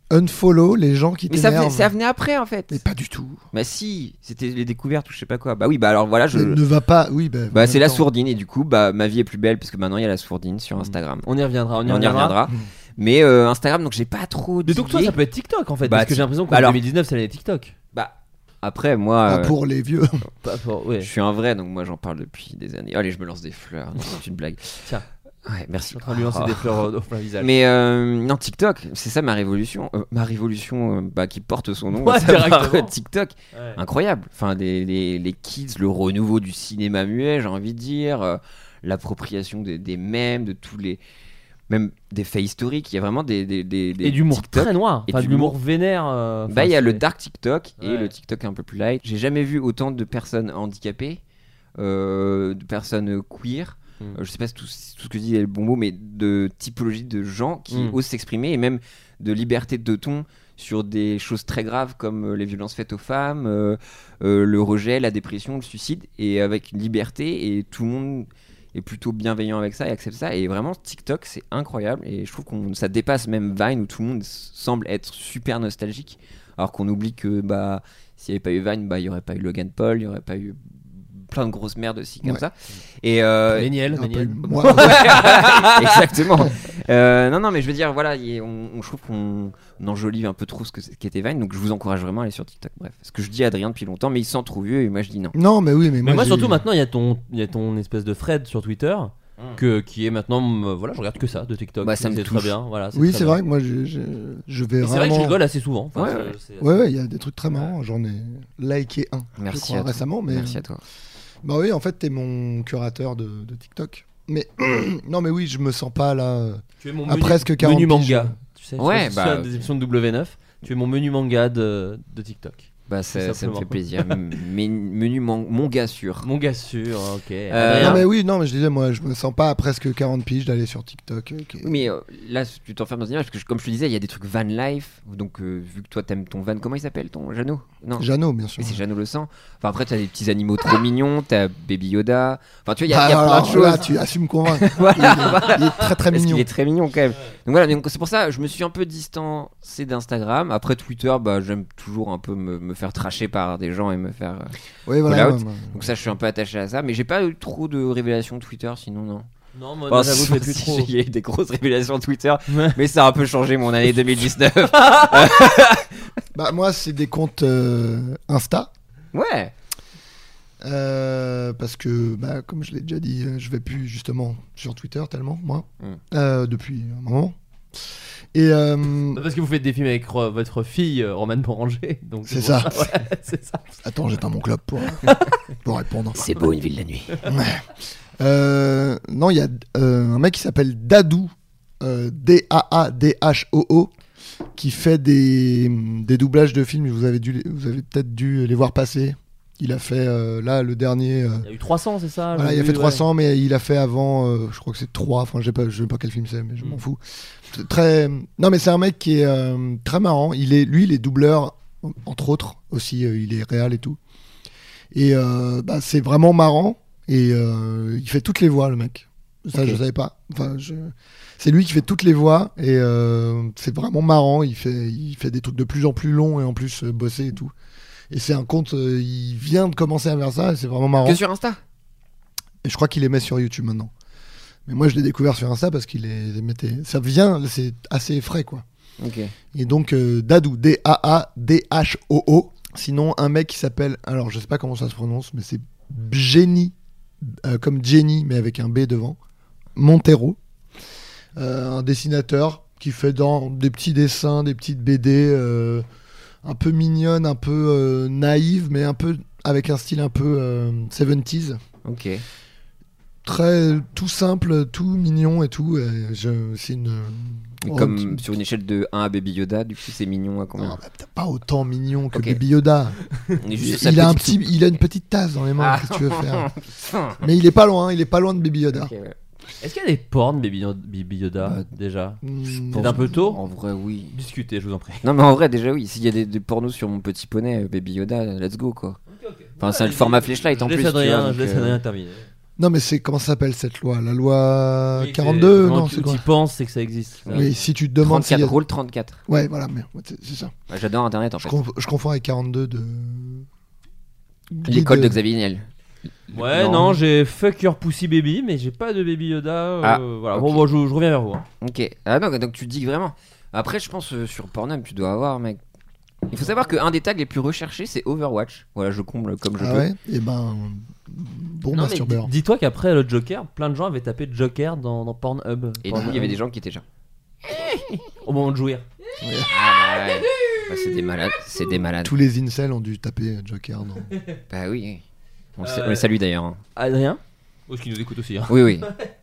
[SPEAKER 6] unfollow les gens qui
[SPEAKER 5] Mais ça venait,
[SPEAKER 6] t'énervent.
[SPEAKER 5] ça venait après, en fait.
[SPEAKER 6] Mais pas du tout.
[SPEAKER 5] Bah si, c'était les découvertes ou je sais pas quoi. Bah oui, bah alors voilà, je.
[SPEAKER 6] Ne, ne va pas. Oui, bah, en
[SPEAKER 5] Bah c'est
[SPEAKER 6] même
[SPEAKER 5] la
[SPEAKER 6] temps.
[SPEAKER 5] sourdine et du coup bah ma vie est plus belle parce que maintenant il y a la sourdine sur Instagram.
[SPEAKER 4] On y reviendra. Mm. On y
[SPEAKER 5] On, y
[SPEAKER 4] reviendra.
[SPEAKER 5] reviendra.
[SPEAKER 6] Mm.
[SPEAKER 5] Mais euh, Instagram donc j'ai pas trop.
[SPEAKER 4] Mais donc toi,
[SPEAKER 5] digué.
[SPEAKER 4] ça peut être TikTok en fait,
[SPEAKER 5] Bah,
[SPEAKER 4] parce que
[SPEAKER 5] si-
[SPEAKER 4] j'ai l'impression qu'en
[SPEAKER 5] bah, alors-
[SPEAKER 4] 2019 c'est l'année TikTok.
[SPEAKER 5] Bah après moi
[SPEAKER 6] Ah,
[SPEAKER 5] euh,
[SPEAKER 6] pour les vieux.
[SPEAKER 4] Pas pour- ouais.
[SPEAKER 5] je suis un vrai donc moi j'en parle depuis des années. Allez je me lance des fleurs. c'est une blague.
[SPEAKER 4] *laughs* Tiens.
[SPEAKER 5] Ouais
[SPEAKER 4] Je
[SPEAKER 5] merci.
[SPEAKER 4] suis en train de lui lancer
[SPEAKER 5] Oh.
[SPEAKER 4] des fleurs euh, au plein visage.
[SPEAKER 5] Mais euh, non TikTok c'est ça ma révolution Euh, ma révolution euh, bah qui porte son nom.
[SPEAKER 4] Ouais,
[SPEAKER 5] *laughs* à savoir,
[SPEAKER 4] directement.
[SPEAKER 5] TikTok.
[SPEAKER 4] Ouais.
[SPEAKER 5] incroyable. Enfin, les, les- les kids, le renouveau du cinéma muet, j'ai envie de dire, euh, l'appropriation des, des mèmes, de tous les. même des faits historiques. Il y a vraiment des. des, des, des
[SPEAKER 4] Et d'humour
[SPEAKER 5] TikTok.
[SPEAKER 4] très noir.
[SPEAKER 5] Et
[SPEAKER 4] Enfin,
[SPEAKER 5] du
[SPEAKER 4] d'humour vénère. euh, enfin,
[SPEAKER 5] Bah, il y a
[SPEAKER 4] c'est-
[SPEAKER 5] le dark TikTok et
[SPEAKER 4] Ouais.
[SPEAKER 5] le TikTok un peu plus light. J'ai jamais vu autant de personnes handicapées, euh, de personnes queer.
[SPEAKER 4] Mm.
[SPEAKER 5] Euh, je sais pas si tout, si tout ce que je dis est le bon mot, mais de typologie de gens qui
[SPEAKER 4] Mm.
[SPEAKER 5] osent s'exprimer et même de liberté de ton sur des choses très graves comme euh, les violences faites aux femmes, euh, euh, le rejet, la dépression, le suicide, et avec une liberté et tout le monde est plutôt bienveillant avec ça et accepte ça. Et vraiment, TikTok, c'est incroyable. Et je trouve qu'on ça dépasse même Vine où tout le monde s- semble être super nostalgique. Alors qu'on oublie que bah, s'il n'y avait pas eu Vine, bah, il n'y aurait pas eu Logan Paul, il n'y aurait pas eu plein de grosses merdes aussi comme
[SPEAKER 6] Ouais.
[SPEAKER 5] ça. Et *laughs* euh,
[SPEAKER 4] Méniel,
[SPEAKER 6] Un peu
[SPEAKER 4] Méniel.
[SPEAKER 6] moi.
[SPEAKER 5] Exactement. Euh, non, non, mais je veux dire, voilà, il est- on, on- je trouve qu'on on enjolive un peu trop ce que c'est- qu'était Vine, donc je vous encourage vraiment à aller sur TikTok. Bref, ce que je dis à Adrien depuis longtemps, mais il sent trop vieux et moi je dis non.
[SPEAKER 6] Non, mais oui, mais,
[SPEAKER 4] Mais moi,
[SPEAKER 6] j'ai- Ah.
[SPEAKER 4] surtout maintenant, il y a ton, il y a ton espèce de Fred sur Twitter que qui est maintenant, euh, voilà, je regarde que ça de TikTok.
[SPEAKER 5] Bah, ça me
[SPEAKER 4] c'est très
[SPEAKER 5] touche.
[SPEAKER 4] bien, voilà.
[SPEAKER 6] Oui,
[SPEAKER 4] très
[SPEAKER 6] c'est
[SPEAKER 4] bien.
[SPEAKER 6] vrai que moi, je, je, je vais
[SPEAKER 4] Et C'est vrai
[SPEAKER 6] vraiment.
[SPEAKER 4] que je rigole assez souvent. Enfin,
[SPEAKER 5] Ouais,
[SPEAKER 4] c'est-
[SPEAKER 5] ouais.
[SPEAKER 4] c'est-
[SPEAKER 6] Ouais, ouais, il y a des trucs très marrants. J'en ai liké un. je
[SPEAKER 5] Merci
[SPEAKER 6] crois,
[SPEAKER 5] à toi.
[SPEAKER 6] récemment, mais
[SPEAKER 5] Merci à toi.
[SPEAKER 6] Bah oui, en fait, t'es mon curateur de, de TikTok. Mais *clears throat* non, mais oui, je me sens pas là.
[SPEAKER 4] Tu es mon
[SPEAKER 6] À
[SPEAKER 4] menu,
[SPEAKER 6] presque 40
[SPEAKER 4] menu
[SPEAKER 6] piges.
[SPEAKER 4] manga. Tu sais,
[SPEAKER 5] Ouais,
[SPEAKER 4] sur-
[SPEAKER 5] bah-
[SPEAKER 4] sur des émissions de W9. Tu es mon menu manga de, de TikTok.
[SPEAKER 5] Bah,
[SPEAKER 4] Tout
[SPEAKER 5] ça, ça me
[SPEAKER 4] simplement.
[SPEAKER 5] fait plaisir. M- men- Menu mon, mon gars sûr.
[SPEAKER 4] Mon gars sûr, ok. Ah,
[SPEAKER 5] Euh,
[SPEAKER 6] Non,
[SPEAKER 4] Adrien,
[SPEAKER 6] mais oui, non, mais je disais, moi, je me sens pas à presque 40 piges d'aller sur TikTok. euh, qui-
[SPEAKER 5] Oui, Mais euh, là, tu t'enfermes dans une image parce que, je- comme je te disais, il y a des trucs van life. Donc, euh, vu que toi, t'aimes ton van, comment il s'appelle ton Jeannot Non,
[SPEAKER 6] Jeannot, bien sûr.
[SPEAKER 5] mais c'est Jeannot le sang. Enfin, après, t'as des petits animaux trop mignons, t'as Baby Yoda. Enfin, tu vois, il y a, il y a plein
[SPEAKER 6] Ah,
[SPEAKER 5] de
[SPEAKER 6] alors
[SPEAKER 5] choses.
[SPEAKER 6] Là, tu assumes convaincre.
[SPEAKER 5] *laughs* Voilà,
[SPEAKER 6] Il est-
[SPEAKER 5] voilà.
[SPEAKER 6] Il est très très
[SPEAKER 5] Parce
[SPEAKER 6] mignon.
[SPEAKER 5] qu'il est très mignon quand même. Donc voilà, donc c'est pour ça je me suis un peu distancé d'Instagram. Après Twitter, bah, j'aime toujours un peu me, me faire tracher par des gens et me faire. euh,
[SPEAKER 6] Oui, voilà.
[SPEAKER 5] Call
[SPEAKER 6] ouais,
[SPEAKER 5] out.
[SPEAKER 6] ouais.
[SPEAKER 5] Donc ça, je suis un peu attaché à ça. Mais j'ai pas eu trop de révélations Twitter sinon, non.
[SPEAKER 4] Oh Non, moi,
[SPEAKER 5] Enfin,
[SPEAKER 4] j'avoue, je fais plus
[SPEAKER 5] si,
[SPEAKER 4] trop.
[SPEAKER 5] Il y a eu des grosses révélations Twitter,
[SPEAKER 4] Ouais. *laughs*
[SPEAKER 5] mais ça a un peu changé mon année 2019.
[SPEAKER 6] Bah, moi, c'est des comptes euh, Insta.
[SPEAKER 5] Ouais.
[SPEAKER 6] Euh, parce que, bah, comme je l'ai déjà dit, euh, je vais plus justement sur Twitter tellement, moi,
[SPEAKER 5] Mm.
[SPEAKER 6] Euh, depuis un moment. Et euh,
[SPEAKER 4] Bah, Parce que vous faites des films avec euh, votre fille, euh, Romane Boranger. donc
[SPEAKER 6] C'est
[SPEAKER 4] bon,
[SPEAKER 6] ça.
[SPEAKER 4] ouais, c'est ça. *laughs*
[SPEAKER 6] attends, j'éteins mon club pour, *laughs* pour répondre.
[SPEAKER 5] C'est beau une ville la nuit.
[SPEAKER 6] Euh, non, il y a euh, un mec qui s'appelle Dadou, euh, D-A-A-D-H-O-O, qui fait des, des doublages de films. Vous avez, dû, les- vous avez peut-être dû les voir passer. Il a fait, euh, là, le dernier. euh,
[SPEAKER 4] Il y a eu 300, c'est ça
[SPEAKER 6] Voilà,
[SPEAKER 4] j'ai
[SPEAKER 6] il a
[SPEAKER 4] vu,
[SPEAKER 6] fait
[SPEAKER 4] ouais.
[SPEAKER 6] 300, mais il a fait avant, euh, je crois que c'est 3, enfin, je sais pas, je sais pas quel film c'est, mais je
[SPEAKER 4] Mm.
[SPEAKER 6] m'en fous. C'est Très... Non, mais c'est un mec qui est euh, très marrant. Il est, lui, il est doubleur, entre autres, aussi, euh, il est réel et tout. Et euh, bah, c'est vraiment marrant, et euh, il fait toutes les voix, le mec. Ça, je savais pas. Enfin, je... C'est lui qui fait toutes les voix, et euh, c'est vraiment marrant. Il fait, il fait des trucs de plus en plus longs, et en plus, euh, bossés et tout. Et c'est un compte, euh, il vient de commencer à faire ça, et c'est vraiment marrant.
[SPEAKER 5] Que sur Insta
[SPEAKER 6] Et je crois qu'il les met sur YouTube maintenant. Mais moi, je l'ai découvert sur Insta parce qu'il les les mettait. Ça vient, c'est assez frais, quoi.
[SPEAKER 5] Ok.
[SPEAKER 6] Et donc, euh, Dadou, D-A-A-D-H-O-O. Sinon, un mec qui s'appelle. Alors, je sais pas comment ça se prononce, mais c'est Jenny. euh, comme Jenny, mais avec un B devant. Montero. Euh, un dessinateur qui fait dans des petits dessins, des petites BD. euh, un peu mignonne, un peu euh, naïve, mais un peu avec un style un peu euh, 70s
[SPEAKER 5] Ok.
[SPEAKER 6] très tout simple, tout mignon et tout. et je, c'est une.
[SPEAKER 5] Mais
[SPEAKER 6] Oh,
[SPEAKER 5] comme
[SPEAKER 6] tu-
[SPEAKER 5] sur une échelle de 1 à Baby Yoda, du coup c'est mignon à
[SPEAKER 6] Ah,
[SPEAKER 5] combien
[SPEAKER 6] bah, t'as pas autant mignon que
[SPEAKER 5] Ok.
[SPEAKER 6] Baby Yoda.
[SPEAKER 5] On est juste
[SPEAKER 6] il
[SPEAKER 5] sa
[SPEAKER 6] a un petit,
[SPEAKER 5] petite
[SPEAKER 6] il a une petite tasse dans les mains.
[SPEAKER 5] Ah.
[SPEAKER 6] Qu'est-ce que tu veux
[SPEAKER 5] *laughs*
[SPEAKER 6] faire
[SPEAKER 5] Putain.
[SPEAKER 6] Mais il est pas loin. Il est pas loin de Baby Yoda.
[SPEAKER 5] Ok, ouais.
[SPEAKER 4] Est-ce qu'il y a des pornes, Baby Yoda, Baby Yoda,
[SPEAKER 6] Bah,
[SPEAKER 4] déjà
[SPEAKER 6] Hmm,
[SPEAKER 4] C'est un peu tôt
[SPEAKER 5] En vrai, oui.
[SPEAKER 4] Discutez, je vous en prie.
[SPEAKER 5] Non, mais en vrai, déjà, oui. S'il y a des, des pornos sur mon petit poney, euh, Baby Yoda, let's go, quoi. Enfin, c'est le format flashlight en
[SPEAKER 4] Je
[SPEAKER 5] plus.
[SPEAKER 4] laisse
[SPEAKER 5] tu vois,
[SPEAKER 4] Adrien,
[SPEAKER 5] donc,
[SPEAKER 4] je laisse
[SPEAKER 5] euh,
[SPEAKER 4] Adrien terminer.
[SPEAKER 6] Non, mais c'est comment ça s'appelle cette loi La loi
[SPEAKER 4] Oui,
[SPEAKER 6] 42
[SPEAKER 5] euh,
[SPEAKER 4] c'est-
[SPEAKER 6] Euh, Non,
[SPEAKER 4] tu-
[SPEAKER 6] c'est quoi
[SPEAKER 4] Tu penses, c'est que ça existe.
[SPEAKER 6] Oui, si tu te demandes. s'il
[SPEAKER 5] 34,
[SPEAKER 6] y a-
[SPEAKER 5] rôle 34.
[SPEAKER 6] Ouais, voilà, mais ouais, c'est c'est ça.
[SPEAKER 5] Bah, J'adore Internet, en
[SPEAKER 6] Je,
[SPEAKER 5] fait.
[SPEAKER 6] conf- je confonds avec 42 de.
[SPEAKER 5] L'école de
[SPEAKER 6] Guide-
[SPEAKER 5] Xavier Niel.
[SPEAKER 4] Ouais, non,
[SPEAKER 5] Euh, Non.
[SPEAKER 4] j'ai fuck your pussy baby, mais j'ai pas de baby Yoda. euh,
[SPEAKER 5] Ah,
[SPEAKER 4] voilà,
[SPEAKER 5] ok.
[SPEAKER 4] bon, bon, je, je reviens vers vous. hein.
[SPEAKER 5] Ok. Ah non, donc tu dis vraiment. Après, je pense euh, sur Pornhub, tu dois avoir, mec. Il faut savoir qu'un des tags les plus recherchés, c'est Overwatch. Voilà, je comble comme je
[SPEAKER 6] Ah
[SPEAKER 5] peux.
[SPEAKER 6] ouais Et ben. Bon
[SPEAKER 4] Non, mais
[SPEAKER 6] masturbeur.
[SPEAKER 4] di- Dis-toi qu'après le Joker, plein de gens avaient tapé Joker dans, dans Pornhub.
[SPEAKER 5] Et du
[SPEAKER 4] Pornhub.
[SPEAKER 5] coup, il y avait des gens qui étaient genre.
[SPEAKER 4] Au moment de jouir.
[SPEAKER 5] Ah, bah, ouais. Bah, c'est des malades. C'est des malades.
[SPEAKER 6] Tous les incels ont dû taper Joker dans.
[SPEAKER 5] Bah oui. On, le sa-
[SPEAKER 4] Euh,
[SPEAKER 5] on les salue d'ailleurs. hein.
[SPEAKER 4] Adrien Ou Oh, ce qui nous écoute aussi. hein.
[SPEAKER 5] Oui, oui.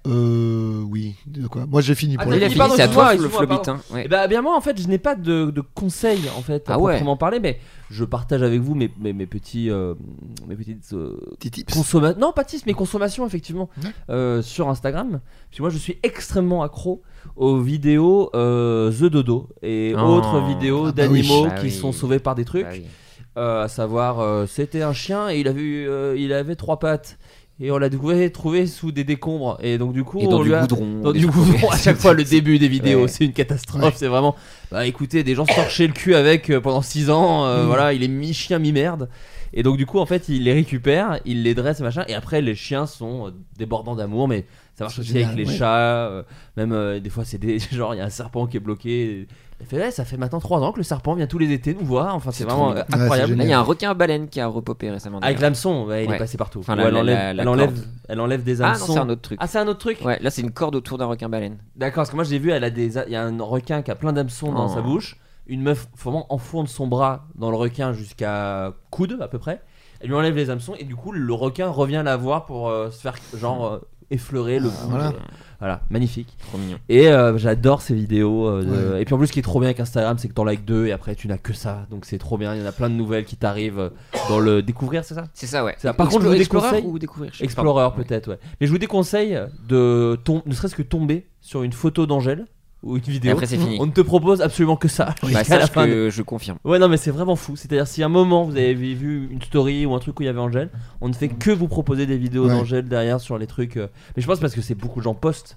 [SPEAKER 6] Euh. Oui. De quoi Moi, j'ai fini pour
[SPEAKER 4] Attends,
[SPEAKER 6] les
[SPEAKER 4] il a
[SPEAKER 6] films.
[SPEAKER 4] fini, pardon,
[SPEAKER 5] c'est à
[SPEAKER 4] excuse-moi,
[SPEAKER 5] toi, le
[SPEAKER 4] excuse-moi,
[SPEAKER 5] flobit. hein. Ouais.
[SPEAKER 4] Et bah, bien moi en fait je n'ai pas de, de conseils en fait à
[SPEAKER 5] Ah ouais.
[SPEAKER 4] proprement parler mais je partage avec vous mes, mes, mes petits euh, mes petites euh,
[SPEAKER 6] Petit tips.
[SPEAKER 4] consommations non pas tips mais consommations effectivement
[SPEAKER 6] Ouais.
[SPEAKER 4] euh, sur Instagram parce que moi je suis extrêmement accro aux vidéos euh, The Dodo et
[SPEAKER 5] Oh.
[SPEAKER 4] autres vidéos
[SPEAKER 6] Ah bah oui.
[SPEAKER 4] d'animaux
[SPEAKER 5] Bah
[SPEAKER 4] qui
[SPEAKER 5] oui.
[SPEAKER 4] sont sauvés par des trucs
[SPEAKER 5] Bah oui.
[SPEAKER 4] Euh, à savoir euh, c'était un chien et il avait eu, euh, il avait trois pattes et on l'a découvert trouvé sous des décombres et donc du coup
[SPEAKER 5] Et dans
[SPEAKER 4] on
[SPEAKER 5] du
[SPEAKER 4] lui a-
[SPEAKER 5] goudron.
[SPEAKER 4] dans
[SPEAKER 5] des *laughs*
[SPEAKER 4] du
[SPEAKER 5] trucs
[SPEAKER 4] goudron,
[SPEAKER 5] comme
[SPEAKER 4] *laughs*
[SPEAKER 5] ça.
[SPEAKER 4] à chaque fois le début des vidéos
[SPEAKER 5] Ouais.
[SPEAKER 4] c'est une catastrophe
[SPEAKER 6] Ouais.
[SPEAKER 4] c'est vraiment bah écoutez des gens se torchaient le cul avec euh, pendant 6 ans euh,
[SPEAKER 6] Mm.
[SPEAKER 4] voilà il est mi chien mi merde et donc du coup en fait il les récupère il les dresse machin et après les chiens sont euh, débordants d'amour mais ça marche
[SPEAKER 6] C'est
[SPEAKER 4] aussi
[SPEAKER 6] génial,
[SPEAKER 4] avec les
[SPEAKER 6] ouais.
[SPEAKER 4] chats euh, même euh, des fois c'est des *laughs* genre il y a un serpent qui est bloqué Elle fait, ouais, ça fait maintenant 3 ans que le serpent vient tous les étés nous voir enfin c'est
[SPEAKER 5] C'est
[SPEAKER 4] vraiment
[SPEAKER 5] trop
[SPEAKER 4] euh,
[SPEAKER 6] mignon. Ouais,
[SPEAKER 4] incroyable
[SPEAKER 6] c'est
[SPEAKER 5] Là, il y a un requin à baleine qui a repopé récemment.
[SPEAKER 4] avec
[SPEAKER 5] d'ailleurs.
[SPEAKER 4] l'hameçon, ouais, il est
[SPEAKER 5] Ouais.
[SPEAKER 4] passé partout.
[SPEAKER 5] Enfin,
[SPEAKER 4] Ou
[SPEAKER 5] la-
[SPEAKER 4] elle
[SPEAKER 5] la-
[SPEAKER 4] enlève,
[SPEAKER 5] la- la
[SPEAKER 4] elle, enlève,
[SPEAKER 5] corde.
[SPEAKER 4] elle enlève des
[SPEAKER 5] Ah non,
[SPEAKER 4] hameçons.
[SPEAKER 5] c'est un autre truc.
[SPEAKER 4] Ah, c'est un autre truc
[SPEAKER 5] Ouais, là, c'est une corde autour d'un requin baleine.
[SPEAKER 4] D'accord, parce que moi j'ai vu, elle a des, il y a un requin qui a plein d'hameçons dans
[SPEAKER 5] Oh.
[SPEAKER 4] sa bouche. Une meuf vraiment enfourne son bras dans le requin jusqu'à coude à peu près. Elle lui enlève les hameçons et du coup le requin revient la voir pour euh, se faire genre euh, effleurer le.
[SPEAKER 6] voilà.
[SPEAKER 4] Voilà, magnifique.
[SPEAKER 5] Trop mignon.
[SPEAKER 4] Et euh, j'adore ces vidéos. euh, de- Et puis en plus, ce qui est trop bien avec Instagram, c'est que t'en likes deux et après tu n'as que ça. Donc c'est trop bien. Il y en a plein de nouvelles qui t'arrivent euh, dans le découvrir, c'est ça
[SPEAKER 5] C'est ça, ouais.
[SPEAKER 4] Ça, par contre, je vous
[SPEAKER 5] Explorer
[SPEAKER 4] déconseille-
[SPEAKER 5] ou découvrir je sais pas.
[SPEAKER 4] Explorer
[SPEAKER 5] Pardon.
[SPEAKER 4] peut-être, ouais. Mais je vous déconseille de tom- ne serait-ce que tomber sur une photo d'Angèle ou une
[SPEAKER 5] Et
[SPEAKER 4] vidéo.
[SPEAKER 5] après, c'est fini.
[SPEAKER 4] On ne te propose absolument que ça.
[SPEAKER 5] Bah,
[SPEAKER 4] jusqu'à la
[SPEAKER 5] sache
[SPEAKER 4] fin de-
[SPEAKER 5] que je confirme.
[SPEAKER 4] Ouais, non, mais c'est vraiment fou. C'est-à-dire, si à un moment vous avez vu une story ou un truc où il y avait Angèle, on ne fait que vous proposer des vidéos
[SPEAKER 6] Ouais.
[SPEAKER 4] d'Angèle derrière sur les trucs. euh, Mais je pense parce que c'est beaucoup de gens postent.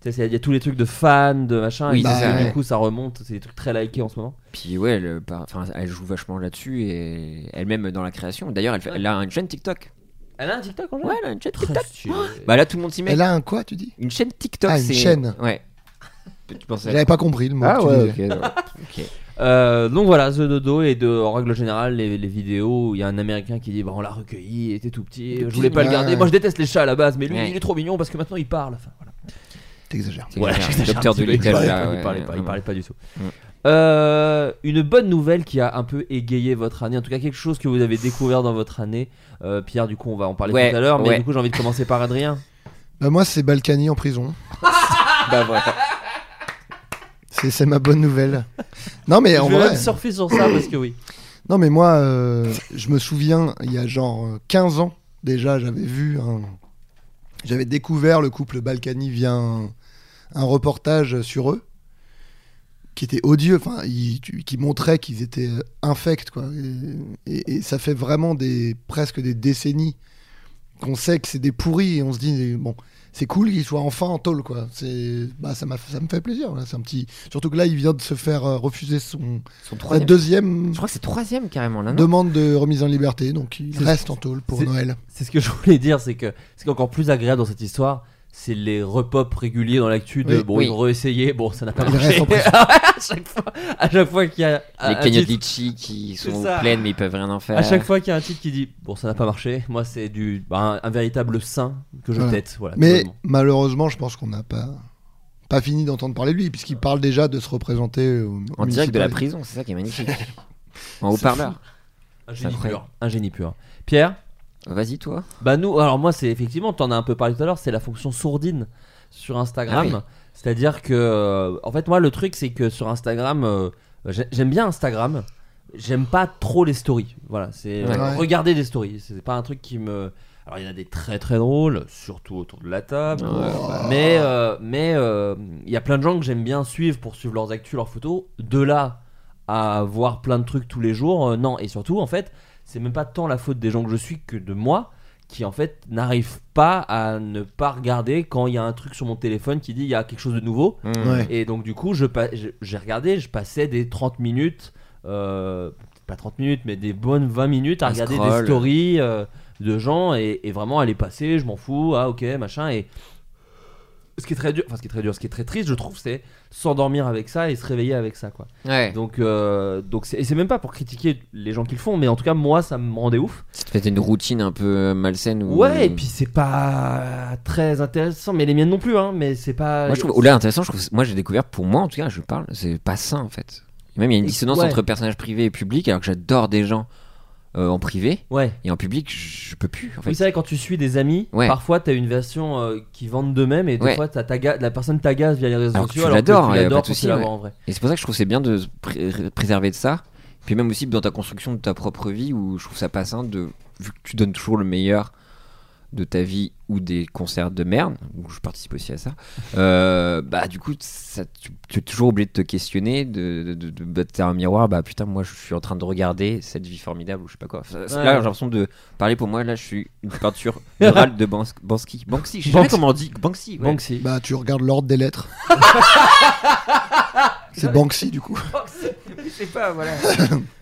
[SPEAKER 4] Tu sais, c'est- Il y a tous les trucs de fans, de machin.
[SPEAKER 5] Oui,
[SPEAKER 4] et
[SPEAKER 6] c'est
[SPEAKER 4] du
[SPEAKER 6] ça,
[SPEAKER 4] coup,
[SPEAKER 6] ouais.
[SPEAKER 4] Du coup, ça remonte. C'est des trucs très likés en ce moment.
[SPEAKER 5] Puis ouais, elle, par- enfin, elle joue vachement là-dessus et elle-même dans la création. D'ailleurs, elle, fait- elle a une chaîne TikTok.
[SPEAKER 4] Elle a un TikTok, Angèle
[SPEAKER 5] Ouais, elle a une chaîne TikTok.
[SPEAKER 4] Précieux.
[SPEAKER 5] Bah là, tout le monde s'y met.
[SPEAKER 6] Elle a un quoi, tu dis
[SPEAKER 5] Une chaîne TikTok.
[SPEAKER 6] Ah, une
[SPEAKER 5] c'est-
[SPEAKER 6] chaîne.
[SPEAKER 5] Ouais. Tu pensais à-
[SPEAKER 6] J'avais pas compris le mot. que
[SPEAKER 5] Ah
[SPEAKER 6] tu
[SPEAKER 5] ouais,
[SPEAKER 6] disais.
[SPEAKER 5] ok. d'accord. Ok.
[SPEAKER 4] Euh, donc voilà, The Dodo et de, en règle générale, les, les vidéos, où il y a un américain qui dit bah, on l'a recueilli, il était tout petit, je voulais pas le
[SPEAKER 6] ouais,
[SPEAKER 4] garder.
[SPEAKER 6] ouais.
[SPEAKER 4] Moi je déteste les chats à la base, mais lui
[SPEAKER 5] Ouais.
[SPEAKER 4] il est trop mignon parce que maintenant il parle. Enfin, voilà.
[SPEAKER 6] T'exagères.
[SPEAKER 5] C'est
[SPEAKER 4] Ouais, *laughs*
[SPEAKER 5] clair.
[SPEAKER 4] j'exagère un
[SPEAKER 5] Docteur
[SPEAKER 4] petit
[SPEAKER 5] de
[SPEAKER 4] peu,
[SPEAKER 5] Little,
[SPEAKER 4] il parlait
[SPEAKER 5] là,
[SPEAKER 4] pas,
[SPEAKER 5] ouais,
[SPEAKER 4] il parlait pas, il
[SPEAKER 5] vraiment.
[SPEAKER 4] parlait pas du tout.
[SPEAKER 5] Mm.
[SPEAKER 4] Euh, une bonne nouvelle qui a un peu égayé votre année, en tout cas quelque chose que vous avez découvert dans votre année. Euh, Pierre, du coup, on va en parler
[SPEAKER 5] Ouais,
[SPEAKER 4] tout à l'heure, mais
[SPEAKER 5] ouais.
[SPEAKER 4] du coup, j'ai envie de commencer par
[SPEAKER 6] *laughs*
[SPEAKER 4] Adrien.
[SPEAKER 6] Bah, moi, c'est Balkany en prison.
[SPEAKER 5] Bah, voilà.
[SPEAKER 6] C'est c'est ma bonne nouvelle. Non, mais
[SPEAKER 4] je
[SPEAKER 6] en
[SPEAKER 4] vais
[SPEAKER 6] vrai.
[SPEAKER 4] même surfer sur ça parce que oui.
[SPEAKER 6] Non, mais moi, euh, je me souviens, il y a genre euh, 15 ans, déjà, j'avais vu un. J'avais découvert le couple Balkany via un, un reportage sur eux, qui était odieux, enfin, il- tu- qui montrait qu'ils étaient euh, infects, quoi. Et, et- et ça fait vraiment des, presque des décennies qu'on sait que c'est des pourris, et on se dit, bon. C'est cool qu'ils soient enfin en tôle, quoi. C'est, bah, ça m'a, ça me fait plaisir. voilà. C'est un petit, surtout que là, il vient de se faire euh, refuser son
[SPEAKER 5] Son
[SPEAKER 6] sa
[SPEAKER 5] troisième.
[SPEAKER 6] deuxième
[SPEAKER 5] Euh, Je crois que c'est troisième carrément là. Non
[SPEAKER 6] Demande de remise en liberté, donc il
[SPEAKER 4] C'est-
[SPEAKER 6] reste en tôle pour
[SPEAKER 4] c'est-
[SPEAKER 6] Noël.
[SPEAKER 4] C'est ce que je voulais dire, c'est que ce qui est encore plus agréable dans cette histoire, c'est les repop réguliers dans l'actu de
[SPEAKER 6] Oui.
[SPEAKER 4] bon,
[SPEAKER 5] Oui.
[SPEAKER 4] ils ont réessayé, bon, ça n'a
[SPEAKER 5] *laughs*
[SPEAKER 4] pas
[SPEAKER 6] Il
[SPEAKER 4] marché.
[SPEAKER 6] reste en prison.
[SPEAKER 4] à chaque fois, à chaque fois qu'il y a Ah, un-
[SPEAKER 5] les
[SPEAKER 4] un
[SPEAKER 5] cagnottes
[SPEAKER 4] titre-
[SPEAKER 5] litchi qui
[SPEAKER 4] C'est
[SPEAKER 5] sont
[SPEAKER 4] ça.
[SPEAKER 5] pleines mais ils peuvent rien en faire.
[SPEAKER 4] À chaque fois qu'il y a un titre qui dit bon ça n'a pas marché, moi c'est du bah, un, un véritable saint que je
[SPEAKER 6] Voilà.
[SPEAKER 4] tête. Voilà,
[SPEAKER 6] Mais
[SPEAKER 4] globalement.
[SPEAKER 6] malheureusement, je pense qu'on n'a pas, pas fini d'entendre parler de lui, puisqu'il parle déjà de se représenter au, au
[SPEAKER 5] En direct de la
[SPEAKER 6] municipal.
[SPEAKER 5] prison, c'est ça qui est
[SPEAKER 4] *laughs*
[SPEAKER 5] magnifique. en haut-parleur.
[SPEAKER 4] un génie
[SPEAKER 5] incroyable.
[SPEAKER 4] pur, un génie pur. Pierre,
[SPEAKER 5] Vas-y toi.
[SPEAKER 4] bah nous alors moi c'est effectivement t'en as un peu parlé tout à l'heure, c'est la fonction sourdine sur Instagram.
[SPEAKER 5] Ah oui.
[SPEAKER 4] C'est-à-dire que euh, en fait moi le truc c'est que sur Instagram euh, j'ai- j'aime bien Instagram, j'aime pas trop les stories. Voilà, c'est
[SPEAKER 5] Ouais.
[SPEAKER 6] Ouais.
[SPEAKER 4] regarder des stories, c'est pas un truc qui me alors il y en a des très très drôles, surtout autour de la table. Mais euh, mais euh, il y a plein de gens que j'aime bien suivre pour suivre leurs actus, leurs photos. De là à voir plein de trucs tous les jours, euh, non. Et surtout, en fait, c'est même pas tant la faute des gens que je suis que de moi qui en fait n'arrive pas à ne pas regarder quand il y a un truc sur mon téléphone qui dit il y a quelque chose de nouveau.
[SPEAKER 5] Mmh.
[SPEAKER 6] Ouais.
[SPEAKER 4] Et donc du coup, je pa- je- j'ai regardé, je passais des 30 minutes, euh, pas 30 minutes, mais des bonnes 20 minutes à
[SPEAKER 5] Un
[SPEAKER 4] regarder
[SPEAKER 5] scroll.
[SPEAKER 4] des stories euh, de gens et, et vraiment à les passer, je m'en fous, ah ok, machin. Et ce qui est très dur, enfin ce qui est très dur, ce qui est très triste, je trouve, c'est s'endormir avec ça et se réveiller avec ça, quoi.
[SPEAKER 5] Ouais.
[SPEAKER 4] Donc, euh, donc c'est- et c'est même pas pour critiquer les gens qui le font, mais en tout cas, moi, ça me rendait ouf.
[SPEAKER 5] C'est peut-être une routine un peu euh, malsaine. Ou...
[SPEAKER 4] Ouais, et puis c'est pas très intéressant, mais les miennes non plus, hein, mais c'est pas.
[SPEAKER 5] Moi, je trouve, au-delà intéressant, je trouve, moi j'ai découvert, pour moi en tout cas, je parle, c'est pas sain en fait. Et Même il y a une
[SPEAKER 4] Et-
[SPEAKER 5] dissonance
[SPEAKER 4] ouais.
[SPEAKER 5] entre personnage privé et public, alors que j'adore des gens euh, en privé
[SPEAKER 4] Ouais.
[SPEAKER 5] et en public, je peux plus en fait.
[SPEAKER 4] Oui, c'est vrai, quand tu suis des amis,
[SPEAKER 5] Ouais.
[SPEAKER 4] parfois t'as une version euh, qui vendent d'eux-mêmes et des
[SPEAKER 5] Ouais.
[SPEAKER 4] fois t'as ta ga- la personne t'agace via les réseaux
[SPEAKER 5] Alors que
[SPEAKER 4] sociaux
[SPEAKER 5] tu
[SPEAKER 4] alors que
[SPEAKER 5] l'adores,
[SPEAKER 4] tu
[SPEAKER 5] y a
[SPEAKER 4] l'adores
[SPEAKER 5] pas de
[SPEAKER 4] quand tu
[SPEAKER 5] souci,
[SPEAKER 4] la
[SPEAKER 5] ouais.
[SPEAKER 4] vois en vrai.
[SPEAKER 5] Et c'est pour ça que je trouve que c'est bien de se pré- préserver de ça. Puis même aussi dans ta construction de ta propre vie, où je trouve ça pas sain de. Vu que tu donnes toujours le meilleur de ta vie ou des concerts de merde, où je participe aussi à ça, euh, bah du coup, ça- tu, tu es toujours obligé de te questionner, de, de, de- de- de te faire un miroir, bah putain, moi je suis en train de regarder cette vie formidable ou je sais pas quoi. Ça- ça-
[SPEAKER 4] Ouais.
[SPEAKER 5] Là, j'ai l'impression de parler pour moi, là je suis une
[SPEAKER 4] *laughs*
[SPEAKER 5] peinture murale de Bans- Bansky. Banksy, je sais pas
[SPEAKER 4] Banksy.
[SPEAKER 5] comment on dit, Banksy. ouais.
[SPEAKER 4] Banksy.
[SPEAKER 6] Bah, tu regardes l'ordre
[SPEAKER 4] *laughs*
[SPEAKER 6] des lettres. c'est Banksy, du coup.
[SPEAKER 5] Je sais pas, voilà. *coughs*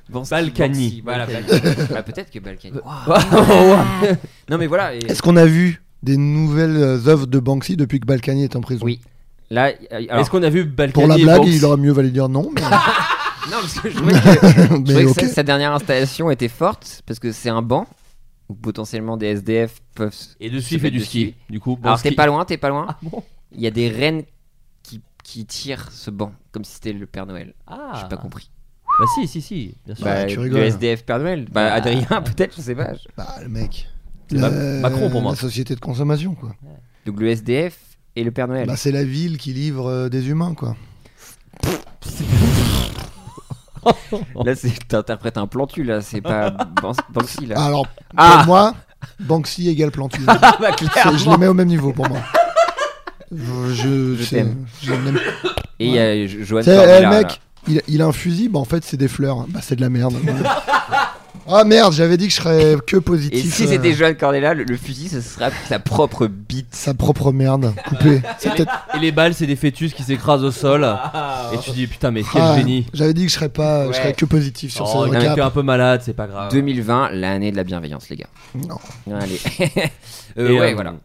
[SPEAKER 5] Bansky,
[SPEAKER 4] Balkany.
[SPEAKER 5] Bansky, Voilà,
[SPEAKER 4] Balkany.
[SPEAKER 5] Balkany. Bah, *laughs* oh, peut-être que Balkany.
[SPEAKER 4] Ouais.
[SPEAKER 5] Non, mais voilà. et-
[SPEAKER 6] Est-ce qu'on a vu des nouvelles euh, œuvres de Banksy depuis que Balkany est en prison
[SPEAKER 5] Oui. Là, euh, alors,
[SPEAKER 4] Est-ce qu'on a vu Balkany
[SPEAKER 6] Pour la
[SPEAKER 4] et
[SPEAKER 6] blague,
[SPEAKER 4] Banksy
[SPEAKER 6] il aurait mieux valu
[SPEAKER 4] *laughs*
[SPEAKER 6] dire non, mais, *laughs*
[SPEAKER 5] non, parce que je trouvais que, je trouvais
[SPEAKER 6] mais
[SPEAKER 5] que
[SPEAKER 6] ok.
[SPEAKER 5] sa, sa dernière installation était forte parce que c'est un banc où potentiellement des SDF peuvent. se-
[SPEAKER 4] Et dessus, il
[SPEAKER 5] se
[SPEAKER 4] fait
[SPEAKER 5] mettre
[SPEAKER 4] du
[SPEAKER 5] dessus.
[SPEAKER 4] ski. Du coup,
[SPEAKER 5] Alors
[SPEAKER 4] Banksy.
[SPEAKER 5] t'es pas loin, t'es pas loin.
[SPEAKER 4] Ah bon
[SPEAKER 5] Il y a des rennes qui, qui tirent ce banc comme si c'était le Père Noël.
[SPEAKER 4] Ah.
[SPEAKER 5] J'ai pas compris.
[SPEAKER 4] Bah si, si, si, bien sûr.
[SPEAKER 6] Bah, tu rigoles.
[SPEAKER 5] Le SDF Père Noël. Bah,
[SPEAKER 4] Ah.
[SPEAKER 5] Adrien, *laughs* peut-être, je sais pas.
[SPEAKER 6] Bah, le mec.
[SPEAKER 4] C'est
[SPEAKER 6] Euh,
[SPEAKER 4] Ma- Macron pour moi.
[SPEAKER 6] La société de consommation, quoi.
[SPEAKER 5] Donc le SDF et le Père Noël.
[SPEAKER 6] Bah, c'est la ville qui livre euh, des humains, quoi.
[SPEAKER 5] Là, c'est- t'interprètes un plan cul, là, c'est pas *laughs* Ban- Banksy, là.
[SPEAKER 6] Alors,
[SPEAKER 5] Ah.
[SPEAKER 6] pour moi, Banksy
[SPEAKER 5] *laughs*
[SPEAKER 6] égale Plantu.
[SPEAKER 5] Ah, bah,
[SPEAKER 6] C'est-
[SPEAKER 5] clairement.
[SPEAKER 6] je les mets au même niveau pour moi. Je, je,
[SPEAKER 5] Je
[SPEAKER 6] c'est-
[SPEAKER 5] t'aime.
[SPEAKER 6] je n'aime-
[SPEAKER 5] Et il y a Jo- Johan
[SPEAKER 6] Tu sais,
[SPEAKER 5] Corbella,
[SPEAKER 6] eh, mec,
[SPEAKER 5] là.
[SPEAKER 6] il, il a un fusil, bah en fait c'est des fleurs. Bah c'est de la
[SPEAKER 5] *laughs*
[SPEAKER 6] merde. ah merde, j'avais dit que je serais que
[SPEAKER 5] Et
[SPEAKER 6] positif.
[SPEAKER 5] si
[SPEAKER 6] euh,
[SPEAKER 5] c'était Johan Cordella, le, le fusil, ce sera sa propre bite.
[SPEAKER 6] Sa propre merde, coupée.
[SPEAKER 5] *laughs*
[SPEAKER 6] C'est peut-être-
[SPEAKER 4] Et les balles, c'est des fœtus qui s'écrasent au sol.
[SPEAKER 5] Ah.
[SPEAKER 4] Et tu dis putain, mais quel
[SPEAKER 6] Ah,
[SPEAKER 4] génie.
[SPEAKER 6] J'avais dit que je serais pas, je
[SPEAKER 5] Ouais.
[SPEAKER 6] serais que positif sur
[SPEAKER 4] Oh,
[SPEAKER 6] ce
[SPEAKER 4] il était
[SPEAKER 6] recap.
[SPEAKER 4] un peu malade, c'est pas grave.
[SPEAKER 6] *laughs*
[SPEAKER 5] 2020, l'année de la bienveillance, les gars.
[SPEAKER 6] Non.
[SPEAKER 5] Allez.
[SPEAKER 4] Et,
[SPEAKER 5] Euh, ouais,
[SPEAKER 4] euh,
[SPEAKER 5] voilà.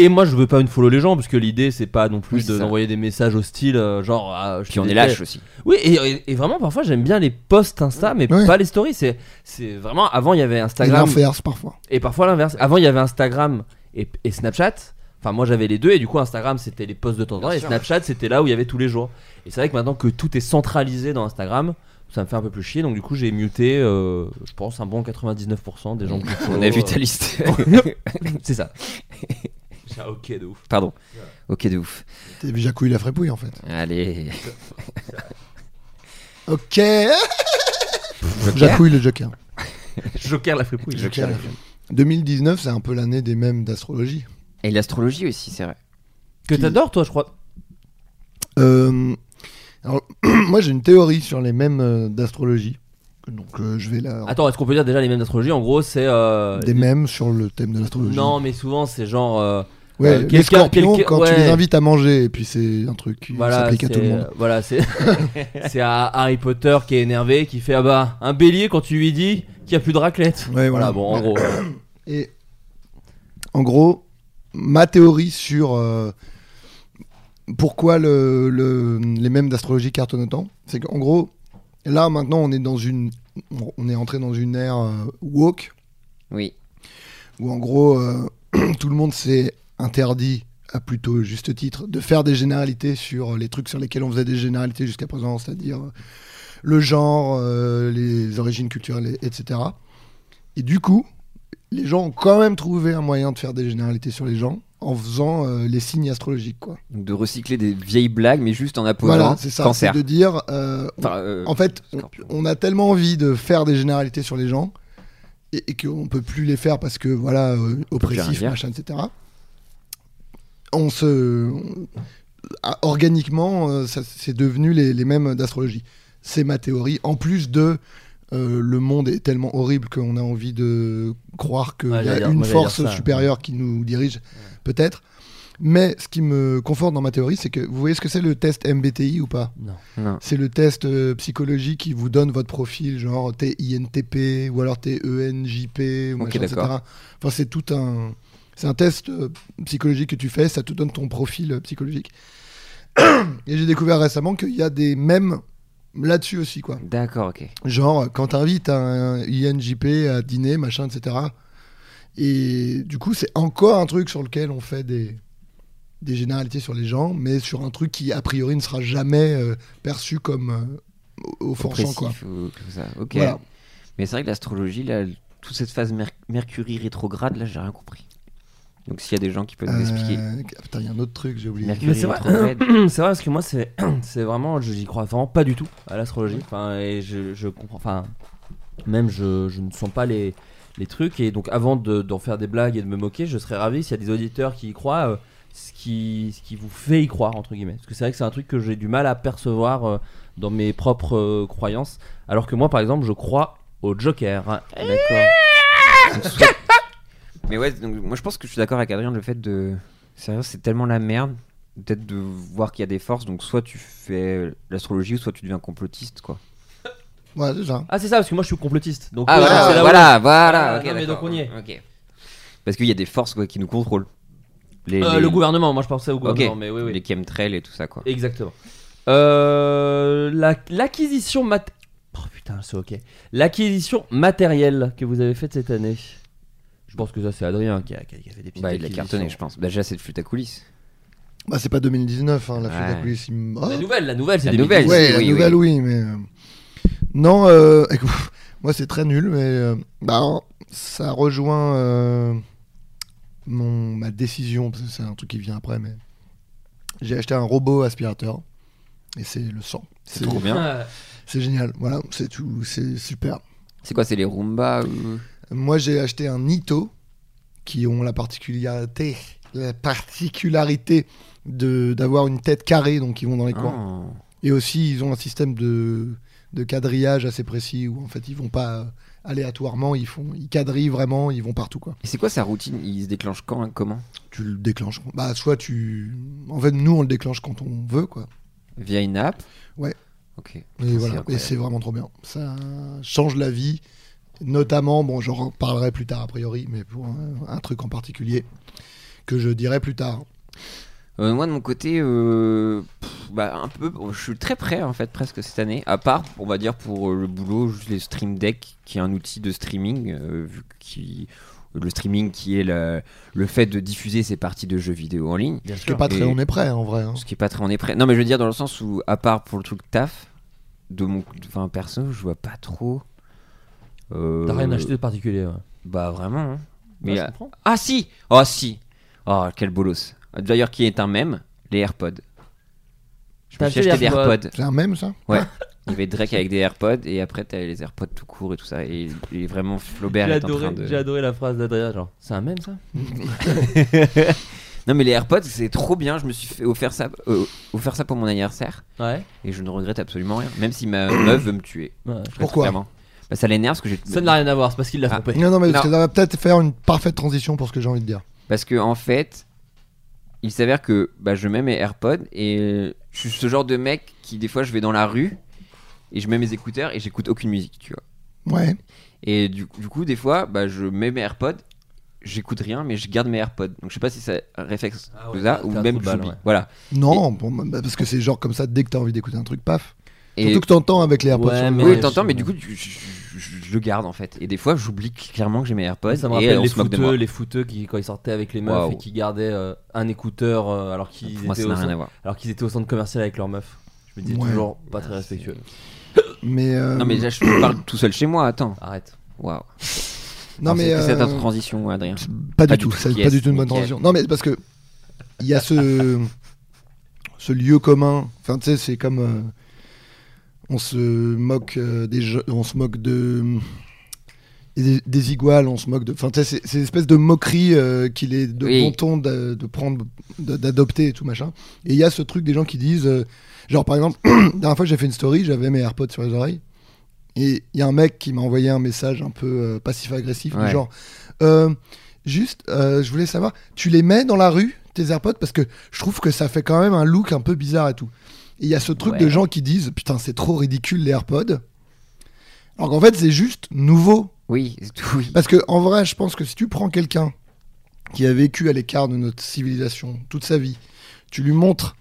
[SPEAKER 4] Et moi, je veux pas une follow les gens, parce que l'idée, c'est pas non
[SPEAKER 5] Oui,
[SPEAKER 4] plus
[SPEAKER 5] c'est
[SPEAKER 4] de-
[SPEAKER 5] ça.
[SPEAKER 4] d'envoyer des messages hostiles, euh, genre. ah, je
[SPEAKER 5] Puis on
[SPEAKER 4] te
[SPEAKER 5] est
[SPEAKER 4] déteste.
[SPEAKER 5] lâche aussi.
[SPEAKER 4] Oui, et, et- et vraiment, parfois, j'aime bien les posts Insta, mais
[SPEAKER 6] Ouais.
[SPEAKER 4] pas les stories. C'est, c'est vraiment. Avant, il y avait
[SPEAKER 6] C'est
[SPEAKER 4] Instagram.
[SPEAKER 6] l'inverse parfois.
[SPEAKER 4] Et parfois l'inverse. Avant, il y avait Instagram et, et Snapchat. Enfin, moi j'avais les deux, et du coup, Instagram c'était les posts de temps en temps,
[SPEAKER 5] Bien
[SPEAKER 4] et
[SPEAKER 5] sûr.
[SPEAKER 4] Snapchat c'était là où il y avait tous les jours. Et c'est vrai que maintenant que tout est centralisé dans Instagram, ça me fait un peu plus chier, donc du coup, j'ai muté, euh, je pense, un bon 99% des gens que je
[SPEAKER 5] *laughs* On
[SPEAKER 4] follow,
[SPEAKER 5] a vu
[SPEAKER 4] euh,
[SPEAKER 5] ta *laughs* liste.
[SPEAKER 4] C'est ça. J'ai un ok de *laughs* ouf.
[SPEAKER 5] Pardon. Ok, de ouf.
[SPEAKER 6] T'as vu Jacouille la frépouille en fait.
[SPEAKER 5] Allez.
[SPEAKER 6] Ok. Jacouille le Joker.
[SPEAKER 4] Joker la fripouille.
[SPEAKER 6] Joker. 2019, c'est un peu l'année des mêmes d'astrologie.
[SPEAKER 5] Et l'astrologie aussi, c'est vrai.
[SPEAKER 4] Que t'adores toi, je crois.
[SPEAKER 6] Euh, alors, *clears throat* moi, j'ai une théorie sur les mêmes euh, d'astrologie. Donc, euh, je vais la.
[SPEAKER 4] Attends, est-ce qu'on peut dire déjà les mêmes d'astrologie En gros, c'est. euh,
[SPEAKER 6] des mêmes sur le thème de l'astrologie.
[SPEAKER 4] Non, mais souvent c'est genre. euh,
[SPEAKER 6] Ouais,
[SPEAKER 4] euh,
[SPEAKER 6] les
[SPEAKER 4] quelqu'un-
[SPEAKER 6] scorpions,
[SPEAKER 4] quelqu'un-
[SPEAKER 6] quand tu
[SPEAKER 4] ouais.
[SPEAKER 6] les invites à manger, et puis c'est un truc qui s'applique à tout le
[SPEAKER 4] c'est- euh,
[SPEAKER 6] monde.
[SPEAKER 4] Voilà,
[SPEAKER 6] *laughs*
[SPEAKER 4] c'est *laughs* c'est à Harry Potter qui est énervé, qui fait ah bah un bélier quand tu lui dis qu'il y a plus de raclette.
[SPEAKER 6] Ouais, voilà.
[SPEAKER 4] euh, bon, en gros.
[SPEAKER 6] Et en gros, ma théorie sur euh, pourquoi le- le- les mêmes d'astrologie cartonnent autant, c'est qu'en gros, là maintenant, on est dans une, on est entré dans une ère euh, woke
[SPEAKER 5] Oui.
[SPEAKER 6] où en gros, euh, *clears throat* tout le monde s'est interdit à plutôt juste titre de faire des généralités sur euh, les trucs sur lesquels on faisait des généralités jusqu'à présent, c'est-à-dire euh, le genre, euh, les origines culturelles, et- etc. Et du coup, les gens ont quand même trouvé un moyen de faire des généralités sur les gens en faisant euh, les signes astrologiques, quoi.
[SPEAKER 5] Donc de recycler des vieilles blagues, mais juste en apposant
[SPEAKER 6] voilà, c'est ça, c'est
[SPEAKER 5] cancer.
[SPEAKER 6] de dire. euh,
[SPEAKER 5] Enfin, euh,
[SPEAKER 6] en fait, on,
[SPEAKER 5] Scorpion.
[SPEAKER 6] on a tellement envie de faire des généralités sur les gens et, et qu'on peut plus les faire parce que voilà, euh,
[SPEAKER 5] rien
[SPEAKER 6] oppressif,
[SPEAKER 5] dire.
[SPEAKER 6] machin, etc. On se, on- ah, organiquement, euh, ça- c'est devenu les, les mêmes d'astrologie. C'est ma théorie. En plus de euh, le monde est tellement horrible qu'on a envie de croire qu'il
[SPEAKER 4] Ouais,
[SPEAKER 6] y a
[SPEAKER 4] j'allais dire-
[SPEAKER 6] une
[SPEAKER 4] moi, j'allais dire
[SPEAKER 6] force
[SPEAKER 4] ça.
[SPEAKER 6] supérieure qui nous dirige, peut-être. Mais ce qui me conforte dans ma théorie, c'est que vous voyez ce que c'est le test MBTI ou pas
[SPEAKER 5] non.
[SPEAKER 6] c'est le test euh, psychologique qui vous donne votre profil, genre t'es INTP ou alors E t'es ENJP, ou
[SPEAKER 5] Ok,
[SPEAKER 6] machin, etc.
[SPEAKER 5] d'accord.
[SPEAKER 6] Enfin, c'est tout un. C'est un test euh, psychologique que tu fais, ça te donne ton profil euh, psychologique. *clears throat* Et j'ai découvert récemment qu'il y a des mèmes là-dessus aussi, quoi.
[SPEAKER 5] D'accord, ok.
[SPEAKER 6] Genre, euh, quand t'invites un INJP à dîner, machin, etc. Et du coup, c'est encore un truc sur lequel on fait des, des généralités sur les gens, mais sur un truc qui, a priori, ne sera jamais euh, perçu comme euh, offensant, quoi.
[SPEAKER 5] Oppressif ou tout ça. Ok.
[SPEAKER 6] Voilà.
[SPEAKER 5] Mais c'est vrai que l'astrologie, là, toute cette phase mer- Mercury rétrograde, là, j'ai rien compris. Donc s'il y a des gens qui peuvent nous expliquer.
[SPEAKER 6] Euh, ah, putain, il y a un autre truc, j'ai oublié.
[SPEAKER 5] Mercure
[SPEAKER 4] c'est vrai.
[SPEAKER 5] rétrograde.
[SPEAKER 4] *clears throat* c'est vrai parce que moi c'est *clears throat* c'est vraiment j'y crois vraiment pas du tout à l'astrologie. Enfin et je, je comprends. Enfin même je, je ne sens pas les les trucs et donc avant de- d'en faire des blagues et de me moquer, je serais ravi s'il y a des auditeurs qui y croient. euh, ce qui, ce qui vous fait y croire entre guillemets parce que c'est vrai que c'est un truc que j'ai du mal à percevoir euh, dans mes propres euh, croyances alors que moi par exemple je crois au Joker
[SPEAKER 5] D'accord. Mais ouais, donc, moi je pense que je suis d'accord avec Adrien, le fait de. Sérieux, c'est tellement la merde. Peut-être de voir qu'il y a des forces, donc soit tu fais l'astrologie ou soit tu deviens complotiste, quoi.
[SPEAKER 6] Ouais, c'est ça.
[SPEAKER 4] ah c'est ça parce que moi je suis complotiste donc
[SPEAKER 5] Ah,
[SPEAKER 4] euh,
[SPEAKER 5] voilà,
[SPEAKER 4] c'est là où-
[SPEAKER 5] voilà, voilà,
[SPEAKER 4] Ah,
[SPEAKER 5] ok,
[SPEAKER 4] non, mais
[SPEAKER 5] d'accord.
[SPEAKER 4] donc on y est.
[SPEAKER 5] Ok. Parce qu'il y a des forces quoi, qui nous contrôlent. Les,
[SPEAKER 4] Euh,
[SPEAKER 5] les-
[SPEAKER 4] le gouvernement moi je pensais au
[SPEAKER 5] Ok.
[SPEAKER 4] gouvernement mais oui oui
[SPEAKER 5] les chemtrails et tout ça, quoi.
[SPEAKER 4] Exactement. Euh, la- L'acquisition mat... Oh putain, c'est ok. L'acquisition matérielle que vous avez faite cette année. Je pense que ça, c'est Adrien qui a, qui a- qui a fait des petites
[SPEAKER 5] Bah, il a cartonné, je
[SPEAKER 4] acquisitions.
[SPEAKER 5] pense. Bah, déjà, c'est de flûte à coulisses.
[SPEAKER 6] Bah, c'est pas 2019, hein, la fuite à
[SPEAKER 5] Ouais. Bah,
[SPEAKER 6] coulisses, il me-
[SPEAKER 4] La
[SPEAKER 6] Ah,
[SPEAKER 4] nouvelle, la nouvelle, c'est
[SPEAKER 5] La
[SPEAKER 4] 2010.
[SPEAKER 5] nouvelle,
[SPEAKER 6] Ouais,
[SPEAKER 5] si,
[SPEAKER 6] la
[SPEAKER 5] oui,
[SPEAKER 6] nouvelle, oui, mais. euh, Non, euh, écoute, *laughs* moi c'est très nul, mais euh, bah, ça rejoint euh, mon, ma décision, parce que c'est un truc qui vient après, mais. J'ai acheté un robot aspirateur, et c'est le sang. C'est
[SPEAKER 5] trop bien.
[SPEAKER 4] Ah,
[SPEAKER 6] C'est génial, voilà, c'est tout, c'est super.
[SPEAKER 5] C'est quoi, c'est les Roomba ou...
[SPEAKER 6] Moi j'ai acheté un Nito, qui ont la particularité, la particularité de- d'avoir une tête carrée, donc ils vont dans les coins.
[SPEAKER 5] Oh.
[SPEAKER 6] Et aussi, ils ont un système de, de quadrillage assez précis où en fait ils vont pas euh, aléatoirement, ils font, ils quadrillent vraiment, ils vont partout quoi.
[SPEAKER 5] Et c'est quoi sa routine Il se déclenche quand hein, Comment
[SPEAKER 6] Tu le déclenches. Bah soit tu, en fait nous on le déclenche quand on veut quoi.
[SPEAKER 5] Via une app
[SPEAKER 6] Ouais.
[SPEAKER 5] Ok.
[SPEAKER 6] Et
[SPEAKER 5] C'est
[SPEAKER 6] voilà.
[SPEAKER 5] incroyable.
[SPEAKER 6] Et c'est vraiment trop bien. Ça change la vie, notamment bon, j'en reparlerai plus tard a priori, mais pour un, un truc en particulier que je dirai plus tard.
[SPEAKER 5] Euh, moi de mon côté, euh, pff, bah, un peu, je suis très prêt en fait presque cette année. À part, on va dire pour euh, le boulot, juste les Stream Deck, qui est un outil de streaming, euh, vu qui, le streaming qui est le, le fait de diffuser ses parties de jeux vidéo en ligne.
[SPEAKER 4] Bien
[SPEAKER 6] Que
[SPEAKER 4] sûr.
[SPEAKER 6] pas très,
[SPEAKER 5] Et-
[SPEAKER 6] on est prêt hein, en vrai. hein.
[SPEAKER 5] Ce qui est pas très on est prêt. Non mais je veux dire dans le sens où, à part pour le truc taf, de mon, enfin perso, je vois pas trop. Euh,
[SPEAKER 4] T'as rien acheté de particulier. ouais.
[SPEAKER 5] Bah vraiment. hein.
[SPEAKER 4] Ouais,
[SPEAKER 5] Mais
[SPEAKER 4] je
[SPEAKER 5] euh,
[SPEAKER 4] comprends.
[SPEAKER 5] ah si, oh si, oh quel bolos. D'ailleurs qui est un mème, les AirPods. Je
[SPEAKER 4] T'as
[SPEAKER 5] me suis
[SPEAKER 4] acheté
[SPEAKER 5] acheté des
[SPEAKER 4] les AirPods.
[SPEAKER 5] AirPods.
[SPEAKER 6] C'est un même ça
[SPEAKER 5] Ouais. Il y avait Drake avec des AirPods et après t'avais les AirPods tout court et tout ça. Et, et vraiment Flaubert
[SPEAKER 4] J'ai
[SPEAKER 5] est en
[SPEAKER 4] adoré,
[SPEAKER 5] train
[SPEAKER 4] j'ai
[SPEAKER 5] *laughs* de.
[SPEAKER 4] adoré la phrase d'Adrien, genre, c'est un même ça
[SPEAKER 5] non mais les AirPods c'est trop bien. Je me suis fait offert ça, euh, offert ça pour mon anniversaire
[SPEAKER 4] Ouais.
[SPEAKER 5] et je ne regrette absolument rien. Même si ma meuf veut me tuer.
[SPEAKER 4] Ouais.
[SPEAKER 5] Très
[SPEAKER 6] Pourquoi
[SPEAKER 5] clairement. bah, Ça l'énerve parce que j'ai.
[SPEAKER 4] Ça n'a rien à voir, c'est parce qu'il l'a
[SPEAKER 5] Ah.
[SPEAKER 4] trompé.
[SPEAKER 6] Non, non, mais parce
[SPEAKER 5] Non.
[SPEAKER 6] que ça va peut-être faire une parfaite transition pour ce que j'ai envie de dire.
[SPEAKER 5] Parce que en fait, il s'avère que bah, je mets mes AirPods et je suis ce genre de mec qui des fois je vais dans la rue et je mets mes écouteurs et j'écoute aucune musique, tu vois.
[SPEAKER 6] Ouais.
[SPEAKER 5] Et du, du coup, des fois, bah, je mets mes AirPods, j'écoute rien, mais je garde mes AirPods. Donc je sais pas si ça réflexe
[SPEAKER 4] Ah ouais,
[SPEAKER 5] ça
[SPEAKER 4] t'as-
[SPEAKER 5] ou
[SPEAKER 4] t'as un
[SPEAKER 5] même
[SPEAKER 4] trou de balle,
[SPEAKER 5] j'oublie.
[SPEAKER 4] ouais.
[SPEAKER 5] Voilà.
[SPEAKER 6] Non, bon, bah, parce que c'est genre comme ça, dès que t'as envie d'écouter un truc, paf.
[SPEAKER 5] Et
[SPEAKER 6] Surtout que t'entends avec les AirPods.
[SPEAKER 4] Ouais,
[SPEAKER 6] sur le-
[SPEAKER 4] mais-
[SPEAKER 5] oui, t'entends,
[SPEAKER 4] je-
[SPEAKER 5] mais du coup, tu- je, je- je- je le garde en fait. Et des fois, j'oublie clairement que j'ai mes AirPods
[SPEAKER 4] Ça me
[SPEAKER 5] et
[SPEAKER 4] rappelle
[SPEAKER 5] on
[SPEAKER 4] les
[SPEAKER 5] se moque de moi.
[SPEAKER 4] fouteux, les fouteux qui, quand ils sortaient avec les meufs
[SPEAKER 5] Waouh.
[SPEAKER 4] et qui gardaient euh, un écouteur euh, alors qu'ils
[SPEAKER 5] Pour moi,
[SPEAKER 4] étaient,
[SPEAKER 5] ça
[SPEAKER 4] au
[SPEAKER 5] n'a rien
[SPEAKER 4] centre-
[SPEAKER 5] à voir.
[SPEAKER 4] alors qu'ils étaient au centre commercial avec leurs meufs. Je me dis
[SPEAKER 6] Ouais.
[SPEAKER 4] toujours pas très
[SPEAKER 5] Ah,
[SPEAKER 4] respectueux.
[SPEAKER 6] Mais, euh,
[SPEAKER 5] Non, mais là, je parle tout seul chez moi. Attends.
[SPEAKER 4] Arrête.
[SPEAKER 5] Waouh.
[SPEAKER 6] non, mais,
[SPEAKER 5] C'est
[SPEAKER 6] euh,
[SPEAKER 5] ta transition, Adrien. Pas
[SPEAKER 6] Pas, du
[SPEAKER 5] du
[SPEAKER 6] tout,
[SPEAKER 5] tout.
[SPEAKER 6] c'est
[SPEAKER 5] Yes,
[SPEAKER 6] pas du tout une bonne
[SPEAKER 5] nickel.
[SPEAKER 6] transition. Non, mais parce que il y a ce, ce lieu commun. Enfin, tu sais, c'est comme euh, on se moque euh, des, je- on se moque de des, des iguales, on se moque de. Enfin, tu sais, c'est- c'est une espèce de moquerie euh, qu'il est de
[SPEAKER 5] Oui.
[SPEAKER 6] bon ton d'a- de, prendre, de- d'adopter et tout machin. Et il y a ce truc des gens qui disent, euh, genre par exemple, *clears throat* la dernière fois que j'ai fait une story, j'avais mes AirPods sur les oreilles. Et il y a un mec qui m'a envoyé un message un peu euh, passif-agressif, du
[SPEAKER 5] Ouais.
[SPEAKER 6] genre euh, Juste, euh, je voulais savoir, tu les mets dans la rue, tes AirPods Parce que je trouve que ça fait quand même un look un peu bizarre et tout. Et il y a ce truc
[SPEAKER 5] Ouais.
[SPEAKER 6] de gens qui disent Putain, c'est trop ridicule les AirPods. Alors qu'en fait, c'est juste nouveau.
[SPEAKER 5] Oui, c'est tout, oui.
[SPEAKER 6] Parce que en vrai, je pense que si tu prends quelqu'un qui a vécu à l'écart de notre civilisation toute sa vie, tu lui montres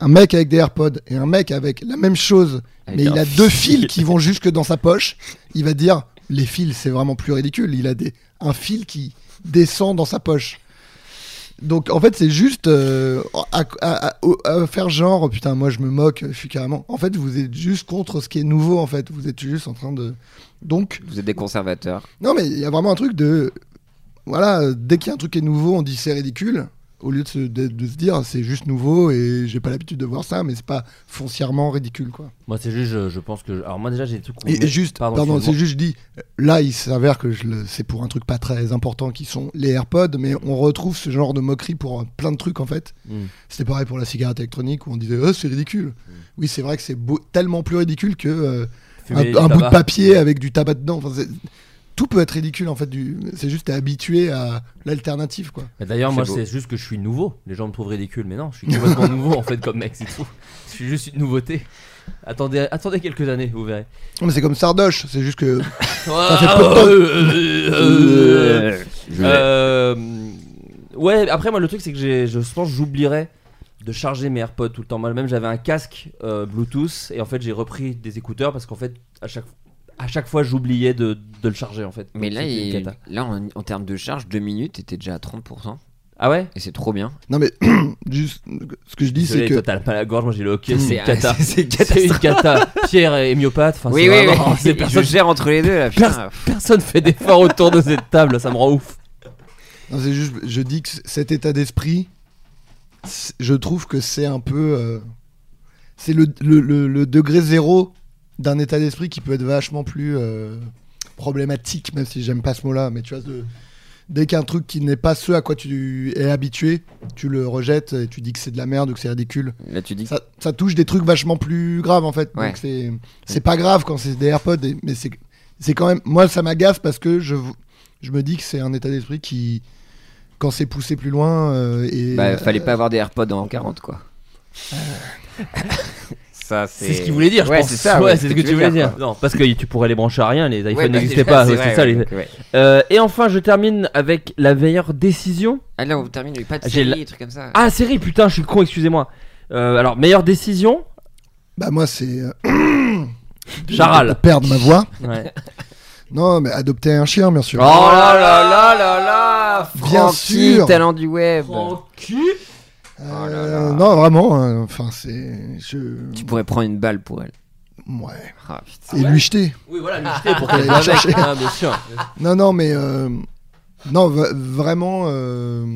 [SPEAKER 6] un mec avec des AirPods et un mec avec la même chose mais il a deux fils qui vont jusque dans sa poche. Il va dire les fils, c'est vraiment plus ridicule. Il a des, un fil qui descend dans sa poche. Donc en fait, c'est juste euh, à, à- à- au- à faire genre oh, putain, moi je me moque, je suis carrément. En fait, vous êtes juste contre ce qui est nouveau. En fait, vous êtes juste en train de. Donc
[SPEAKER 5] Vous êtes des conservateurs.
[SPEAKER 6] non, mais il y a vraiment un truc de. Voilà, euh, dès qu'il y a un truc qui est nouveau, on dit c'est ridicule. Au lieu de se, de- de se dire c'est juste nouveau et j'ai pas l'habitude de voir ça, mais c'est pas foncièrement ridicule quoi.
[SPEAKER 4] Moi, c'est juste, je, je pense que. je- Alors, moi, déjà, j'ai des trucs. où-
[SPEAKER 6] Et,
[SPEAKER 4] mais-
[SPEAKER 6] et juste, pardon, c'est
[SPEAKER 4] excuse-moi.
[SPEAKER 6] juste, je dis, là, il s'avère que je le- c'est pour un truc pas très important qui sont les AirPods, mais on retrouve ce genre de moquerie pour euh, plein de trucs en fait.
[SPEAKER 4] Mm.
[SPEAKER 6] C'était pareil pour la cigarette électronique où on disait, oh, c'est ridicule.
[SPEAKER 4] Hmm.
[SPEAKER 6] Oui, c'est vrai que c'est beau- tellement plus ridicule que euh, un,
[SPEAKER 4] Fumer du
[SPEAKER 6] un bout de
[SPEAKER 4] tabac.
[SPEAKER 6] papier avec du tabac dedans. Enfin, c'est- tout peut être ridicule en fait. du- C'est juste t'es habitué à l'alternative quoi.
[SPEAKER 4] Mais D'ailleurs,
[SPEAKER 5] C'est
[SPEAKER 4] moi,
[SPEAKER 5] beau.
[SPEAKER 4] c'est juste que je suis nouveau. Les gens me trouvent ridicule, mais non, je suis complètement nouveau en fait, comme mec, c'est tout. Je suis juste une nouveauté. Attendez, attendez quelques années, vous verrez.
[SPEAKER 6] Non, mais c'est comme Sardoche, c'est juste que fait
[SPEAKER 4] Ah,
[SPEAKER 6] peu de temps.
[SPEAKER 4] euh, euh, euh,
[SPEAKER 5] Je-
[SPEAKER 4] euh, ouais, après, moi, le truc, c'est que j'ai- je pense que j'oublierais de charger mes AirPods tout le temps. Moi-même, j'avais un casque euh, Bluetooth et en fait, j'ai repris des écouteurs parce qu'en fait, à chaque, à chaque fois, j'oubliais de, de le charger en fait.
[SPEAKER 5] Mais là,
[SPEAKER 4] C'était une
[SPEAKER 5] il-
[SPEAKER 4] cata.
[SPEAKER 5] là en, en termes de charge, 2 minutes, t'étais déjà à 30%.
[SPEAKER 4] Ah ouais
[SPEAKER 5] Et c'est trop bien.
[SPEAKER 6] non mais *clears throat* juste ce que je dis c'est
[SPEAKER 4] Désolé,
[SPEAKER 6] que
[SPEAKER 4] toi, t'as pas la gorge, moi, j'ai le hockey, c'est
[SPEAKER 5] *laughs*
[SPEAKER 4] une
[SPEAKER 5] un-
[SPEAKER 4] cata.
[SPEAKER 5] c'est
[SPEAKER 4] *laughs*
[SPEAKER 5] une
[SPEAKER 4] C'est une
[SPEAKER 5] catastrophe.
[SPEAKER 4] cata. Pierre est myopathe. Enfin,
[SPEAKER 5] Oui,
[SPEAKER 4] c'est
[SPEAKER 5] oui,
[SPEAKER 4] vraiment- *laughs* c'est
[SPEAKER 5] oui. Je
[SPEAKER 4] Personne,
[SPEAKER 5] gère entre les deux, là, putain.
[SPEAKER 4] personne fait d'effort autour de cette table, ça me rend ouf.
[SPEAKER 6] Non, c'est juste, je dis que c- cet état d'esprit, c'est- je trouve que c'est un peu. euh, c'est le, le- le- le degré zéro d'un état d'esprit qui peut être vachement plus euh, problématique, même si j'aime pas ce mot-là. Mais tu vois, de- dès qu'un truc qui n'est pas ce à quoi tu es habitué, tu le rejettes et tu dis que c'est de la merde ou que c'est ridicule.
[SPEAKER 5] Là, tu dis que
[SPEAKER 6] Ça, ça touche des trucs vachement plus graves en fait.
[SPEAKER 5] Ouais.
[SPEAKER 6] Donc c'est, c'est pas grave quand c'est des AirPods, et- mais c'est, c'est quand même. Moi, ça m'agace parce que je, je me dis que c'est un état d'esprit qui, quand c'est poussé plus loin, euh, et
[SPEAKER 5] bah, fallait pas avoir des AirPods en 40, quoi. ça.
[SPEAKER 4] Euh. C'est ce qu'il voulait dire, je
[SPEAKER 5] Ouais,
[SPEAKER 4] pense.
[SPEAKER 5] c'est ça.
[SPEAKER 4] Ouais, c'est ce que tu voulais dire.
[SPEAKER 5] quoi.
[SPEAKER 4] Non, parce que tu pourrais les brancher à rien, les
[SPEAKER 5] Ouais,
[SPEAKER 4] iPhones
[SPEAKER 5] bah,
[SPEAKER 4] n'existaient
[SPEAKER 5] c'est-
[SPEAKER 4] pas.
[SPEAKER 5] c'est
[SPEAKER 4] ouais,
[SPEAKER 5] vrai,
[SPEAKER 4] c'est ça,
[SPEAKER 5] ouais,
[SPEAKER 4] les-
[SPEAKER 5] donc, ouais.
[SPEAKER 4] Euh, et enfin, je termine avec la meilleure décision.
[SPEAKER 5] Ah là, on termine avec pas de
[SPEAKER 4] J'ai
[SPEAKER 5] série,
[SPEAKER 4] la-
[SPEAKER 5] des trucs comme ça.
[SPEAKER 4] Ah, série, putain, je suis con, excusez-moi. Euh, alors, meilleure décision,
[SPEAKER 6] Bah, moi, c'est. euh, de
[SPEAKER 5] *coughs*
[SPEAKER 4] Charal.
[SPEAKER 6] perdre ma voix.
[SPEAKER 4] Ouais.
[SPEAKER 6] *laughs* Non, mais adopter un chien, bien sûr.
[SPEAKER 5] Oh là là là là là
[SPEAKER 6] Bien
[SPEAKER 5] Francky,
[SPEAKER 6] sûr.
[SPEAKER 5] talent du web
[SPEAKER 6] Euh,
[SPEAKER 5] Oh là là.
[SPEAKER 6] Non, vraiment. hein, Enfin, c'est. je-
[SPEAKER 5] Tu pourrais prendre une balle pour elle.
[SPEAKER 6] Ouais.
[SPEAKER 5] Ah, putain.
[SPEAKER 6] Et lui jeter.
[SPEAKER 4] Oui, voilà, l'unité pour
[SPEAKER 6] qu'elle aille la
[SPEAKER 5] *laughs*
[SPEAKER 6] chercher.
[SPEAKER 4] Ah, bien sûr.
[SPEAKER 6] Non, non, mais. euh, Non, v- vraiment. euh,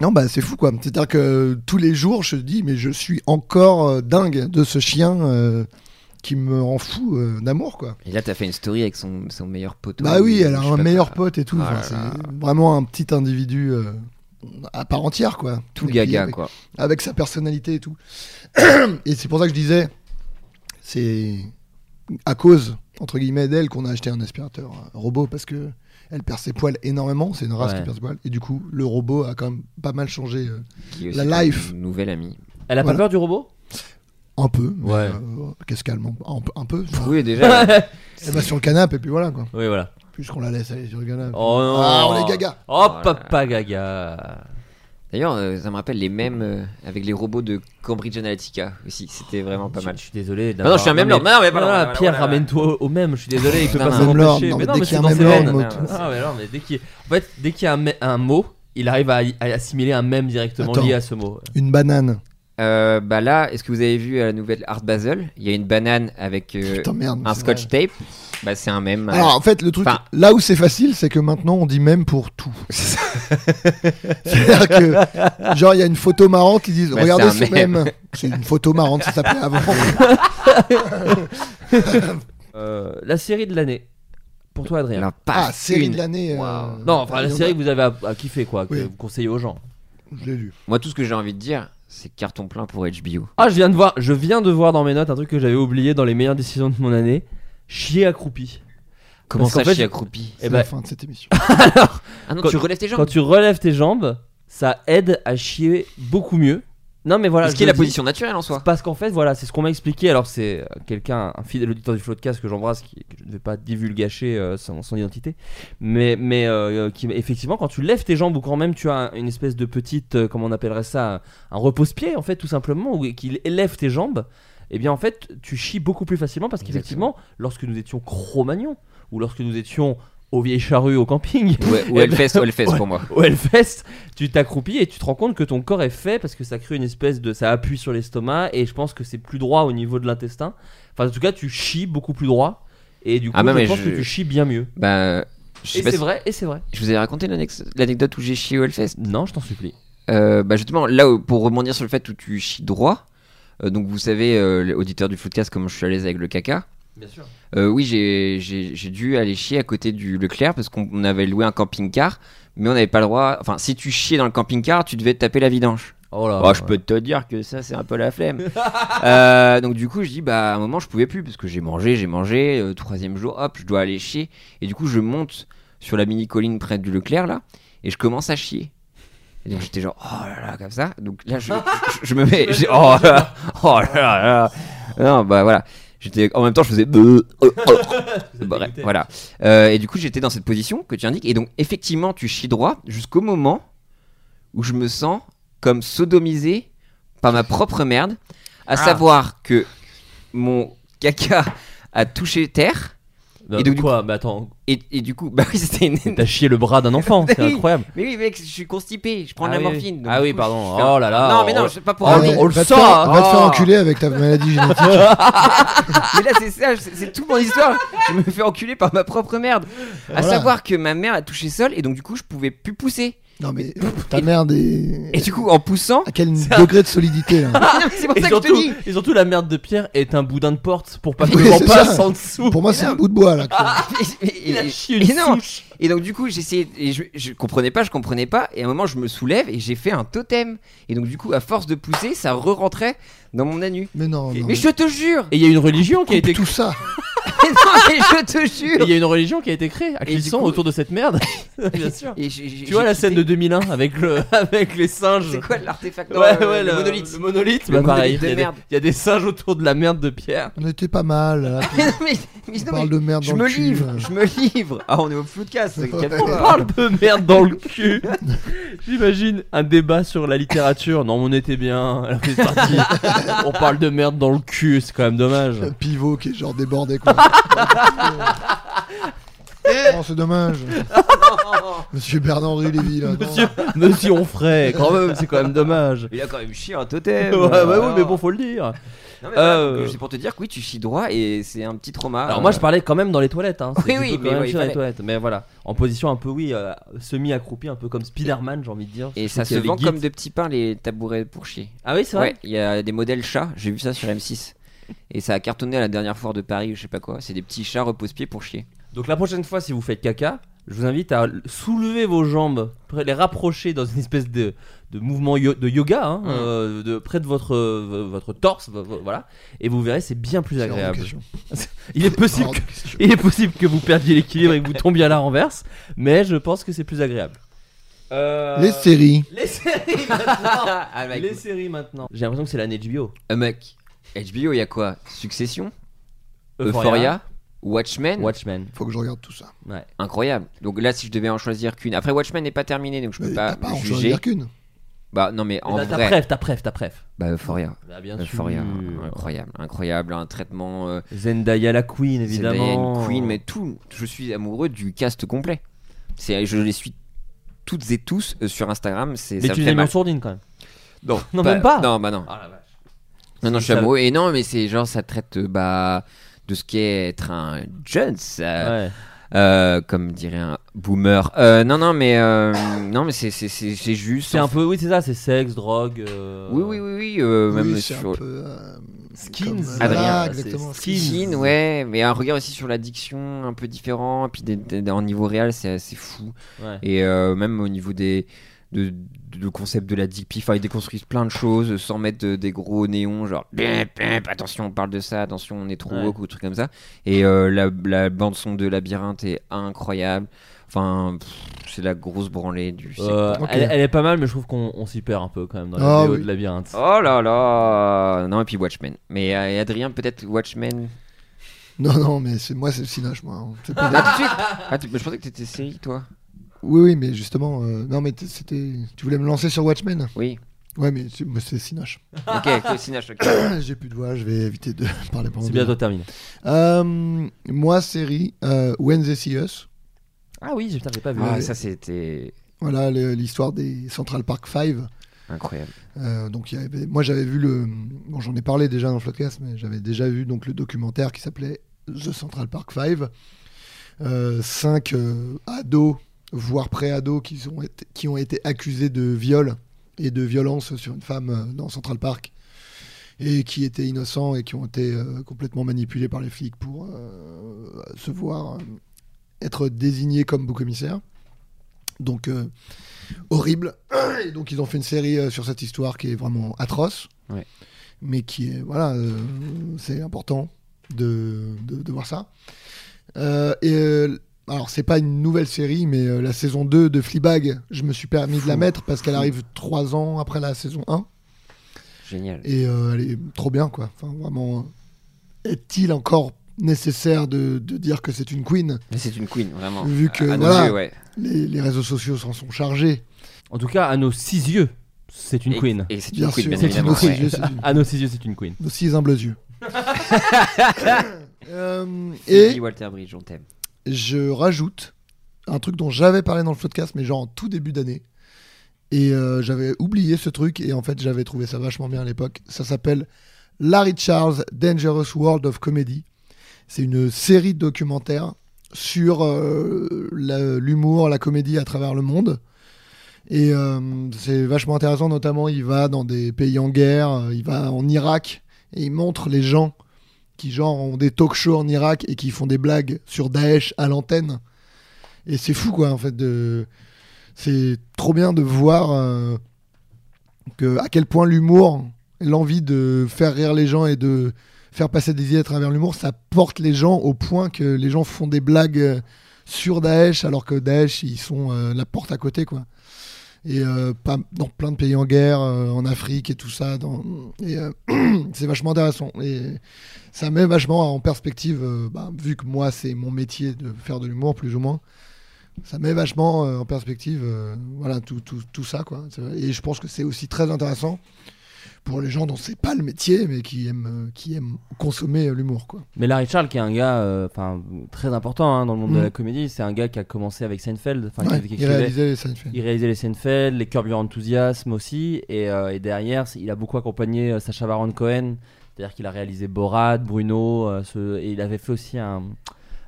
[SPEAKER 6] Non, bah, c'est fou, quoi. C'est-à-dire que tous les jours, je dis, mais je suis encore euh, dingue de ce chien euh, qui me rend fou euh, d'amour, quoi.
[SPEAKER 5] Et là, t'as fait une story avec son, son meilleur pote.
[SPEAKER 6] Bah oui, elle a
[SPEAKER 5] Je sais
[SPEAKER 6] un
[SPEAKER 5] pas
[SPEAKER 6] meilleur
[SPEAKER 5] quoi.
[SPEAKER 6] pote et tout.
[SPEAKER 5] Ah
[SPEAKER 6] Enfin,
[SPEAKER 5] là
[SPEAKER 6] c'est
[SPEAKER 5] là.
[SPEAKER 6] vraiment un petit individu euh, à part entière, quoi.
[SPEAKER 5] Tout
[SPEAKER 6] Et puis,
[SPEAKER 5] gaga,
[SPEAKER 6] avec-
[SPEAKER 5] quoi.
[SPEAKER 6] Avec sa personnalité et tout. *clears throat* et c'est pour ça que je disais, c'est à cause, entre guillemets, d'elle qu'on a acheté un aspirateur euh, robot parce que elle perd ses poils énormément. C'est une race
[SPEAKER 4] Ouais.
[SPEAKER 6] qui perd ses poils. Et du coup, le robot a quand même pas mal changé euh,
[SPEAKER 5] Qui est aussi
[SPEAKER 6] La
[SPEAKER 5] ton
[SPEAKER 6] life.
[SPEAKER 5] Nouvelle
[SPEAKER 6] *laughs*
[SPEAKER 5] amie.
[SPEAKER 4] Elle a pas
[SPEAKER 6] Voilà.
[SPEAKER 4] peur du robot
[SPEAKER 6] un peu. mais,
[SPEAKER 4] Ouais.
[SPEAKER 6] euh, Qu'est-ce qu'allemand Un, peu- un peu.
[SPEAKER 5] Oui, déjà. euh,
[SPEAKER 6] Elle va sur le canapé et puis voilà, quoi.
[SPEAKER 4] Oui, voilà.
[SPEAKER 6] Puisqu'on la laisse aller sur le canapé.
[SPEAKER 4] Oh non.
[SPEAKER 6] Ah, on est gaga.
[SPEAKER 4] Oh,
[SPEAKER 5] Voilà.
[SPEAKER 4] papa gaga.
[SPEAKER 5] D'ailleurs, euh, ça me rappelle les mêmes euh, avec les robots de Cambridge Analytica aussi. C'était vraiment pas
[SPEAKER 4] Je-
[SPEAKER 5] mal.
[SPEAKER 4] Ah Je suis désolé.
[SPEAKER 5] non, je suis un même lord. Non, mais pardon,
[SPEAKER 4] voilà,
[SPEAKER 5] voilà,
[SPEAKER 4] Pierre,
[SPEAKER 5] voilà.
[SPEAKER 4] ramène-toi au même. Je suis désolé, il peut
[SPEAKER 5] Non,
[SPEAKER 4] pas
[SPEAKER 5] non.
[SPEAKER 4] s'en
[SPEAKER 6] Même lord,
[SPEAKER 4] empêcher.
[SPEAKER 6] non, mais
[SPEAKER 4] non,
[SPEAKER 6] dès
[SPEAKER 4] mais c'est
[SPEAKER 6] qu'il y a un
[SPEAKER 4] dans
[SPEAKER 6] même
[SPEAKER 4] ses
[SPEAKER 6] lord,
[SPEAKER 4] veines.
[SPEAKER 6] moi,
[SPEAKER 5] tout-
[SPEAKER 4] Ah, mais non, mais dès qu'il en fait, dès qu'il y a un, me- un mot, il arrive à, à assimiler un même directement
[SPEAKER 6] Attends.
[SPEAKER 4] lié à ce mot.
[SPEAKER 6] Une banane.
[SPEAKER 5] Euh, bah là, est-ce que vous avez vu euh, la nouvelle Art Basel Il y a une banane avec euh,
[SPEAKER 6] Putain, merde.
[SPEAKER 5] un
[SPEAKER 6] c'est
[SPEAKER 5] scotch tape. Bah c'est un même.
[SPEAKER 6] Alors en fait le truc
[SPEAKER 5] Enfin-
[SPEAKER 6] là où c'est facile c'est que maintenant on dit même pour tout. *laughs* C'est-à-dire que genre il y a une photo marrante qui disent
[SPEAKER 5] Bah,
[SPEAKER 6] regardez
[SPEAKER 5] c'est un Ah,
[SPEAKER 6] ce même. C'est une photo marrante ça s'appelait
[SPEAKER 5] *laughs*
[SPEAKER 6] avant.
[SPEAKER 4] Euh, la série de l'année. Pour toi, Adrien.
[SPEAKER 5] Alors, pas
[SPEAKER 6] ah série
[SPEAKER 5] une.
[SPEAKER 6] de l'année. euh,
[SPEAKER 5] Waouh.
[SPEAKER 4] Non, enfin,
[SPEAKER 6] il
[SPEAKER 4] la
[SPEAKER 6] y en
[SPEAKER 4] série
[SPEAKER 6] a-
[SPEAKER 4] que vous avez à, à kiffer, quoi, que
[SPEAKER 6] Oui.
[SPEAKER 4] vous conseillez aux gens.
[SPEAKER 6] Je l'ai lu.
[SPEAKER 5] Moi, tout ce que j'ai envie de dire, c'est carton plein pour HBO.
[SPEAKER 4] Ah, je viens de voir, je viens de voir dans mes notes un truc que j'avais oublié dans les meilleures décisions de mon année. Chier accroupi.
[SPEAKER 5] Comment
[SPEAKER 4] Parce
[SPEAKER 5] ça,
[SPEAKER 4] qu'en fait,
[SPEAKER 5] je suis accroupi
[SPEAKER 6] C'est
[SPEAKER 4] Eh
[SPEAKER 6] la
[SPEAKER 4] ben,
[SPEAKER 6] fin de cette émission.
[SPEAKER 5] Ah non,
[SPEAKER 4] quand-
[SPEAKER 5] tu relèves tes jambes.
[SPEAKER 4] quand tu relèves tes jambes, ça aide à chier beaucoup mieux. Non, mais voilà.
[SPEAKER 5] Ce
[SPEAKER 4] je
[SPEAKER 5] qui est
[SPEAKER 4] le
[SPEAKER 5] la
[SPEAKER 4] dis.
[SPEAKER 5] position naturelle en soi.
[SPEAKER 4] Parce qu'en fait, voilà, c'est ce qu'on m'a expliqué. Alors, c'est euh, quelqu'un, un fidèle auditeur du Floodcast que j'embrasse, qui, que je ne vais pas divulgacher euh, son, son identité, mais, mais euh, qui, effectivement, quand tu lèves tes jambes ou quand même tu as une espèce de petite, euh, comment on appellerait ça, un repose-pied, en fait, tout simplement, ou qu'il élève tes jambes, eh bien, en fait, tu chies beaucoup plus facilement parce qu'effectivement, lorsque nous étions Cro-Magnon, ou lorsque nous étions aux vieilles charrues au camping,
[SPEAKER 5] Ouais, ou
[SPEAKER 4] Eh
[SPEAKER 5] Hellfest,
[SPEAKER 4] *laughs* ben,
[SPEAKER 5] ou Hellfest
[SPEAKER 4] ouais.
[SPEAKER 5] pour moi.
[SPEAKER 4] au Hellfest, tu t'accroupis et tu te rends compte que ton corps est fait parce que ça crée une espèce de. ça appuie sur l'estomac et je pense que c'est plus droit au niveau de l'intestin. Enfin, en tout cas, tu chies beaucoup plus droit et du coup,
[SPEAKER 5] Ah, bah,
[SPEAKER 4] je
[SPEAKER 5] mais
[SPEAKER 4] pense
[SPEAKER 5] je-
[SPEAKER 4] que tu chies bien mieux.
[SPEAKER 5] Bah, je sais
[SPEAKER 4] Et
[SPEAKER 5] pas
[SPEAKER 4] c'est
[SPEAKER 5] si-
[SPEAKER 4] vrai, et c'est vrai.
[SPEAKER 5] Je vous ai raconté l'annexe- l'anecdote où j'ai chié au Hellfest.
[SPEAKER 4] Non, je t'en supplie.
[SPEAKER 5] Euh, bah justement, là, où- pour rebondir sur le fait où tu chies droit, euh, donc vous savez, euh, l'auditeur du podcast, comment je suis à l'aise avec le caca.
[SPEAKER 4] Bien sûr.
[SPEAKER 5] Euh, oui, j'ai- j'ai j'ai dû aller chier à côté du Leclerc parce qu'on on avait loué un camping-car, mais on n'avait pas le droit. Enfin, si tu chiais dans le camping-car, tu devais te taper la vidange.
[SPEAKER 4] Oh là.
[SPEAKER 5] Oh, je peux te dire que ça, c'est un peu la *laughs* flemme. Euh, donc, du coup, je dis, bah, à un moment, je pouvais plus parce que j'ai mangé, j'ai mangé. euh, troisième jour, hop, je dois aller chier. Et du coup, je monte sur la mini colline près du Leclerc là, et je commence à chier. Et donc j'étais genre oh là là comme ça. Donc là je, je- *laughs* je me mets j'ai- oh là là, oh là là là. Non bah voilà. J'étais en même temps je faisais euh, euh,
[SPEAKER 4] *laughs*
[SPEAKER 5] euh. Bref, voilà. Euh, et du coup j'étais dans cette position que tu indiques. Et donc effectivement tu chies droit jusqu'au moment où je me sens comme sodomisé par ma propre merde, à
[SPEAKER 4] Ah.
[SPEAKER 5] savoir que mon caca a touché terre.
[SPEAKER 4] Non,
[SPEAKER 5] Et donc, du
[SPEAKER 4] quoi Mais attends,
[SPEAKER 5] Et, et du coup, *laughs* bah oui, c'était une.
[SPEAKER 4] t'as chié le bras d'un enfant, *laughs* c'est incroyable.
[SPEAKER 5] Mais oui, mec, je suis constipé, je prends de
[SPEAKER 4] Ah
[SPEAKER 5] la
[SPEAKER 4] oui, oui.
[SPEAKER 5] morphine. donc
[SPEAKER 4] Ah
[SPEAKER 5] du
[SPEAKER 4] oui,
[SPEAKER 5] coup,
[SPEAKER 4] pardon.
[SPEAKER 5] je suis un-
[SPEAKER 4] Oh là là,
[SPEAKER 5] Non,
[SPEAKER 4] oh,
[SPEAKER 5] mais non,
[SPEAKER 4] oh.
[SPEAKER 5] c'est pas pour.
[SPEAKER 4] Oh,
[SPEAKER 5] un-
[SPEAKER 4] mais
[SPEAKER 5] mais,
[SPEAKER 4] on le
[SPEAKER 6] va te
[SPEAKER 4] sent,
[SPEAKER 6] faire-
[SPEAKER 4] hein.
[SPEAKER 6] Va te faire
[SPEAKER 4] Oh.
[SPEAKER 6] enculer avec ta maladie génétique.
[SPEAKER 5] *laughs* là, c'est ça, c'est c'est toute mon histoire. je me fais enculer par ma propre merde. À
[SPEAKER 6] Voilà.
[SPEAKER 5] savoir que ma mère a touché sol et donc du coup, je pouvais plus pousser.
[SPEAKER 6] Non mais ta merde est.
[SPEAKER 5] Et du coup, en poussant. *laughs*
[SPEAKER 6] à quel degré de solidité là
[SPEAKER 5] Ah, non, mais c'est pour
[SPEAKER 4] Et
[SPEAKER 5] ça que je te
[SPEAKER 4] surtout,
[SPEAKER 5] dis.
[SPEAKER 4] et surtout, la merde de Pierre est un boudin de porte pour
[SPEAKER 5] *laughs*
[SPEAKER 4] pas que
[SPEAKER 6] Oui,
[SPEAKER 4] le vent
[SPEAKER 6] c'est
[SPEAKER 4] passe
[SPEAKER 6] ça.
[SPEAKER 4] en dessous.
[SPEAKER 6] Pour moi c'est un bout de bois là.
[SPEAKER 5] Ah.
[SPEAKER 6] quoi.
[SPEAKER 5] Et- et-
[SPEAKER 4] Il a
[SPEAKER 5] et-
[SPEAKER 4] chié une
[SPEAKER 5] et non.
[SPEAKER 4] souche.
[SPEAKER 5] Et donc du coup j'essayais et je, je comprenais pas, je comprenais pas et à un moment je me soulève et j'ai fait un totem et donc du coup à force de pousser ça re-rentrait dans mon anus.
[SPEAKER 6] Mais non. non,
[SPEAKER 5] Mais je te jure
[SPEAKER 4] Et il y a une religion qui a été
[SPEAKER 6] Tout ça.
[SPEAKER 5] *laughs* non, mais je te
[SPEAKER 4] Et Il
[SPEAKER 5] jure.
[SPEAKER 4] y a
[SPEAKER 5] *laughs*
[SPEAKER 4] une religion qui a été créée à
[SPEAKER 5] Et du
[SPEAKER 4] Clisson
[SPEAKER 5] coup-
[SPEAKER 4] autour de cette
[SPEAKER 5] *laughs*
[SPEAKER 4] merde. Bien sûr.
[SPEAKER 5] Et j'ai- j'ai-
[SPEAKER 4] Tu vois
[SPEAKER 5] j'ai
[SPEAKER 4] la scène de
[SPEAKER 5] quitté-
[SPEAKER 4] 2001 avec,
[SPEAKER 5] *laughs*
[SPEAKER 4] le, avec les singes.
[SPEAKER 5] C'est quoi l'artefact Non,
[SPEAKER 4] ouais,
[SPEAKER 5] euh,
[SPEAKER 4] ouais,
[SPEAKER 5] le, monolithe.
[SPEAKER 4] Le monolithe,
[SPEAKER 5] Le
[SPEAKER 4] bah pareil.
[SPEAKER 5] monolithe de
[SPEAKER 4] Il y, a des-
[SPEAKER 5] merde.
[SPEAKER 4] il y a des singes autour de la merde de pierre.
[SPEAKER 6] On était pas mal. là.
[SPEAKER 5] Mais *laughs* non, mais, Ah, mais
[SPEAKER 6] On
[SPEAKER 5] non,
[SPEAKER 6] parle
[SPEAKER 5] mais
[SPEAKER 6] de merde
[SPEAKER 5] je
[SPEAKER 6] dans
[SPEAKER 5] me
[SPEAKER 6] le cul,
[SPEAKER 5] livre,
[SPEAKER 6] euh.
[SPEAKER 5] je me livre. Ah, on est au flou de casse. c'est quatre
[SPEAKER 6] Ouais.
[SPEAKER 4] On
[SPEAKER 5] fois.
[SPEAKER 4] parle de merde dans le
[SPEAKER 5] *laughs*
[SPEAKER 4] cul. J'imagine un débat sur la littérature. Non, mais on était bien. Elle a fait
[SPEAKER 5] *laughs*
[SPEAKER 4] partie. on parle de merde dans le cul, c'est quand même dommage.
[SPEAKER 6] Un pivot qui est genre
[SPEAKER 4] *laughs*
[SPEAKER 6] débordé quoi.
[SPEAKER 4] Eh
[SPEAKER 6] non,
[SPEAKER 4] *laughs*
[SPEAKER 6] c'est dommage. Monsieur Bernard-Henri Lévy là. non.
[SPEAKER 4] Monsieur, monsieur Onfray, quand même, c'est quand même dommage.
[SPEAKER 5] Il a quand même chié un totem.
[SPEAKER 4] Ouais, ouais,
[SPEAKER 5] alors.
[SPEAKER 4] oui, mais bon, faut le dire.
[SPEAKER 5] Non, mais voilà,
[SPEAKER 4] Euh,
[SPEAKER 5] donc, c'est pour te dire que oui, tu chies droit et c'est un petit trauma.
[SPEAKER 4] Alors moi je parlais quand même dans les toilettes. Hein.
[SPEAKER 5] Oui,
[SPEAKER 4] C'est
[SPEAKER 5] Ah, euh, oui,
[SPEAKER 4] plutôt quand
[SPEAKER 5] mais
[SPEAKER 4] même
[SPEAKER 5] ouais, il
[SPEAKER 4] sur les
[SPEAKER 5] fallait.
[SPEAKER 4] toilettes. Mais voilà, en position un peu oui, euh, semi accroupi, un peu comme Spider-Man, j'ai envie de dire.
[SPEAKER 5] Et
[SPEAKER 4] Surtout
[SPEAKER 5] ça
[SPEAKER 4] qu'il
[SPEAKER 5] se
[SPEAKER 4] y avait
[SPEAKER 5] vend
[SPEAKER 4] Git.
[SPEAKER 5] comme de petits pains les tabourets pour chier.
[SPEAKER 4] Ah oui, c'est vrai.
[SPEAKER 5] Ouais, il y a des modèles chats, j'ai vu ça sur M6. Et ça a cartonné à la dernière foire de Paris ou je sais pas quoi. C'est des petits chats repose-pieds pour chier.
[SPEAKER 4] Donc la prochaine fois, si vous faites caca, je vous invite à soulever vos jambes, les rapprocher dans une espèce de, de mouvement yo- de yoga, hein,
[SPEAKER 5] Mm.
[SPEAKER 4] euh, de près de votre euh, votre torse, vo- vo- voilà. Et vous verrez, c'est bien plus
[SPEAKER 6] C'est hors de
[SPEAKER 4] agréable.
[SPEAKER 6] question.
[SPEAKER 4] Il est possible
[SPEAKER 6] Hors
[SPEAKER 4] que
[SPEAKER 6] de question.
[SPEAKER 4] Il est possible que vous perdiez l'équilibre et que vous tombiez à la renverse, mais je pense que c'est plus agréable. Euh,
[SPEAKER 6] Les séries.
[SPEAKER 4] Les séries maintenant.
[SPEAKER 5] *laughs* ah, mec,
[SPEAKER 4] Les séries maintenant. J'ai l'impression que c'est l'année de bio.
[SPEAKER 5] euh, mec, HBO, il y a quoi Succession, Euphoria, Watchmen.
[SPEAKER 4] Watchmen.
[SPEAKER 6] Faut que je regarde tout ça.
[SPEAKER 5] Incroyable. Donc là, si je devais en choisir qu'une. Après, Watchmen n'est pas terminé, donc je peux
[SPEAKER 6] Mais
[SPEAKER 4] Bah,
[SPEAKER 5] pas,
[SPEAKER 6] t'as pas en
[SPEAKER 5] juger.
[SPEAKER 6] choisir qu'une.
[SPEAKER 5] Bah non, mais en
[SPEAKER 4] Eh ben, T'as ta
[SPEAKER 5] vrai.
[SPEAKER 4] préf, ta préf, ta préf.
[SPEAKER 5] Bah Euphoria.
[SPEAKER 4] Bah, bien
[SPEAKER 5] Euphoria, hein, incroyable, incroyable, un traitement. euh,
[SPEAKER 4] Zendaya la Queen, évidemment.
[SPEAKER 5] Zendaya, une Queen, mais tout. Je suis amoureux du cast complet. C'est, je les suis toutes et tous euh, sur Instagram. C'est
[SPEAKER 4] Mais
[SPEAKER 5] ça
[SPEAKER 4] tu
[SPEAKER 5] me
[SPEAKER 4] l'as
[SPEAKER 5] fait
[SPEAKER 4] mis en
[SPEAKER 5] mal.
[SPEAKER 4] sourdine quand même.
[SPEAKER 5] Non,
[SPEAKER 4] Non, même pas.
[SPEAKER 5] Non, bah non.
[SPEAKER 4] Ah la vache.
[SPEAKER 5] Non, non, je suis
[SPEAKER 4] ça-
[SPEAKER 5] amoureux. Et non, mais c'est genre, ça traite euh, bah, de ce qu'est être un jeune, ça.
[SPEAKER 4] Ouais.
[SPEAKER 5] Euh, comme dirait un boomer. Euh, non, non, mais euh, non, mais c'est, c'est, c'est, c'est juste.
[SPEAKER 4] C'est un peu, oui, c'est ça, c'est sexe, drogue. euh,
[SPEAKER 5] Oui, oui, oui, oui. euh,
[SPEAKER 6] Oui,
[SPEAKER 5] même
[SPEAKER 6] c'est
[SPEAKER 5] sur.
[SPEAKER 6] un peu. euh,
[SPEAKER 4] Skins.
[SPEAKER 6] comme, euh,
[SPEAKER 5] Adrien,
[SPEAKER 6] voilà,
[SPEAKER 4] c'est
[SPEAKER 6] exactement.
[SPEAKER 4] Skins.
[SPEAKER 5] Chine, ouais, mais un regard aussi sur l'addiction un peu différent, et puis des- des- en niveau réel, c'est assez fou.
[SPEAKER 4] Ouais.
[SPEAKER 5] Et euh, même au niveau des. De, de- le concept de la DP, enfin, ils déconstruisent plein de choses sans mettre de- des gros néons, genre bip, bip, attention, on parle de ça, attention, on est trop
[SPEAKER 4] Ouais.
[SPEAKER 5] woke ou trucs comme ça. Et euh, la, la bande-son de Labyrinthe est incroyable. Enfin, pff, c'est la grosse branlée du. siècle.
[SPEAKER 4] Euh,
[SPEAKER 6] Ok.
[SPEAKER 4] elle, elle est pas mal, mais je trouve qu'on on s'y perd un peu quand même dans la
[SPEAKER 6] Ah,
[SPEAKER 4] vidéo
[SPEAKER 6] oui.
[SPEAKER 4] de labyrinthe.
[SPEAKER 5] Oh là là Non, et puis Watchmen. Mais euh, et Adrien, peut-être Watchmen.
[SPEAKER 6] Non, non, mais c'est moi, c'est le cinoche, moi. hein. C'est pas- *laughs*
[SPEAKER 5] Ah, tout de suite Ah, tu- mais je pensais que t'étais série, toi.
[SPEAKER 6] Oui, oui, mais justement, euh, non, mais t- c'était. Tu voulais me lancer sur Watchmen
[SPEAKER 5] Oui.
[SPEAKER 6] Ouais, mais tu- moi, c'est Cinoche.
[SPEAKER 5] Ok,
[SPEAKER 6] *laughs*
[SPEAKER 5] Claude Sinache, ok.
[SPEAKER 6] *clears throat* J'ai plus de voix, je vais éviter de *laughs* parler pendant.
[SPEAKER 4] C'est
[SPEAKER 6] deux
[SPEAKER 4] bientôt terminé.
[SPEAKER 6] heures. Euh, moi, série euh, When They See Us.
[SPEAKER 4] Ah oui, j'ai putain, j'ai pas vu.
[SPEAKER 5] Ah, ça, c'était
[SPEAKER 6] Voilà le- l'histoire des Central Park 5.
[SPEAKER 5] incroyable.
[SPEAKER 6] Euh, donc il y avait- moi j'avais vu le, bon j'en ai parlé déjà dans le podcast, mais j'avais déjà vu donc le documentaire qui s'appelait The Central Park 5. Euh, cinq euh, ados, voire pré-ados, qui ont été, qui ont été accusés de viol et de violence sur une femme euh, dans Central Park et qui étaient innocents et qui ont été euh, complètement manipulés par les flics pour euh, se voir euh, être désignés comme beaux-commissaires. Donc euh, horrible. Et donc ils ont fait une série euh, sur cette histoire qui est vraiment atroce,
[SPEAKER 5] Ouais.
[SPEAKER 6] mais qui est voilà, euh, c'est important de, de, de voir ça. Euh, et euh, alors c'est pas une nouvelle série, mais euh, la saison 2 de Fleabag, je me suis permis de la
[SPEAKER 5] Fou.
[SPEAKER 6] mettre parce qu'elle arrive trois ans après la saison 1
[SPEAKER 5] Génial.
[SPEAKER 6] et euh, elle est trop bien quoi. Enfin vraiment, euh, est-il encore nécessaire de, de dire que c'est une queen
[SPEAKER 5] Mais c'est une queen, vraiment.
[SPEAKER 6] Vu que,
[SPEAKER 5] À nos
[SPEAKER 6] voilà.
[SPEAKER 5] yeux, ouais.
[SPEAKER 6] les, les réseaux sociaux s'en sont chargés.
[SPEAKER 4] En tout cas, à nos six yeux, c'est une
[SPEAKER 5] Et-
[SPEAKER 4] queen.
[SPEAKER 5] Et, c'est
[SPEAKER 6] Bien
[SPEAKER 5] une queen,
[SPEAKER 6] sûr.
[SPEAKER 5] bien
[SPEAKER 6] C'est une
[SPEAKER 5] évidemment.
[SPEAKER 6] queen.
[SPEAKER 5] ouais.
[SPEAKER 6] yeux, c'est une-
[SPEAKER 4] À nos six yeux, c'est une queen.
[SPEAKER 6] Nos six
[SPEAKER 5] *laughs*
[SPEAKER 6] humbles yeux. Euh,
[SPEAKER 5] Et
[SPEAKER 6] et
[SPEAKER 5] Walter Bridge, on t'aime.
[SPEAKER 6] je rajoute un truc dont j'avais parlé dans le podcast, mais genre en tout début d'année. Et euh, j'avais oublié ce truc, et en fait j'avais trouvé ça vachement bien à l'époque. Ça s'appelle Larry Charles Dangerous World of Comedy. C'est une série documentaire sur euh, la- l'humour, la comédie à travers le monde. Et euh, c'est vachement intéressant, notamment il va dans des pays en guerre, euh, il va en Irak, et il montre les gens qui genre ont des talk shows en Irak et qui font des blagues sur Daesh à l'antenne. Et c'est fou quoi en fait de c'est trop bien de voir euh, que à quel point l'humour, l'envie de faire rire les gens et de faire passer des idées à travers l'humour, ça porte les gens au point que les gens font des blagues euh, sur Daesh, alors que Daesh, ils sont euh, la porte à côté, quoi. Et euh, pas, dans plein de pays en guerre, euh, en Afrique et tout ça. dans- et, euh, *clears throat* c'est vachement intéressant. Et ça met vachement en perspective, euh, bah, vu que moi, c'est mon métier de faire de l'humour, plus ou moins. Ça met vachement euh, en perspective euh, voilà, tout, tout, tout ça. Quoi. C'est vrai. Et je pense que c'est aussi très intéressant pour les gens dont c'est pas le métier, mais qui aiment, euh, qui aiment consommer euh, l'humour. quoi.
[SPEAKER 4] Mais Larry Charles, qui est un gars euh, enfin, très important hein, dans le monde de
[SPEAKER 6] Mm.
[SPEAKER 4] la comédie, c'est un gars qui a commencé avec Seinfeld. Enfin,
[SPEAKER 6] Ouais,
[SPEAKER 4] qui- qui
[SPEAKER 6] il
[SPEAKER 4] écrivait-
[SPEAKER 6] réalisait les Seinfeld.
[SPEAKER 4] Il réalisait les Seinfeld, les Curb Your Enthusiasm aussi, et, euh, et derrière, il a beaucoup accompagné euh, Sacha Baron Cohen, c'est-à-dire qu'il a réalisé Borat, Bruno, euh, ce- et il avait fait aussi un.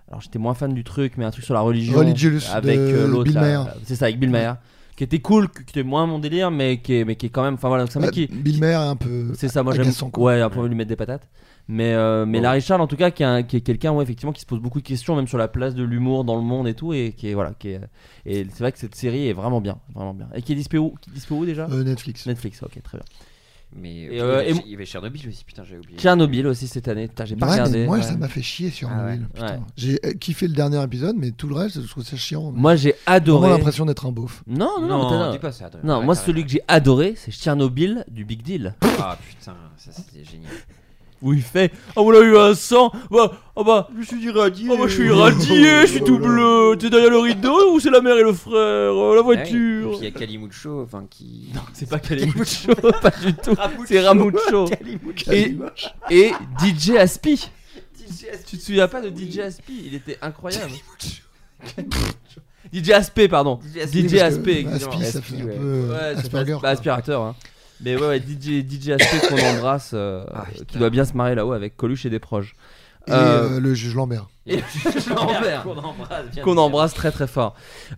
[SPEAKER 4] Alors j'étais moins fan du truc, mais un truc sur la religion.
[SPEAKER 6] Religious
[SPEAKER 4] avec
[SPEAKER 6] de
[SPEAKER 4] euh, l'autre.
[SPEAKER 6] Bill
[SPEAKER 4] là,
[SPEAKER 6] Maher.
[SPEAKER 4] euh, C'est ça, avec Bill Maher. Qui était cool, qui était moins mon délire, mais qui est, mais qui est quand même. Enfin voilà, donc c'est un mec
[SPEAKER 6] Ouais,
[SPEAKER 4] qui.
[SPEAKER 6] Bill Maher est un peu.
[SPEAKER 4] C'est ça, moi j'aime.
[SPEAKER 6] agaçant, quoi.
[SPEAKER 4] Ouais, après on va lui mettre des patates. Mais, euh, mais
[SPEAKER 8] Ouais.
[SPEAKER 4] Larry Charles, en tout cas, qui est, un- qui est quelqu'un ouais, effectivement, qui se pose beaucoup de questions, même sur la place de l'humour dans le monde et tout. Et, qui est, voilà, qui est, et c'est vrai que cette série est vraiment bien. Vraiment bien. Et qui est dispo, qui est dispo où déjà
[SPEAKER 6] Euh, Netflix.
[SPEAKER 4] Netflix, ok, très bien.
[SPEAKER 5] Mais
[SPEAKER 4] Et, euh,
[SPEAKER 5] il, y
[SPEAKER 4] et
[SPEAKER 5] avait,
[SPEAKER 4] mon-
[SPEAKER 5] il y avait Chernobyl aussi, putain, j'ai oublié.
[SPEAKER 4] Tchernobyl aussi cette année. Putain, j'ai pas
[SPEAKER 6] Ouais, mais
[SPEAKER 4] regardé.
[SPEAKER 6] moi,
[SPEAKER 4] ouais.
[SPEAKER 6] ça m'a fait chier sur
[SPEAKER 5] Ah ouais.
[SPEAKER 6] Noël, putain.
[SPEAKER 4] Ouais.
[SPEAKER 6] J'ai euh, kiffé le dernier épisode, mais tout le reste, je trouve ça chiant.
[SPEAKER 4] Moi, j'ai
[SPEAKER 6] J'ai vraiment
[SPEAKER 4] adoré.
[SPEAKER 6] l'impression d'être un beauf.
[SPEAKER 4] Non, non, non, mais
[SPEAKER 5] non,
[SPEAKER 4] t'as-
[SPEAKER 5] dis pas ça. Adrien.
[SPEAKER 4] non,
[SPEAKER 5] Arrête,
[SPEAKER 4] moi,
[SPEAKER 5] arrête,
[SPEAKER 4] celui que j'ai adoré, c'est Tchernobyl du Big Deal.
[SPEAKER 5] arrête. Ah putain, ça c'était génial.
[SPEAKER 4] Où il fait Ah, voilà, il y a un sang Bah, ah bah,
[SPEAKER 5] Je me suis irradié.
[SPEAKER 4] Oh bah je suis irradié, *laughs* je suis tout bleu, t'es derrière le rideau ou c'est la mère et le frère, euh, la voiture
[SPEAKER 5] Eh, Puis il y a Kalimucho, enfin qui.
[SPEAKER 4] C'est pas
[SPEAKER 5] *laughs*
[SPEAKER 4] Ah, Kalimucho, pas du tout, c'est Ramucho
[SPEAKER 5] Kalimucho.
[SPEAKER 4] et, et DJ Aspi Tu te souviens pas de DJ Aspi Il était incroyable *laughs* DJ Aspé pardon
[SPEAKER 6] Oui,
[SPEAKER 4] DJ
[SPEAKER 6] parce que
[SPEAKER 4] Aspé,
[SPEAKER 6] Aspi, ça fait un
[SPEAKER 5] ouais.
[SPEAKER 4] Ouais,
[SPEAKER 6] peu euh,
[SPEAKER 4] ça fait
[SPEAKER 6] Asperger.
[SPEAKER 4] asp- aspirateur hein. Mais ouais, ouais, DJ, DJ Aspé qu'on embrasse, euh,
[SPEAKER 5] Ah,
[SPEAKER 4] qui
[SPEAKER 5] putain.
[SPEAKER 4] doit bien se marrer là-haut avec Coluche et des proches.
[SPEAKER 6] Et euh, le juge Lambert.
[SPEAKER 4] Et Lambert.
[SPEAKER 5] Qu'on embrasse. bien
[SPEAKER 4] qu'on
[SPEAKER 5] évidemment.
[SPEAKER 4] embrasse très très fort.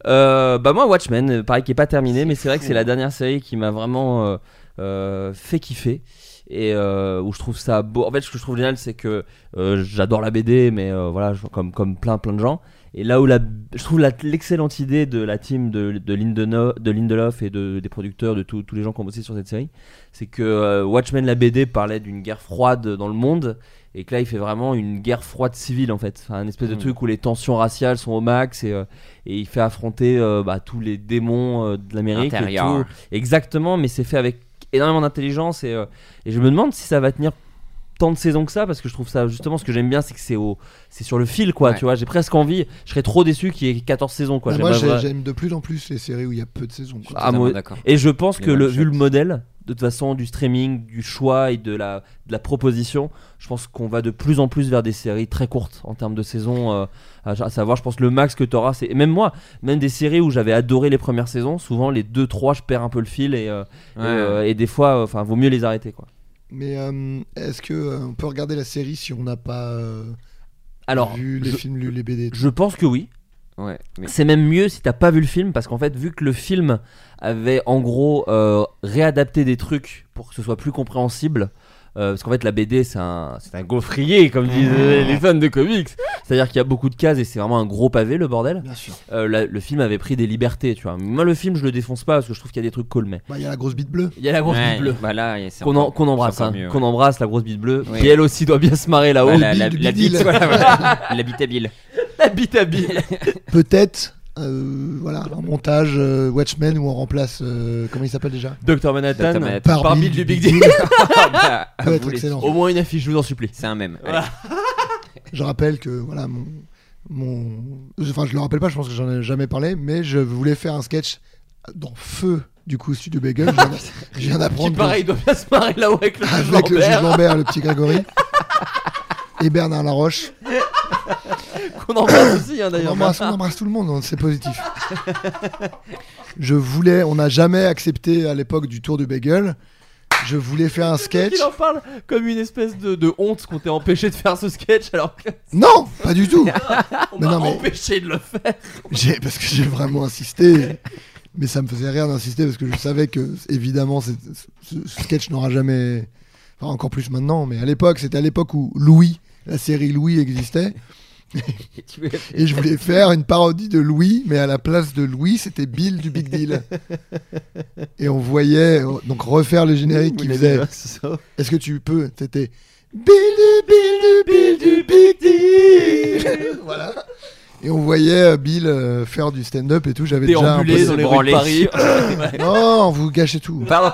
[SPEAKER 4] Euh, bah moi Watchmen, euh, pareil qui est pas terminé, mais c'est vrai que c'est la dernière série qui m'a vraiment euh, euh, fait kiffer et euh, où je trouve ça beau. En fait, ce que je trouve génial, c'est que euh, j'adore la BD, mais euh, voilà, je- comme comme plein plein de gens. Et là où la, je trouve la- l'excellente idée de la team de, de, Lindeno- de Lindelof et de, des producteurs, de tous tous les gens qui ont bossé sur cette série, c'est que euh, Watchmen, la BD, parlait d'une guerre froide dans le monde et que là il fait vraiment une guerre froide civile en fait Enfin, un espèce de
[SPEAKER 5] Mm.
[SPEAKER 4] truc où les tensions raciales sont au max et, euh, et il fait affronter euh, bah, tous les démons euh, de l'Amérique et
[SPEAKER 5] Intérieur.
[SPEAKER 4] tout. exactement mais c'est fait avec énormément d'intelligence et, euh, et je me demande si ça va tenir tant de saisons que ça parce que je trouve ça justement ce que j'aime bien c'est que c'est au c'est sur le fil quoi
[SPEAKER 5] Ouais.
[SPEAKER 4] tu vois j'ai presque envie je serais trop déçu qu'il y ait 14 saisons quoi
[SPEAKER 6] Mais moi,
[SPEAKER 4] J'aimerais
[SPEAKER 6] j'ai-
[SPEAKER 4] vra-
[SPEAKER 6] j'aime de plus en plus les séries où il y a peu de saisons. quoi.
[SPEAKER 4] Ah, moi-
[SPEAKER 5] d'accord.
[SPEAKER 4] et je pense
[SPEAKER 5] Les
[SPEAKER 4] que le,
[SPEAKER 5] one-shots.
[SPEAKER 4] vu le modèle, de toute façon, du streaming, du choix et de la, de la proposition, je pense qu'on va de plus en plus vers des séries très courtes en termes de saison. euh, à, à savoir, je pense le max que tu auras, c'est. et Même moi, même des séries où j'avais adoré les premières saisons, souvent les 2-3, je perds un peu le fil et, euh, et,
[SPEAKER 5] Ouais.
[SPEAKER 4] euh, et des fois, euh, enfin, vaut mieux les arrêter. quoi.
[SPEAKER 6] Mais euh, est-ce que euh, on peut regarder la série si on n'a pas euh,
[SPEAKER 4] Alors,
[SPEAKER 6] vu les
[SPEAKER 4] je,
[SPEAKER 6] films, lu les BD
[SPEAKER 4] je pense que oui.
[SPEAKER 5] Ouais, mais
[SPEAKER 4] C'est même mieux si t'as pas vu le film parce qu'en fait vu que le film avait en gros euh, réadapté des trucs pour que ce soit plus compréhensible euh, parce qu'en fait la BD c'est un c'est un gaufrier comme *laughs* disent euh, les fans de comics c'est-à-dire qu'il y a beaucoup de cases et c'est vraiment un gros pavé le bordel
[SPEAKER 6] Bien sûr.
[SPEAKER 4] Euh, la- le film avait pris des libertés tu vois moi le film je le défonce pas parce que je trouve qu'il y a des trucs cool mais
[SPEAKER 6] Bah, Il y a la grosse bite bleue.
[SPEAKER 4] il y a la grosse
[SPEAKER 5] Ouais,
[SPEAKER 4] bite bleue
[SPEAKER 5] Bah là, et c'est
[SPEAKER 4] qu'on en-
[SPEAKER 5] encore-
[SPEAKER 4] qu'on
[SPEAKER 5] c'est
[SPEAKER 4] embrasse
[SPEAKER 5] encore
[SPEAKER 4] hein,
[SPEAKER 5] mieux,
[SPEAKER 4] qu'on *laughs* embrasse la grosse bite bleue
[SPEAKER 5] Oui.
[SPEAKER 4] qui elle aussi doit bien se marrer là-haut
[SPEAKER 5] Bah, la, la,
[SPEAKER 6] Bidule,
[SPEAKER 5] la bite, *laughs*
[SPEAKER 6] bidule.
[SPEAKER 5] voilà, voilà. la bite à bile.
[SPEAKER 4] la bite à *laughs* bite
[SPEAKER 6] Peut-être. euh, voilà, un montage euh, Watchmen où on remplace euh, comment il s'appelle déjà
[SPEAKER 4] Dr Manhattan,
[SPEAKER 5] Dr. Manhattan.
[SPEAKER 4] par, Bill
[SPEAKER 6] Bill
[SPEAKER 4] du Big Deal.
[SPEAKER 6] Deal.
[SPEAKER 4] *laughs*
[SPEAKER 5] Ah,
[SPEAKER 6] peut
[SPEAKER 5] vous
[SPEAKER 6] être
[SPEAKER 5] les-
[SPEAKER 6] excellent.
[SPEAKER 4] au moins une affiche je vous en supplie
[SPEAKER 5] C'est un même.
[SPEAKER 6] Je rappelle que voilà mon mon enfin je le rappelle pas, je pense que j'en ai jamais parlé, mais je voulais faire un sketch dans feu du coup Studio Bagel.
[SPEAKER 4] *laughs*
[SPEAKER 6] Je viens d'a- Je viens
[SPEAKER 4] Qui
[SPEAKER 6] d'apprendre que-
[SPEAKER 4] pareil, il doit bien se marrer là-haut avec le juge
[SPEAKER 6] *laughs* avec le juge
[SPEAKER 4] Lambert,
[SPEAKER 6] Lambert, le petit Grégory et Bernard Laroche.
[SPEAKER 4] qu'on embrasse aussi hein,
[SPEAKER 6] On
[SPEAKER 4] d'ailleurs.
[SPEAKER 6] embrasse, on embrasse tout le monde, on-
[SPEAKER 4] *laughs*
[SPEAKER 6] c'est positif. Je voulais, on n'a jamais accepté à l'époque du tour du Bagel. Je voulais faire un sketch.
[SPEAKER 4] Il en parle comme une espèce de, de honte qu'on t'ait empêché de faire ce sketch alors qu'on
[SPEAKER 6] Non, pas du tout. Mais
[SPEAKER 4] m'a
[SPEAKER 6] non, mais-
[SPEAKER 4] empêché de le faire.
[SPEAKER 6] J'ai- parce que j'ai vraiment insisté. Mais ça me faisait rire d'insister parce que je savais que, évidemment, c'est- ce, ce sketch n'aura jamais. Enfin, encore plus maintenant, mais à l'époque, c'était à l'époque où Louis, la série Louis existait.
[SPEAKER 5] Et *laughs* tu veux-
[SPEAKER 6] Et je voulais faire une parodie de Louis, mais à la place de Louis, c'était Bill du
[SPEAKER 5] *laughs*
[SPEAKER 6] Big Deal. Et on voyait, donc refaire le générique qui faisait Est-ce que tu peux C'était Bill du Big du Bill du Big Deal. Voilà. Et on voyait euh, Bill euh, faire du stand-up et tout. J'avais déjà un peu.
[SPEAKER 8] Déambulé dans les rues de Paris.
[SPEAKER 6] *laughs* Non, vous gâchez tout.
[SPEAKER 5] Pardon.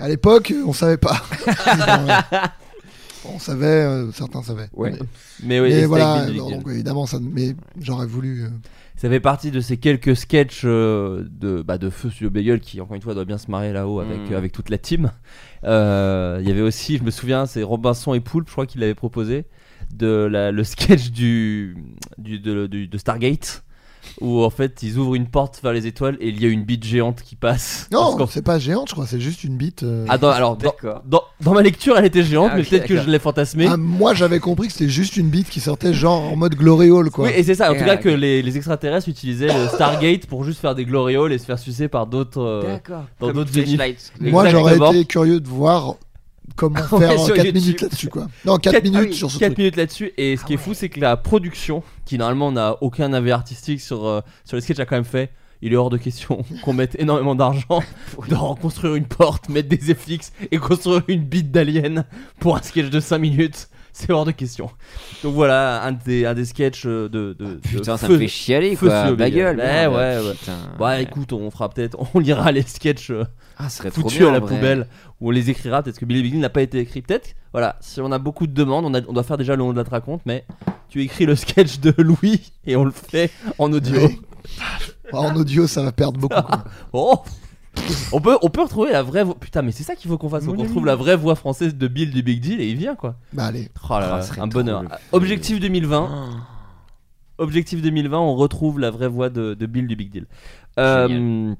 [SPEAKER 6] À l'époque, on savait pas. *laughs* on savait, euh, certains savaient.
[SPEAKER 5] Ouais.
[SPEAKER 8] Mais oui,
[SPEAKER 6] Mais
[SPEAKER 8] c'était
[SPEAKER 6] voilà,
[SPEAKER 8] avec Bill
[SPEAKER 6] non,
[SPEAKER 8] Dugan.
[SPEAKER 6] donc évidemment, ça, mais j'aurais voulu. euh,
[SPEAKER 4] Ça fait partie de ces quelques sketchs euh, de, bah, de Feu Studio Bagel qui, encore une fois, doit bien se marrer là-haut avec,
[SPEAKER 5] Mm.
[SPEAKER 4] euh, avec toute la team. Euh, Il y avait aussi, je me souviens, c'est Robinson et Poulpe, je crois qu'il l'avait proposé, de la- le sketch du, du, de, du- de Stargate. Où en fait ils ouvrent une porte vers les étoiles et il y a une bite géante qui passe. Parce
[SPEAKER 6] Non,
[SPEAKER 4] qu'en-
[SPEAKER 6] c'est pas géante, je crois, c'est juste une bite. euh,
[SPEAKER 4] Ah, dans- alors dans,
[SPEAKER 5] D'accord.
[SPEAKER 4] dans- dans ma lecture elle était géante,
[SPEAKER 5] Ah,
[SPEAKER 4] mais
[SPEAKER 5] ok,
[SPEAKER 4] peut-être que
[SPEAKER 5] d'accord.
[SPEAKER 4] je l'ai fantasmée.
[SPEAKER 6] ah, moi, j'avais compris que c'était juste une bite qui sortait genre en mode glory hall, quoi.
[SPEAKER 4] Oui, et c'est ça, en
[SPEAKER 5] Et
[SPEAKER 4] tout cas
[SPEAKER 5] voilà,
[SPEAKER 4] que
[SPEAKER 5] ok.
[SPEAKER 4] les, les extraterrestres utilisaient le Stargate pour juste faire des glorioles et se faire sucer par d'autres. euh,
[SPEAKER 5] D'accord.
[SPEAKER 4] dans
[SPEAKER 5] Comme
[SPEAKER 4] d'autres
[SPEAKER 5] Flashlight.
[SPEAKER 6] moi, j'aurais
[SPEAKER 4] exactement.
[SPEAKER 6] été curieux de voir comment
[SPEAKER 4] *laughs* Ouais,
[SPEAKER 6] faire
[SPEAKER 4] sur
[SPEAKER 6] 4
[SPEAKER 4] YouTube.
[SPEAKER 6] minutes là-dessus, quoi. Non, 4,
[SPEAKER 4] Quatre-
[SPEAKER 6] minutes
[SPEAKER 5] ah oui,
[SPEAKER 6] sur ce
[SPEAKER 4] 4
[SPEAKER 6] truc.
[SPEAKER 4] minutes là-dessus et
[SPEAKER 5] Ah
[SPEAKER 4] ce qui est fou c'est que la production qui normalement n'a aucun avis artistique sur, euh, sur les sketchs a quand même fait il est hors de question *laughs* qu'on mette énormément d'argent *laughs* dans construire une porte, mettre des FX et construire une bite d'alien pour un sketch de 5 minutes c'est hors de question donc voilà un des, un des sketchs euh, de, de, de
[SPEAKER 5] Ah, Putain, ça
[SPEAKER 4] feu.
[SPEAKER 5] me fait chialer
[SPEAKER 4] feu
[SPEAKER 5] quoi.
[SPEAKER 4] sur
[SPEAKER 5] Ma
[SPEAKER 4] Big
[SPEAKER 5] gueule.
[SPEAKER 4] Apple.
[SPEAKER 5] merde.
[SPEAKER 4] Ouais, ouais, ouais.
[SPEAKER 5] Putain.
[SPEAKER 4] bah écoute on fera peut-être on lira les sketchs euh,
[SPEAKER 5] Ah, ce serait trop
[SPEAKER 4] foutus
[SPEAKER 5] bien,
[SPEAKER 4] à la
[SPEAKER 5] en vrai.
[SPEAKER 4] poubelle où on les écrira. Peut-être que Billy Big Deal n'a pas été écrit. Peut-être, voilà, si on a beaucoup de demandes, on, a- on doit faire déjà le long de la raconte. Mais tu écris le *laughs* sketch de Louis et on le fait en audio.
[SPEAKER 6] Oui. Ah, En audio, ça va perdre beaucoup.
[SPEAKER 4] *laughs*
[SPEAKER 6] quoi.
[SPEAKER 4] Oh on peut, on peut retrouver la vraie voix. Putain, mais c'est ça qu'il faut qu'on fasse. faut qu'on trouve la vraie voix française de Bill du Big Deal et il vient quoi.
[SPEAKER 6] Bah, allez.
[SPEAKER 4] Oh là
[SPEAKER 5] Ah,
[SPEAKER 4] là,
[SPEAKER 5] ce serait
[SPEAKER 4] un
[SPEAKER 5] trop
[SPEAKER 4] bonheur.
[SPEAKER 5] le
[SPEAKER 4] Objectif 2020.
[SPEAKER 5] Ah.
[SPEAKER 4] Objectif 2020, on retrouve la vraie voix de, de Bill du Big Deal. Euh,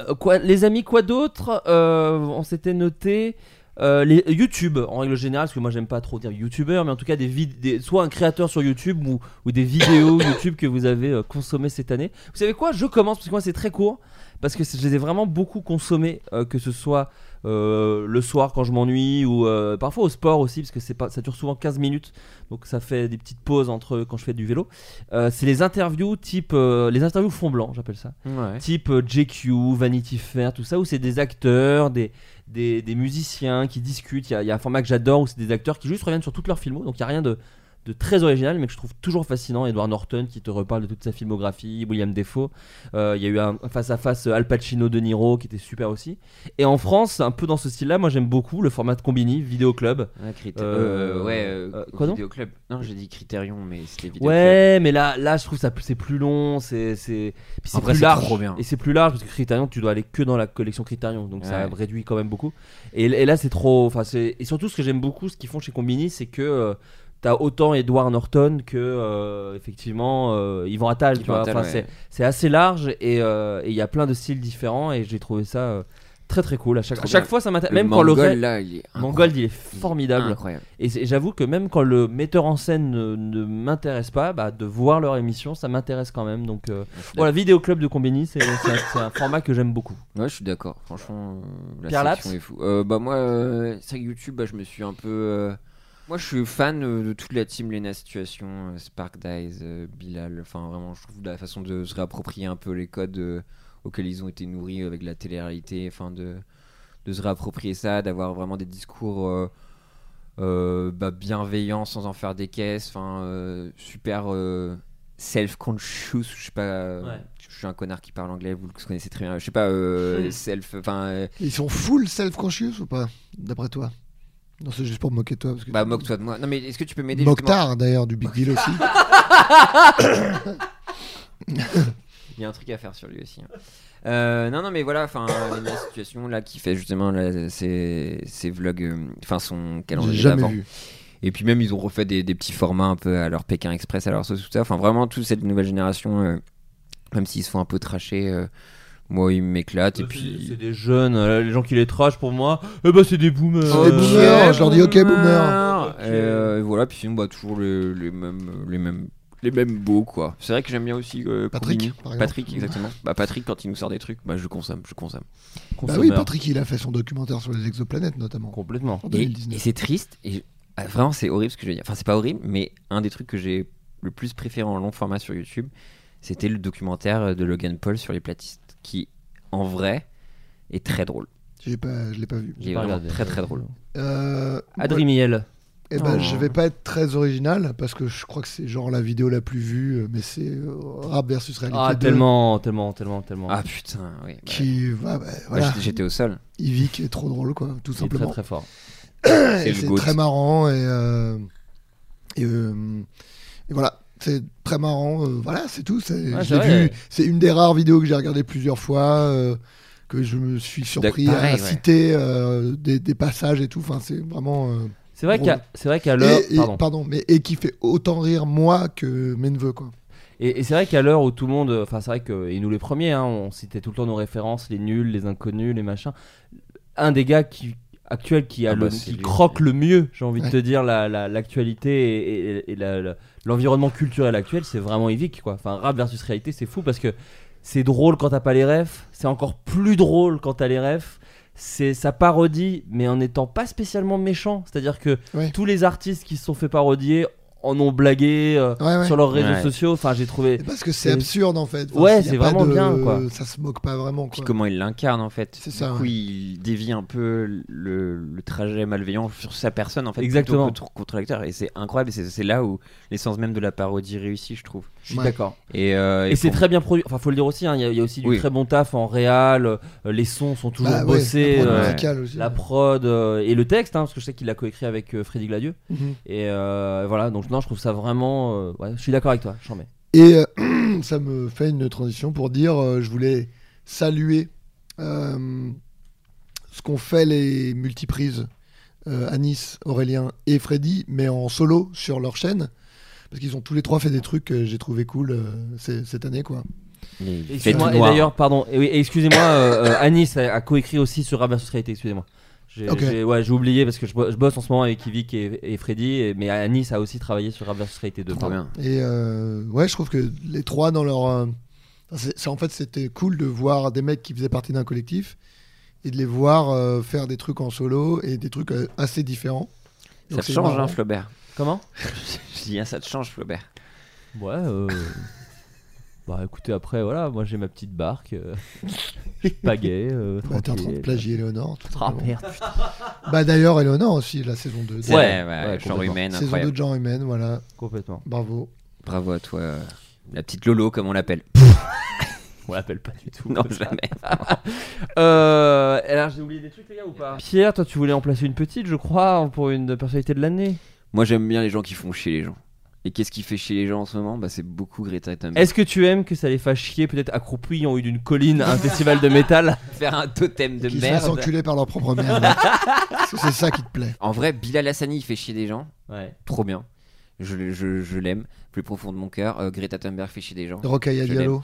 [SPEAKER 4] euh, quoi, les amis, quoi d'autre Euh, On s'était noté euh, les YouTube en règle générale, parce que moi j'aime pas trop dire YouTuber, mais en tout cas des, vid- des- soit un créateur sur YouTube ou, ou des vidéos YouTube que vous avez euh, consommées cette année. Vous savez quoi Je commence parce que moi c'est très court parce que je les ai vraiment beaucoup consommés, euh, que ce soit euh, le soir quand je m'ennuie ou euh, parfois au sport aussi parce que c'est pas ça dure souvent 15 minutes donc ça fait des petites pauses entre quand je fais du vélo. Euh, c'est les interviews type euh, les interviews fond blanc j'appelle ça
[SPEAKER 5] Ouais.
[SPEAKER 4] type euh, JQ, Vanity Fair, tout ça, où c'est des acteurs, des, des, des musiciens qui discutent. Il y, a- il y a un format que j'adore où c'est des acteurs qui juste reviennent sur toute leur filmo, donc il n'y a rien de, de très original, mais que je trouve toujours fascinant. Edward Norton qui te reparle de toute sa filmographie, William Defoe. Euh, Il y a eu un face-à-face euh, Al Pacino de Niro qui était super aussi. Et en France, un peu dans ce style-là, moi j'aime beaucoup le format de Combini, Vidéo Club.
[SPEAKER 5] Ah, crit-
[SPEAKER 4] Euh,
[SPEAKER 5] euh, ouais,
[SPEAKER 4] euh,
[SPEAKER 5] euh,
[SPEAKER 4] quoi donc
[SPEAKER 5] Vidéo Club. Non, j'ai dit Criterion, mais c'était Vidéo Club.
[SPEAKER 4] Ouais, mais là, là, je trouve ça plus- c'est plus long, c'est c'est puis c'est
[SPEAKER 5] En vrai,
[SPEAKER 4] plus
[SPEAKER 5] c'est
[SPEAKER 4] large.
[SPEAKER 5] trop bien.
[SPEAKER 4] Et c'est plus large parce que Criterion, tu dois aller que dans la collection Criterion, donc ça
[SPEAKER 5] Ouais.
[SPEAKER 4] réduit quand même beaucoup. Et, et là, c'est trop. Enfin, c'est et surtout ce que j'aime beaucoup, ce qu'ils font chez Combini, c'est que euh, t'as autant Edward Norton que euh, effectivement euh, Yvan Attal. tu
[SPEAKER 5] Yvan
[SPEAKER 4] vois.
[SPEAKER 5] Attal,
[SPEAKER 4] Enfin,
[SPEAKER 5] ouais.
[SPEAKER 4] c'est c'est assez large et euh, et il y a plein de styles différents et j'ai trouvé ça euh, très très cool. À chaque,
[SPEAKER 5] Trop
[SPEAKER 4] à chaque
[SPEAKER 5] bien.
[SPEAKER 4] fois, ça m'intéresse.
[SPEAKER 5] Le
[SPEAKER 4] Même quand le
[SPEAKER 5] Mangold,
[SPEAKER 4] ré-
[SPEAKER 5] là, il est
[SPEAKER 4] Mangold, il est
[SPEAKER 5] incroyable.
[SPEAKER 4] formidable.
[SPEAKER 5] Incroyable.
[SPEAKER 4] Et c'est- j'avoue que même quand le metteur en scène ne, ne m'intéresse pas, bah, de voir leur émission, ça m'intéresse quand même. Donc euh, voilà, Vidéo Club de Combini, c'est c'est un, c'est un format que j'aime beaucoup.
[SPEAKER 5] Ouais, je suis d'accord. Franchement, euh, la
[SPEAKER 4] Pierre Laps
[SPEAKER 5] sélection est fou. Euh, bah moi, euh, c'est vrai que YouTube, bah, je me suis un peu. euh, Moi, je suis fan euh, de toute la team Lena Situation, euh, Spark Dies, euh, Bilal. Enfin, vraiment, je trouve la façon de se réapproprier un peu les codes euh, auxquels ils ont été nourris avec la télé-réalité. Enfin, de de se réapproprier ça, d'avoir vraiment des discours euh, euh, bah, bienveillants sans en faire des caisses, enfin euh, super euh, self-conscious, je sais pas, euh,
[SPEAKER 4] Ouais.
[SPEAKER 5] je suis un connard qui parle anglais, vous le connaissez très bien, je sais pas, euh, self, enfin, euh,
[SPEAKER 6] Ils sont full self-conscious ou pas, d'après toi Non, c'est juste pour me moquer de toi. Parce que
[SPEAKER 5] bah moque-toi de moi. Non mais est-ce que tu peux m'aider justement
[SPEAKER 6] Mokhtar, d'ailleurs, du Big Deal aussi.
[SPEAKER 5] Il y a un truc à faire sur lui aussi. hein. Euh, non, non, mais voilà, enfin, la situation là qui fait justement là, ses, ses vlogs, euh, enfin son
[SPEAKER 6] J'ai
[SPEAKER 5] calendrier
[SPEAKER 6] jamais
[SPEAKER 5] d'avant.
[SPEAKER 6] vu.
[SPEAKER 5] Et puis même, ils ont refait des, des petits formats un peu à leur Pékin Express, à leur sauce, tout ça. Enfin, vraiment, toute cette nouvelle génération, euh, même s'ils se font un peu tracher, euh, moi, ils m'éclatent. Et
[SPEAKER 4] C'est
[SPEAKER 5] puis.
[SPEAKER 4] des jeunes, euh, les gens qui les trashent pour moi, eh ben c'est des boomers. Euh,
[SPEAKER 6] C'est des boomers, je leur dis ok, boomer.
[SPEAKER 5] boomer. Et, euh, et voilà, puis sinon, bah, toujours les, les mêmes, euh, les, mêmes, les mêmes beaux, quoi. C'est vrai que j'aime bien aussi. euh,
[SPEAKER 6] Patrick,
[SPEAKER 5] Combini.
[SPEAKER 6] par exemple.
[SPEAKER 5] Patrick, exactement. Bah, Patrick, quand il nous sort des trucs, bah, je consomme, je consomme.
[SPEAKER 6] Bah oui, Patrick, il a fait son documentaire sur les exoplanètes, notamment.
[SPEAKER 4] Complètement.
[SPEAKER 6] En
[SPEAKER 5] Et,
[SPEAKER 6] 2019.
[SPEAKER 5] et c'est triste. Et je- ah, vraiment, c'est horrible ce que je vais dire. Enfin, c'est pas horrible, mais un des trucs que j'ai le plus préféré en long format sur YouTube, c'était le documentaire de Logan Paul sur les platistes, qui, en vrai, est très drôle.
[SPEAKER 6] J'ai pas, je l'ai pas vu.
[SPEAKER 5] Il est vraiment très très drôle.
[SPEAKER 4] Ah,
[SPEAKER 6] Euh,
[SPEAKER 4] Adrien Miel.
[SPEAKER 6] Eh ben,
[SPEAKER 4] Oh.
[SPEAKER 6] je vais pas être très original parce que je crois que c'est genre la vidéo la plus vue, euh, mais c'est euh, Rap versus Réalité
[SPEAKER 4] Ah,
[SPEAKER 6] 2,
[SPEAKER 4] tellement, tellement, tellement, tellement.
[SPEAKER 5] Ah putain, oui. bah,
[SPEAKER 6] qui va, bah,
[SPEAKER 5] bah,
[SPEAKER 6] voilà,
[SPEAKER 5] j'étais- J'étais au sol.
[SPEAKER 6] Ivy qui est trop drôle quoi, tout
[SPEAKER 4] Il est très
[SPEAKER 6] simplement.
[SPEAKER 4] très fort.
[SPEAKER 6] Et
[SPEAKER 5] le
[SPEAKER 6] c'est
[SPEAKER 5] goat.
[SPEAKER 6] très marrant et, euh, et, euh, et voilà, c'est très marrant. euh, voilà, c'est tout. C'est,
[SPEAKER 4] Ouais,
[SPEAKER 6] je
[SPEAKER 4] c'est
[SPEAKER 6] l'ai
[SPEAKER 4] vrai.
[SPEAKER 6] vu. C'est une des rares vidéos que j'ai regardé plusieurs fois. euh, que je me suis surpris
[SPEAKER 5] pareil,
[SPEAKER 6] à
[SPEAKER 5] ouais.
[SPEAKER 6] citer euh, des, des passages et tout. Enfin, c'est vraiment. euh,
[SPEAKER 4] C'est vrai
[SPEAKER 6] Drôle.
[SPEAKER 4] qu'à c'est vrai qu'à l'heure.
[SPEAKER 6] et, et-
[SPEAKER 4] Pardon.
[SPEAKER 6] mais et qui fait autant rire moi que mes neveux quoi.
[SPEAKER 4] Et, et c'est vrai qu'à l'heure où tout le monde, enfin c'est vrai que et nous les premiers, hein, on citait tout le temps nos références, les nuls, les inconnus, les machins. Un des gars qui actuel qui a
[SPEAKER 5] Ah
[SPEAKER 4] le,
[SPEAKER 5] bah, c'est
[SPEAKER 4] qui
[SPEAKER 5] lui.
[SPEAKER 4] croque le mieux, j'ai envie de
[SPEAKER 6] Ouais.
[SPEAKER 4] te dire la- la- l'actualité et- et, et la- la- l'environnement culturel actuel, c'est vraiment Evic quoi. Enfin rap versus réalité, c'est fou parce que c'est drôle quand t'as pas les refs, c'est encore plus drôle quand t'as les refs. C'est sa parodie, mais en n'étant pas spécialement méchant. C'est-à-dire que
[SPEAKER 6] Ouais.
[SPEAKER 4] tous les artistes qui se sont fait parodier en ont blagué euh,
[SPEAKER 6] Ouais, ouais.
[SPEAKER 4] sur leurs réseaux
[SPEAKER 5] Ouais.
[SPEAKER 4] sociaux. Enfin, j'ai trouvé.
[SPEAKER 6] Et Parce que c'est
[SPEAKER 4] Et-
[SPEAKER 6] absurde en fait.
[SPEAKER 4] Ouais,
[SPEAKER 6] s'il y a
[SPEAKER 4] c'est
[SPEAKER 6] pas
[SPEAKER 4] vraiment
[SPEAKER 6] de-
[SPEAKER 4] bien, quoi.
[SPEAKER 6] Ça se moque pas vraiment
[SPEAKER 5] Puis
[SPEAKER 6] quoi.
[SPEAKER 5] comment il l'incarne en fait.
[SPEAKER 6] C'est ça,
[SPEAKER 5] Du coup,
[SPEAKER 6] ouais.
[SPEAKER 5] il dévie un peu le, le trajet malveillant sur sa personne en fait.
[SPEAKER 4] Exactement.
[SPEAKER 5] plutôt que contre l'acteur. Et c'est incroyable. et C'est c'est là où l'essence même de la parodie réussit, je trouve.
[SPEAKER 4] Je suis
[SPEAKER 6] Ouais.
[SPEAKER 4] d'accord.
[SPEAKER 5] Et, euh,
[SPEAKER 4] Et c'est
[SPEAKER 5] pour-
[SPEAKER 4] très bien produit. Enfin, faut le dire aussi. hein, Il y a- il y, a aussi du
[SPEAKER 5] Oui.
[SPEAKER 4] très bon taf en réal. euh, les sons sont toujours
[SPEAKER 6] Bah ouais,
[SPEAKER 4] bossés.
[SPEAKER 6] la prod
[SPEAKER 4] euh,
[SPEAKER 5] ouais.
[SPEAKER 6] musicale aussi.
[SPEAKER 4] La prod euh, et le texte, hein, parce que je sais qu'il l'a coécrit avec euh, Freddy Gladieux.
[SPEAKER 6] Mhm.
[SPEAKER 4] Et euh, voilà, donc non, je trouve ça vraiment. euh, ouais, je suis d'accord avec toi, j'en mets.
[SPEAKER 6] Et euh, *clears throat* ça me fait une transition pour dire, euh, je voulais saluer euh, ce qu'ont fait les multiprises euh, Anis, Aurélien et Freddy, mais en solo sur leur chaîne. Parce qu'ils ont tous les trois fait des trucs que j'ai trouvé cool euh, ces- cette année quoi.
[SPEAKER 5] Mais il fait tout
[SPEAKER 4] Excuse-moi, et
[SPEAKER 5] noir.
[SPEAKER 4] d'ailleurs, pardon, et, oui, et excusez-moi, euh, euh, Anis a, a coécrit aussi sur Rap vs Réalité, excusez-moi. J'ai
[SPEAKER 6] Ok.
[SPEAKER 4] j'ai- ouais, j'ai oublié parce que je, bo- je bosse en ce moment avec Yvick et, et Freddy, et- mais Anis a aussi travaillé sur Rap vs Réalité 2.
[SPEAKER 5] Trop bien.
[SPEAKER 6] Et euh, ouais, je trouve que les trois dans leur. euh, c'est- c'est- en fait, c'était cool de voir des mecs qui faisaient partie d'un collectif et de les voir euh, faire des trucs en solo et des trucs euh, assez différents.
[SPEAKER 5] Ça
[SPEAKER 6] Donc,
[SPEAKER 5] te
[SPEAKER 6] c'est
[SPEAKER 5] change,
[SPEAKER 6] marrant.
[SPEAKER 5] hein, Flaubert.
[SPEAKER 4] Comment
[SPEAKER 5] Je dis, hein, ça te change, Flaubert.
[SPEAKER 4] Ouais, *laughs* euh... bah écoutez, après, voilà, moi j'ai ma petite barque, *laughs* euh... je pagaie. Euh,
[SPEAKER 6] Bah, T'es en train de
[SPEAKER 4] tranquille.
[SPEAKER 6] plagier Eleonore. tout
[SPEAKER 4] Ah
[SPEAKER 6] simplement.
[SPEAKER 4] merde.
[SPEAKER 6] Bah, D'ailleurs, Eleonore aussi, la saison 2.
[SPEAKER 5] Ouais, ouais,
[SPEAKER 4] ouais,
[SPEAKER 5] genre
[SPEAKER 4] complètement.
[SPEAKER 5] humaine,
[SPEAKER 6] Saison
[SPEAKER 5] incroyable.
[SPEAKER 6] 2 de genre humaine, voilà.
[SPEAKER 4] Complètement.
[SPEAKER 6] Bravo.
[SPEAKER 5] Bravo à toi. euh, La petite Lolo, comme on l'appelle. *laughs*
[SPEAKER 4] On l'appelle pas du tout.
[SPEAKER 5] Non,
[SPEAKER 4] comme ça.
[SPEAKER 5] jamais.
[SPEAKER 4] Euh, alors j'ai oublié des trucs, les gars, ou pas Pierre, toi tu voulais en placer une petite, je crois, pour une personnalité de l'année.
[SPEAKER 5] Moi, j'aime bien les gens qui font chier les gens. Et qu'est-ce qui fait chier les gens en ce moment Bah, c'est beaucoup Greta Thunberg.
[SPEAKER 4] Est-ce que tu aimes que ça les fasse chier, peut-être accroupis en haut d'une colline à un festival de métal
[SPEAKER 5] faire un totem de
[SPEAKER 6] Qu'ils se fassent
[SPEAKER 5] merde
[SPEAKER 6] enculer par leur propre
[SPEAKER 5] *laughs*
[SPEAKER 6] mère. ouais. Parce que c'est ça qui te plaît.
[SPEAKER 5] En vrai, Bilal Hassani, il fait chier des gens.
[SPEAKER 4] Ouais.
[SPEAKER 5] Trop bien. Je, le- je- je l'aime, plus profond de mon cœur. Euh, Greta Thunberg fait chier des gens.
[SPEAKER 6] Rocaille à
[SPEAKER 5] Je
[SPEAKER 6] Diallo.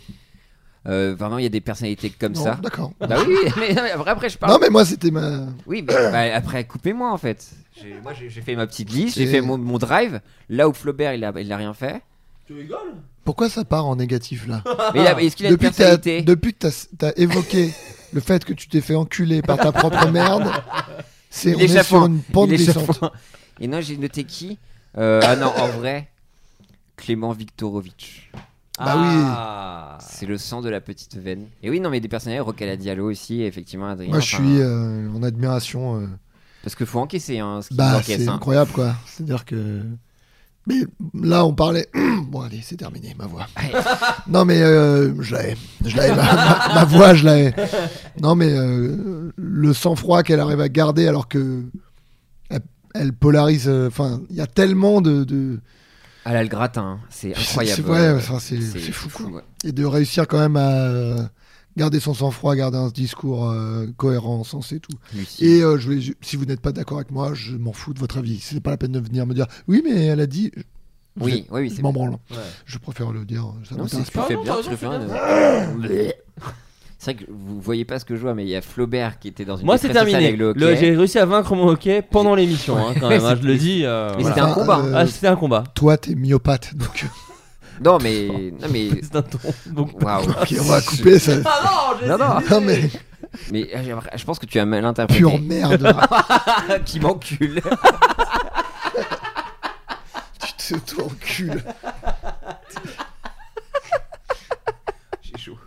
[SPEAKER 5] Euh, vraiment, il y a des personnalités comme
[SPEAKER 6] Non, *laughs*
[SPEAKER 5] ça.
[SPEAKER 6] D'accord.
[SPEAKER 5] Bah oui, *laughs* mais non, mais après, après, je parle.
[SPEAKER 6] Non, mais moi, c'était ma.
[SPEAKER 5] Oui, mais bah, après, coupez-moi en fait. J'ai- Moi, j'ai j'ai fait ma petite liste, j'ai
[SPEAKER 6] C'est-
[SPEAKER 5] fait mon, mon drive. Là où Flaubert, il a, il a rien fait.
[SPEAKER 6] Pourquoi ça part en négatif là
[SPEAKER 5] Mais il a- est-ce qu'il a une
[SPEAKER 6] depuis, que t'as-
[SPEAKER 5] personnalité
[SPEAKER 6] depuis que t'as as
[SPEAKER 5] *laughs*
[SPEAKER 6] évoqué le fait que tu t'es fait enculer par ta propre merde, c'est on est sur
[SPEAKER 5] L'échappement.
[SPEAKER 6] une pente
[SPEAKER 5] Il est
[SPEAKER 6] descendante.
[SPEAKER 5] chafouin. Et non, j'ai noté qui Euh, Ah non, en vrai, Clément Viktorovitch.
[SPEAKER 6] Bah oui.
[SPEAKER 5] Ah, C'est le sang de la petite veine. Et oui, non, mais des personnages, Rocala Diallo aussi, et effectivement, Adrien.
[SPEAKER 6] Moi, je
[SPEAKER 5] enfin,
[SPEAKER 6] suis euh, en admiration. euh.
[SPEAKER 5] Parce que faut encaisser, hein, ce qui
[SPEAKER 6] Bah,
[SPEAKER 5] encaisse.
[SPEAKER 6] c'est
[SPEAKER 5] Hein.
[SPEAKER 6] incroyable quoi. C'est-à-dire que. Mais là, on parlait. *clears throat* Bon, allez, c'est terminé, ma voix. *laughs* non, mais euh, je l'avais. Je l'avais, ma, ma- ma voix, je l'avais. Non, mais euh, le sang-froid qu'elle arrive à garder alors que. Elle, elle polarise. euh, Enfin, il y a tellement de- de
[SPEAKER 5] Ah là, le gratin, hein, c'est incroyable.
[SPEAKER 6] *laughs* C'est- ouais, enfin, c'est-
[SPEAKER 5] C'est-
[SPEAKER 6] c'est fou, quoi.
[SPEAKER 5] ouais.
[SPEAKER 6] et de réussir quand même à euh, garder son sang-froid, garder un discours euh, cohérent, sensé, tout.
[SPEAKER 5] Lucide.
[SPEAKER 6] Et euh, je voulais ju- si vous n'êtes pas d'accord avec moi, je m'en fous de votre avis. C'est pas la peine de venir me dire oui, mais elle a dit. Je-
[SPEAKER 5] Oui, oui, oui,
[SPEAKER 6] Je
[SPEAKER 5] c'est
[SPEAKER 6] m'en
[SPEAKER 5] bon.
[SPEAKER 6] branle.
[SPEAKER 4] Ouais.
[SPEAKER 6] Je préfère le dire. Ça
[SPEAKER 5] Non, c'est
[SPEAKER 6] m'intéresse
[SPEAKER 5] tu
[SPEAKER 6] pas.
[SPEAKER 5] fais bien, tu fais
[SPEAKER 6] *coughs*
[SPEAKER 5] bien. C'est vrai que vous voyez pas ce que je vois, mais il y a Flaubert qui était dans une
[SPEAKER 4] Moi c'est
[SPEAKER 5] détresse sociale
[SPEAKER 4] terminé.
[SPEAKER 5] avec le
[SPEAKER 4] Le-
[SPEAKER 5] hockey.
[SPEAKER 4] J'ai réussi à vaincre mon hockey pendant l'émission, hein, quand même. hein, je le dis. euh,
[SPEAKER 5] Mais
[SPEAKER 4] voilà.
[SPEAKER 5] c'était un combat. hein.
[SPEAKER 6] euh,
[SPEAKER 4] Ah, c'était un combat.
[SPEAKER 6] Toi, t'es myopathe, donc
[SPEAKER 5] Non, mais. Non,
[SPEAKER 6] *laughs*
[SPEAKER 5] mais.
[SPEAKER 4] *laughs* C'est un ton. Donc...
[SPEAKER 5] Waouh.
[SPEAKER 6] ok, on va couper ça.
[SPEAKER 5] Non, non,
[SPEAKER 6] Non mais
[SPEAKER 5] mais euh, j'ai- je pense que tu as mal interprété. Ah,
[SPEAKER 6] pure
[SPEAKER 5] *laughs*
[SPEAKER 6] merde. *laughs*
[SPEAKER 5] qui m'encule. *laughs*
[SPEAKER 6] tu te t'encules.
[SPEAKER 5] J'ai chaud.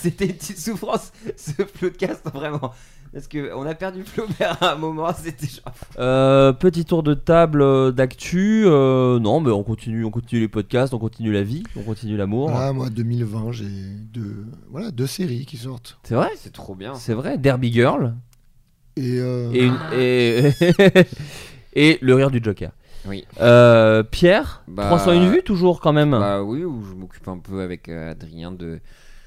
[SPEAKER 5] C'était une petite souffrance, ce podcast, vraiment. Parce que on a perdu Flaubert à un moment, c'était genre. ah,
[SPEAKER 4] Euh, petit tour de table euh, d'actu. Euh, non, mais on continue, on continue les podcasts, on continue la vie, on continue l'amour.
[SPEAKER 6] Voilà, moi, 2020, j'ai deux, voilà, deux séries qui sortent.
[SPEAKER 4] C'est vrai,
[SPEAKER 5] C'est trop bien.
[SPEAKER 4] c'est vrai. Derby Girl
[SPEAKER 6] Et, euh,
[SPEAKER 4] et,
[SPEAKER 5] Ah.
[SPEAKER 4] une- et, *laughs* et le rire du Joker.
[SPEAKER 5] Oui.
[SPEAKER 4] Euh, Pierre,
[SPEAKER 5] Bah,
[SPEAKER 4] 301 vues toujours quand même.
[SPEAKER 5] Bah oui, ou je m'occupe un peu avec euh, Adrien de.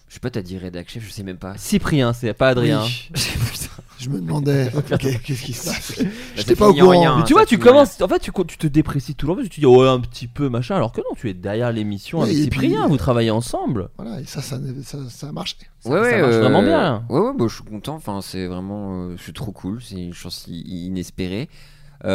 [SPEAKER 5] Je sais pas, t'as dit rédac chef, je sais même pas. Bah,
[SPEAKER 4] Cyprien, c'est pas Adrien.
[SPEAKER 6] Oui.
[SPEAKER 5] Putain.
[SPEAKER 6] je me demandais, *laughs* ok, qu'est-ce qui se passe
[SPEAKER 5] Bah,
[SPEAKER 6] J'étais
[SPEAKER 5] ça
[SPEAKER 6] pas au
[SPEAKER 5] finit en
[SPEAKER 6] courant.
[SPEAKER 5] rien,
[SPEAKER 4] Mais tu
[SPEAKER 5] ça
[SPEAKER 4] vois, tu
[SPEAKER 5] finit en
[SPEAKER 4] commences. En fait, tu, co- tu te déprécies toujours parce que tu dis ouais un petit peu machin, alors que non, tu es derrière l'émission
[SPEAKER 6] Oui,
[SPEAKER 4] avec
[SPEAKER 6] et puis-
[SPEAKER 4] Cyprien, vous travaillez ensemble.
[SPEAKER 6] Voilà, et ça, ça, ça, ça a marché.
[SPEAKER 4] Ça- ça marche
[SPEAKER 5] euh,
[SPEAKER 4] vraiment bien.
[SPEAKER 5] Ouais, ouais, bah, je suis content. Enfin, c'est vraiment, euh, je suis trop cool. C'est une chance i- i- inespérée.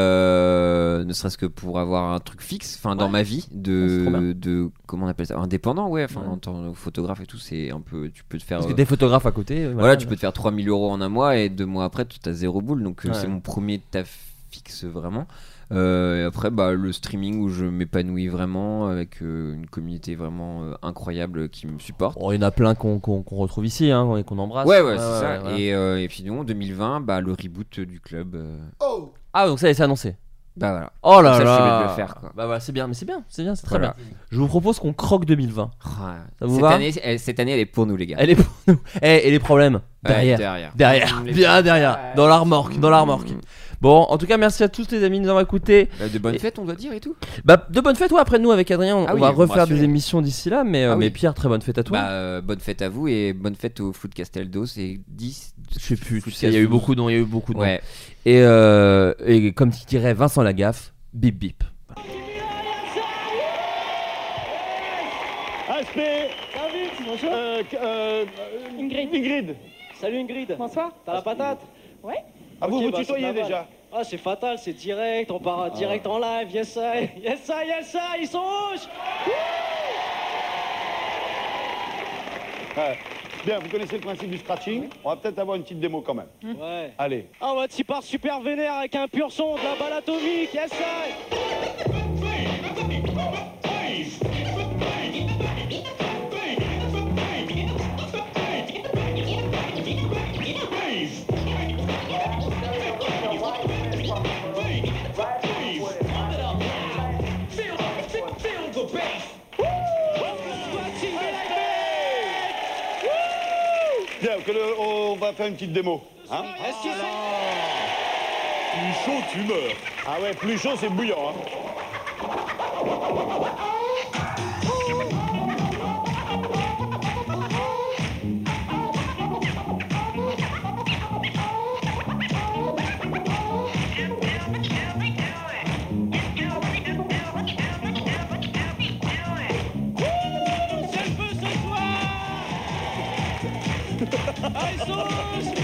[SPEAKER 5] Euh, ne serait-ce que pour avoir un truc fixe, enfin, dans ma vie
[SPEAKER 4] Ouais, Ah, c'est trop
[SPEAKER 5] de, de comment on appelle ça, indépendant, ouais. Enfin,
[SPEAKER 4] Ouais.
[SPEAKER 5] en tant que photographe et tout, c'est un peu, tu peux te faire.
[SPEAKER 4] Parce
[SPEAKER 5] euh,
[SPEAKER 4] que des photographes à côté. euh,
[SPEAKER 5] voilà, tu peux te faire 3000 euros en un mois et deux mois après, tu as zéro boule. Donc, euh,
[SPEAKER 4] Ouais.
[SPEAKER 5] c'est mon premier taf fixe vraiment. Euh, et après, bah, le streaming où je m'épanouis vraiment avec euh, une communauté vraiment euh, incroyable qui me supporte.
[SPEAKER 4] Oh, il y en a plein qu'on qu'on- qu'on retrouve ici hein, et qu'on embrasse.
[SPEAKER 5] Ouais, ouais, c'est ça.
[SPEAKER 4] ouais, ouais.
[SPEAKER 5] Et, euh, et puis, donc, 2020, bah, le reboot du club. euh,
[SPEAKER 6] Oh!
[SPEAKER 4] Ah, donc ça, c'est annoncé.
[SPEAKER 5] bah voilà.
[SPEAKER 4] Oh là
[SPEAKER 5] Comme ça, je suis obligé
[SPEAKER 4] là.
[SPEAKER 5] de le faire, quoi.
[SPEAKER 4] Bah voilà, c'est bien, mais c'est bien, c'est bien, c'est très
[SPEAKER 5] Voilà.
[SPEAKER 4] bien. Je vous propose qu'on croque 2020.
[SPEAKER 5] Ah,
[SPEAKER 4] Ça vous
[SPEAKER 5] cette,
[SPEAKER 4] va
[SPEAKER 5] année, elle, cette année, elle est pour nous, les gars.
[SPEAKER 4] Elle est pour nous. Eh, et les problèmes
[SPEAKER 5] Ouais,
[SPEAKER 4] derrière. Derrière, bien derrière, dans la remorque, dans la remorque.
[SPEAKER 5] Mm.
[SPEAKER 4] Bon, en tout cas, merci à tous les amis de nous avoir écoutés.
[SPEAKER 5] Euh, De bonnes
[SPEAKER 4] Et-
[SPEAKER 5] fêtes, on doit dire et tout.
[SPEAKER 4] Bah, de bonnes fêtes, ouais, après nous avec Adrien, on,
[SPEAKER 5] Ah
[SPEAKER 4] on
[SPEAKER 5] oui,
[SPEAKER 4] va
[SPEAKER 5] vous me
[SPEAKER 4] refaire des
[SPEAKER 5] rassurez.
[SPEAKER 4] émissions d'ici là, mais, euh,
[SPEAKER 5] Ah oui.
[SPEAKER 4] mais Pierre, très bonne fête à toi.
[SPEAKER 5] Bah, euh, bonne fête à vous et bonne fête au Foot Casteldos et 10.
[SPEAKER 4] je sais plus, tu sais, il y a eu beaucoup de noms, il y a eu beaucoup de noms.
[SPEAKER 5] Ouais.
[SPEAKER 4] Et, euh, et comme tu dirais Vincent Lagaffe, bip bip.
[SPEAKER 3] HP Bonjour Ingrid Salut Ingrid
[SPEAKER 9] Bonsoir.
[SPEAKER 3] T'as la patate
[SPEAKER 9] Ouais.
[SPEAKER 3] Ah
[SPEAKER 9] vous, vous tutoyez déjà. Ah.
[SPEAKER 3] Ah c'est fatal, c'est direct, on part direct en live, yes ça, yes ça, yes ça, ils sont rouges
[SPEAKER 9] Ouais. Bien, vous connaissez le principe du scratching On va peut-être avoir une petite démo quand même.
[SPEAKER 3] Ouais.
[SPEAKER 9] Allez.
[SPEAKER 3] Ah ouais, tu pars super vénère avec un pur son, de la balle atomique, yes ça
[SPEAKER 9] Bien, que le- on va faire une petite démo. Hein
[SPEAKER 3] Est-ce que c'est-
[SPEAKER 9] Plus chaud, tu meurs. Ah ouais, plus chaud, c'est bouillant. Hein.
[SPEAKER 3] C'est le feu ce soir Ah, ils sont rouges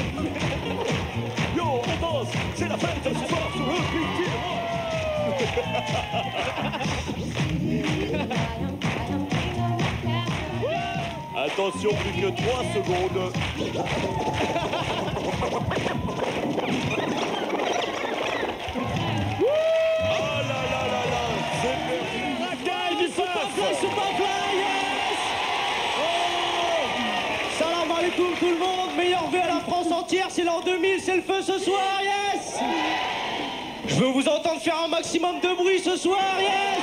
[SPEAKER 9] Yo, on danse, c'est la fête ce soir sur le piquet. Attention, plus que 3 secondes. oh là là là là, c'est perdu. La taille du
[SPEAKER 3] Superfly, Superfly, yes Oh Salam alaikum tout le monde, meilleur V à la France entière, c'est l'an 2000, c'est le feu ce soir, yes Je veux vous entendre faire un maximum de bruit ce soir, yes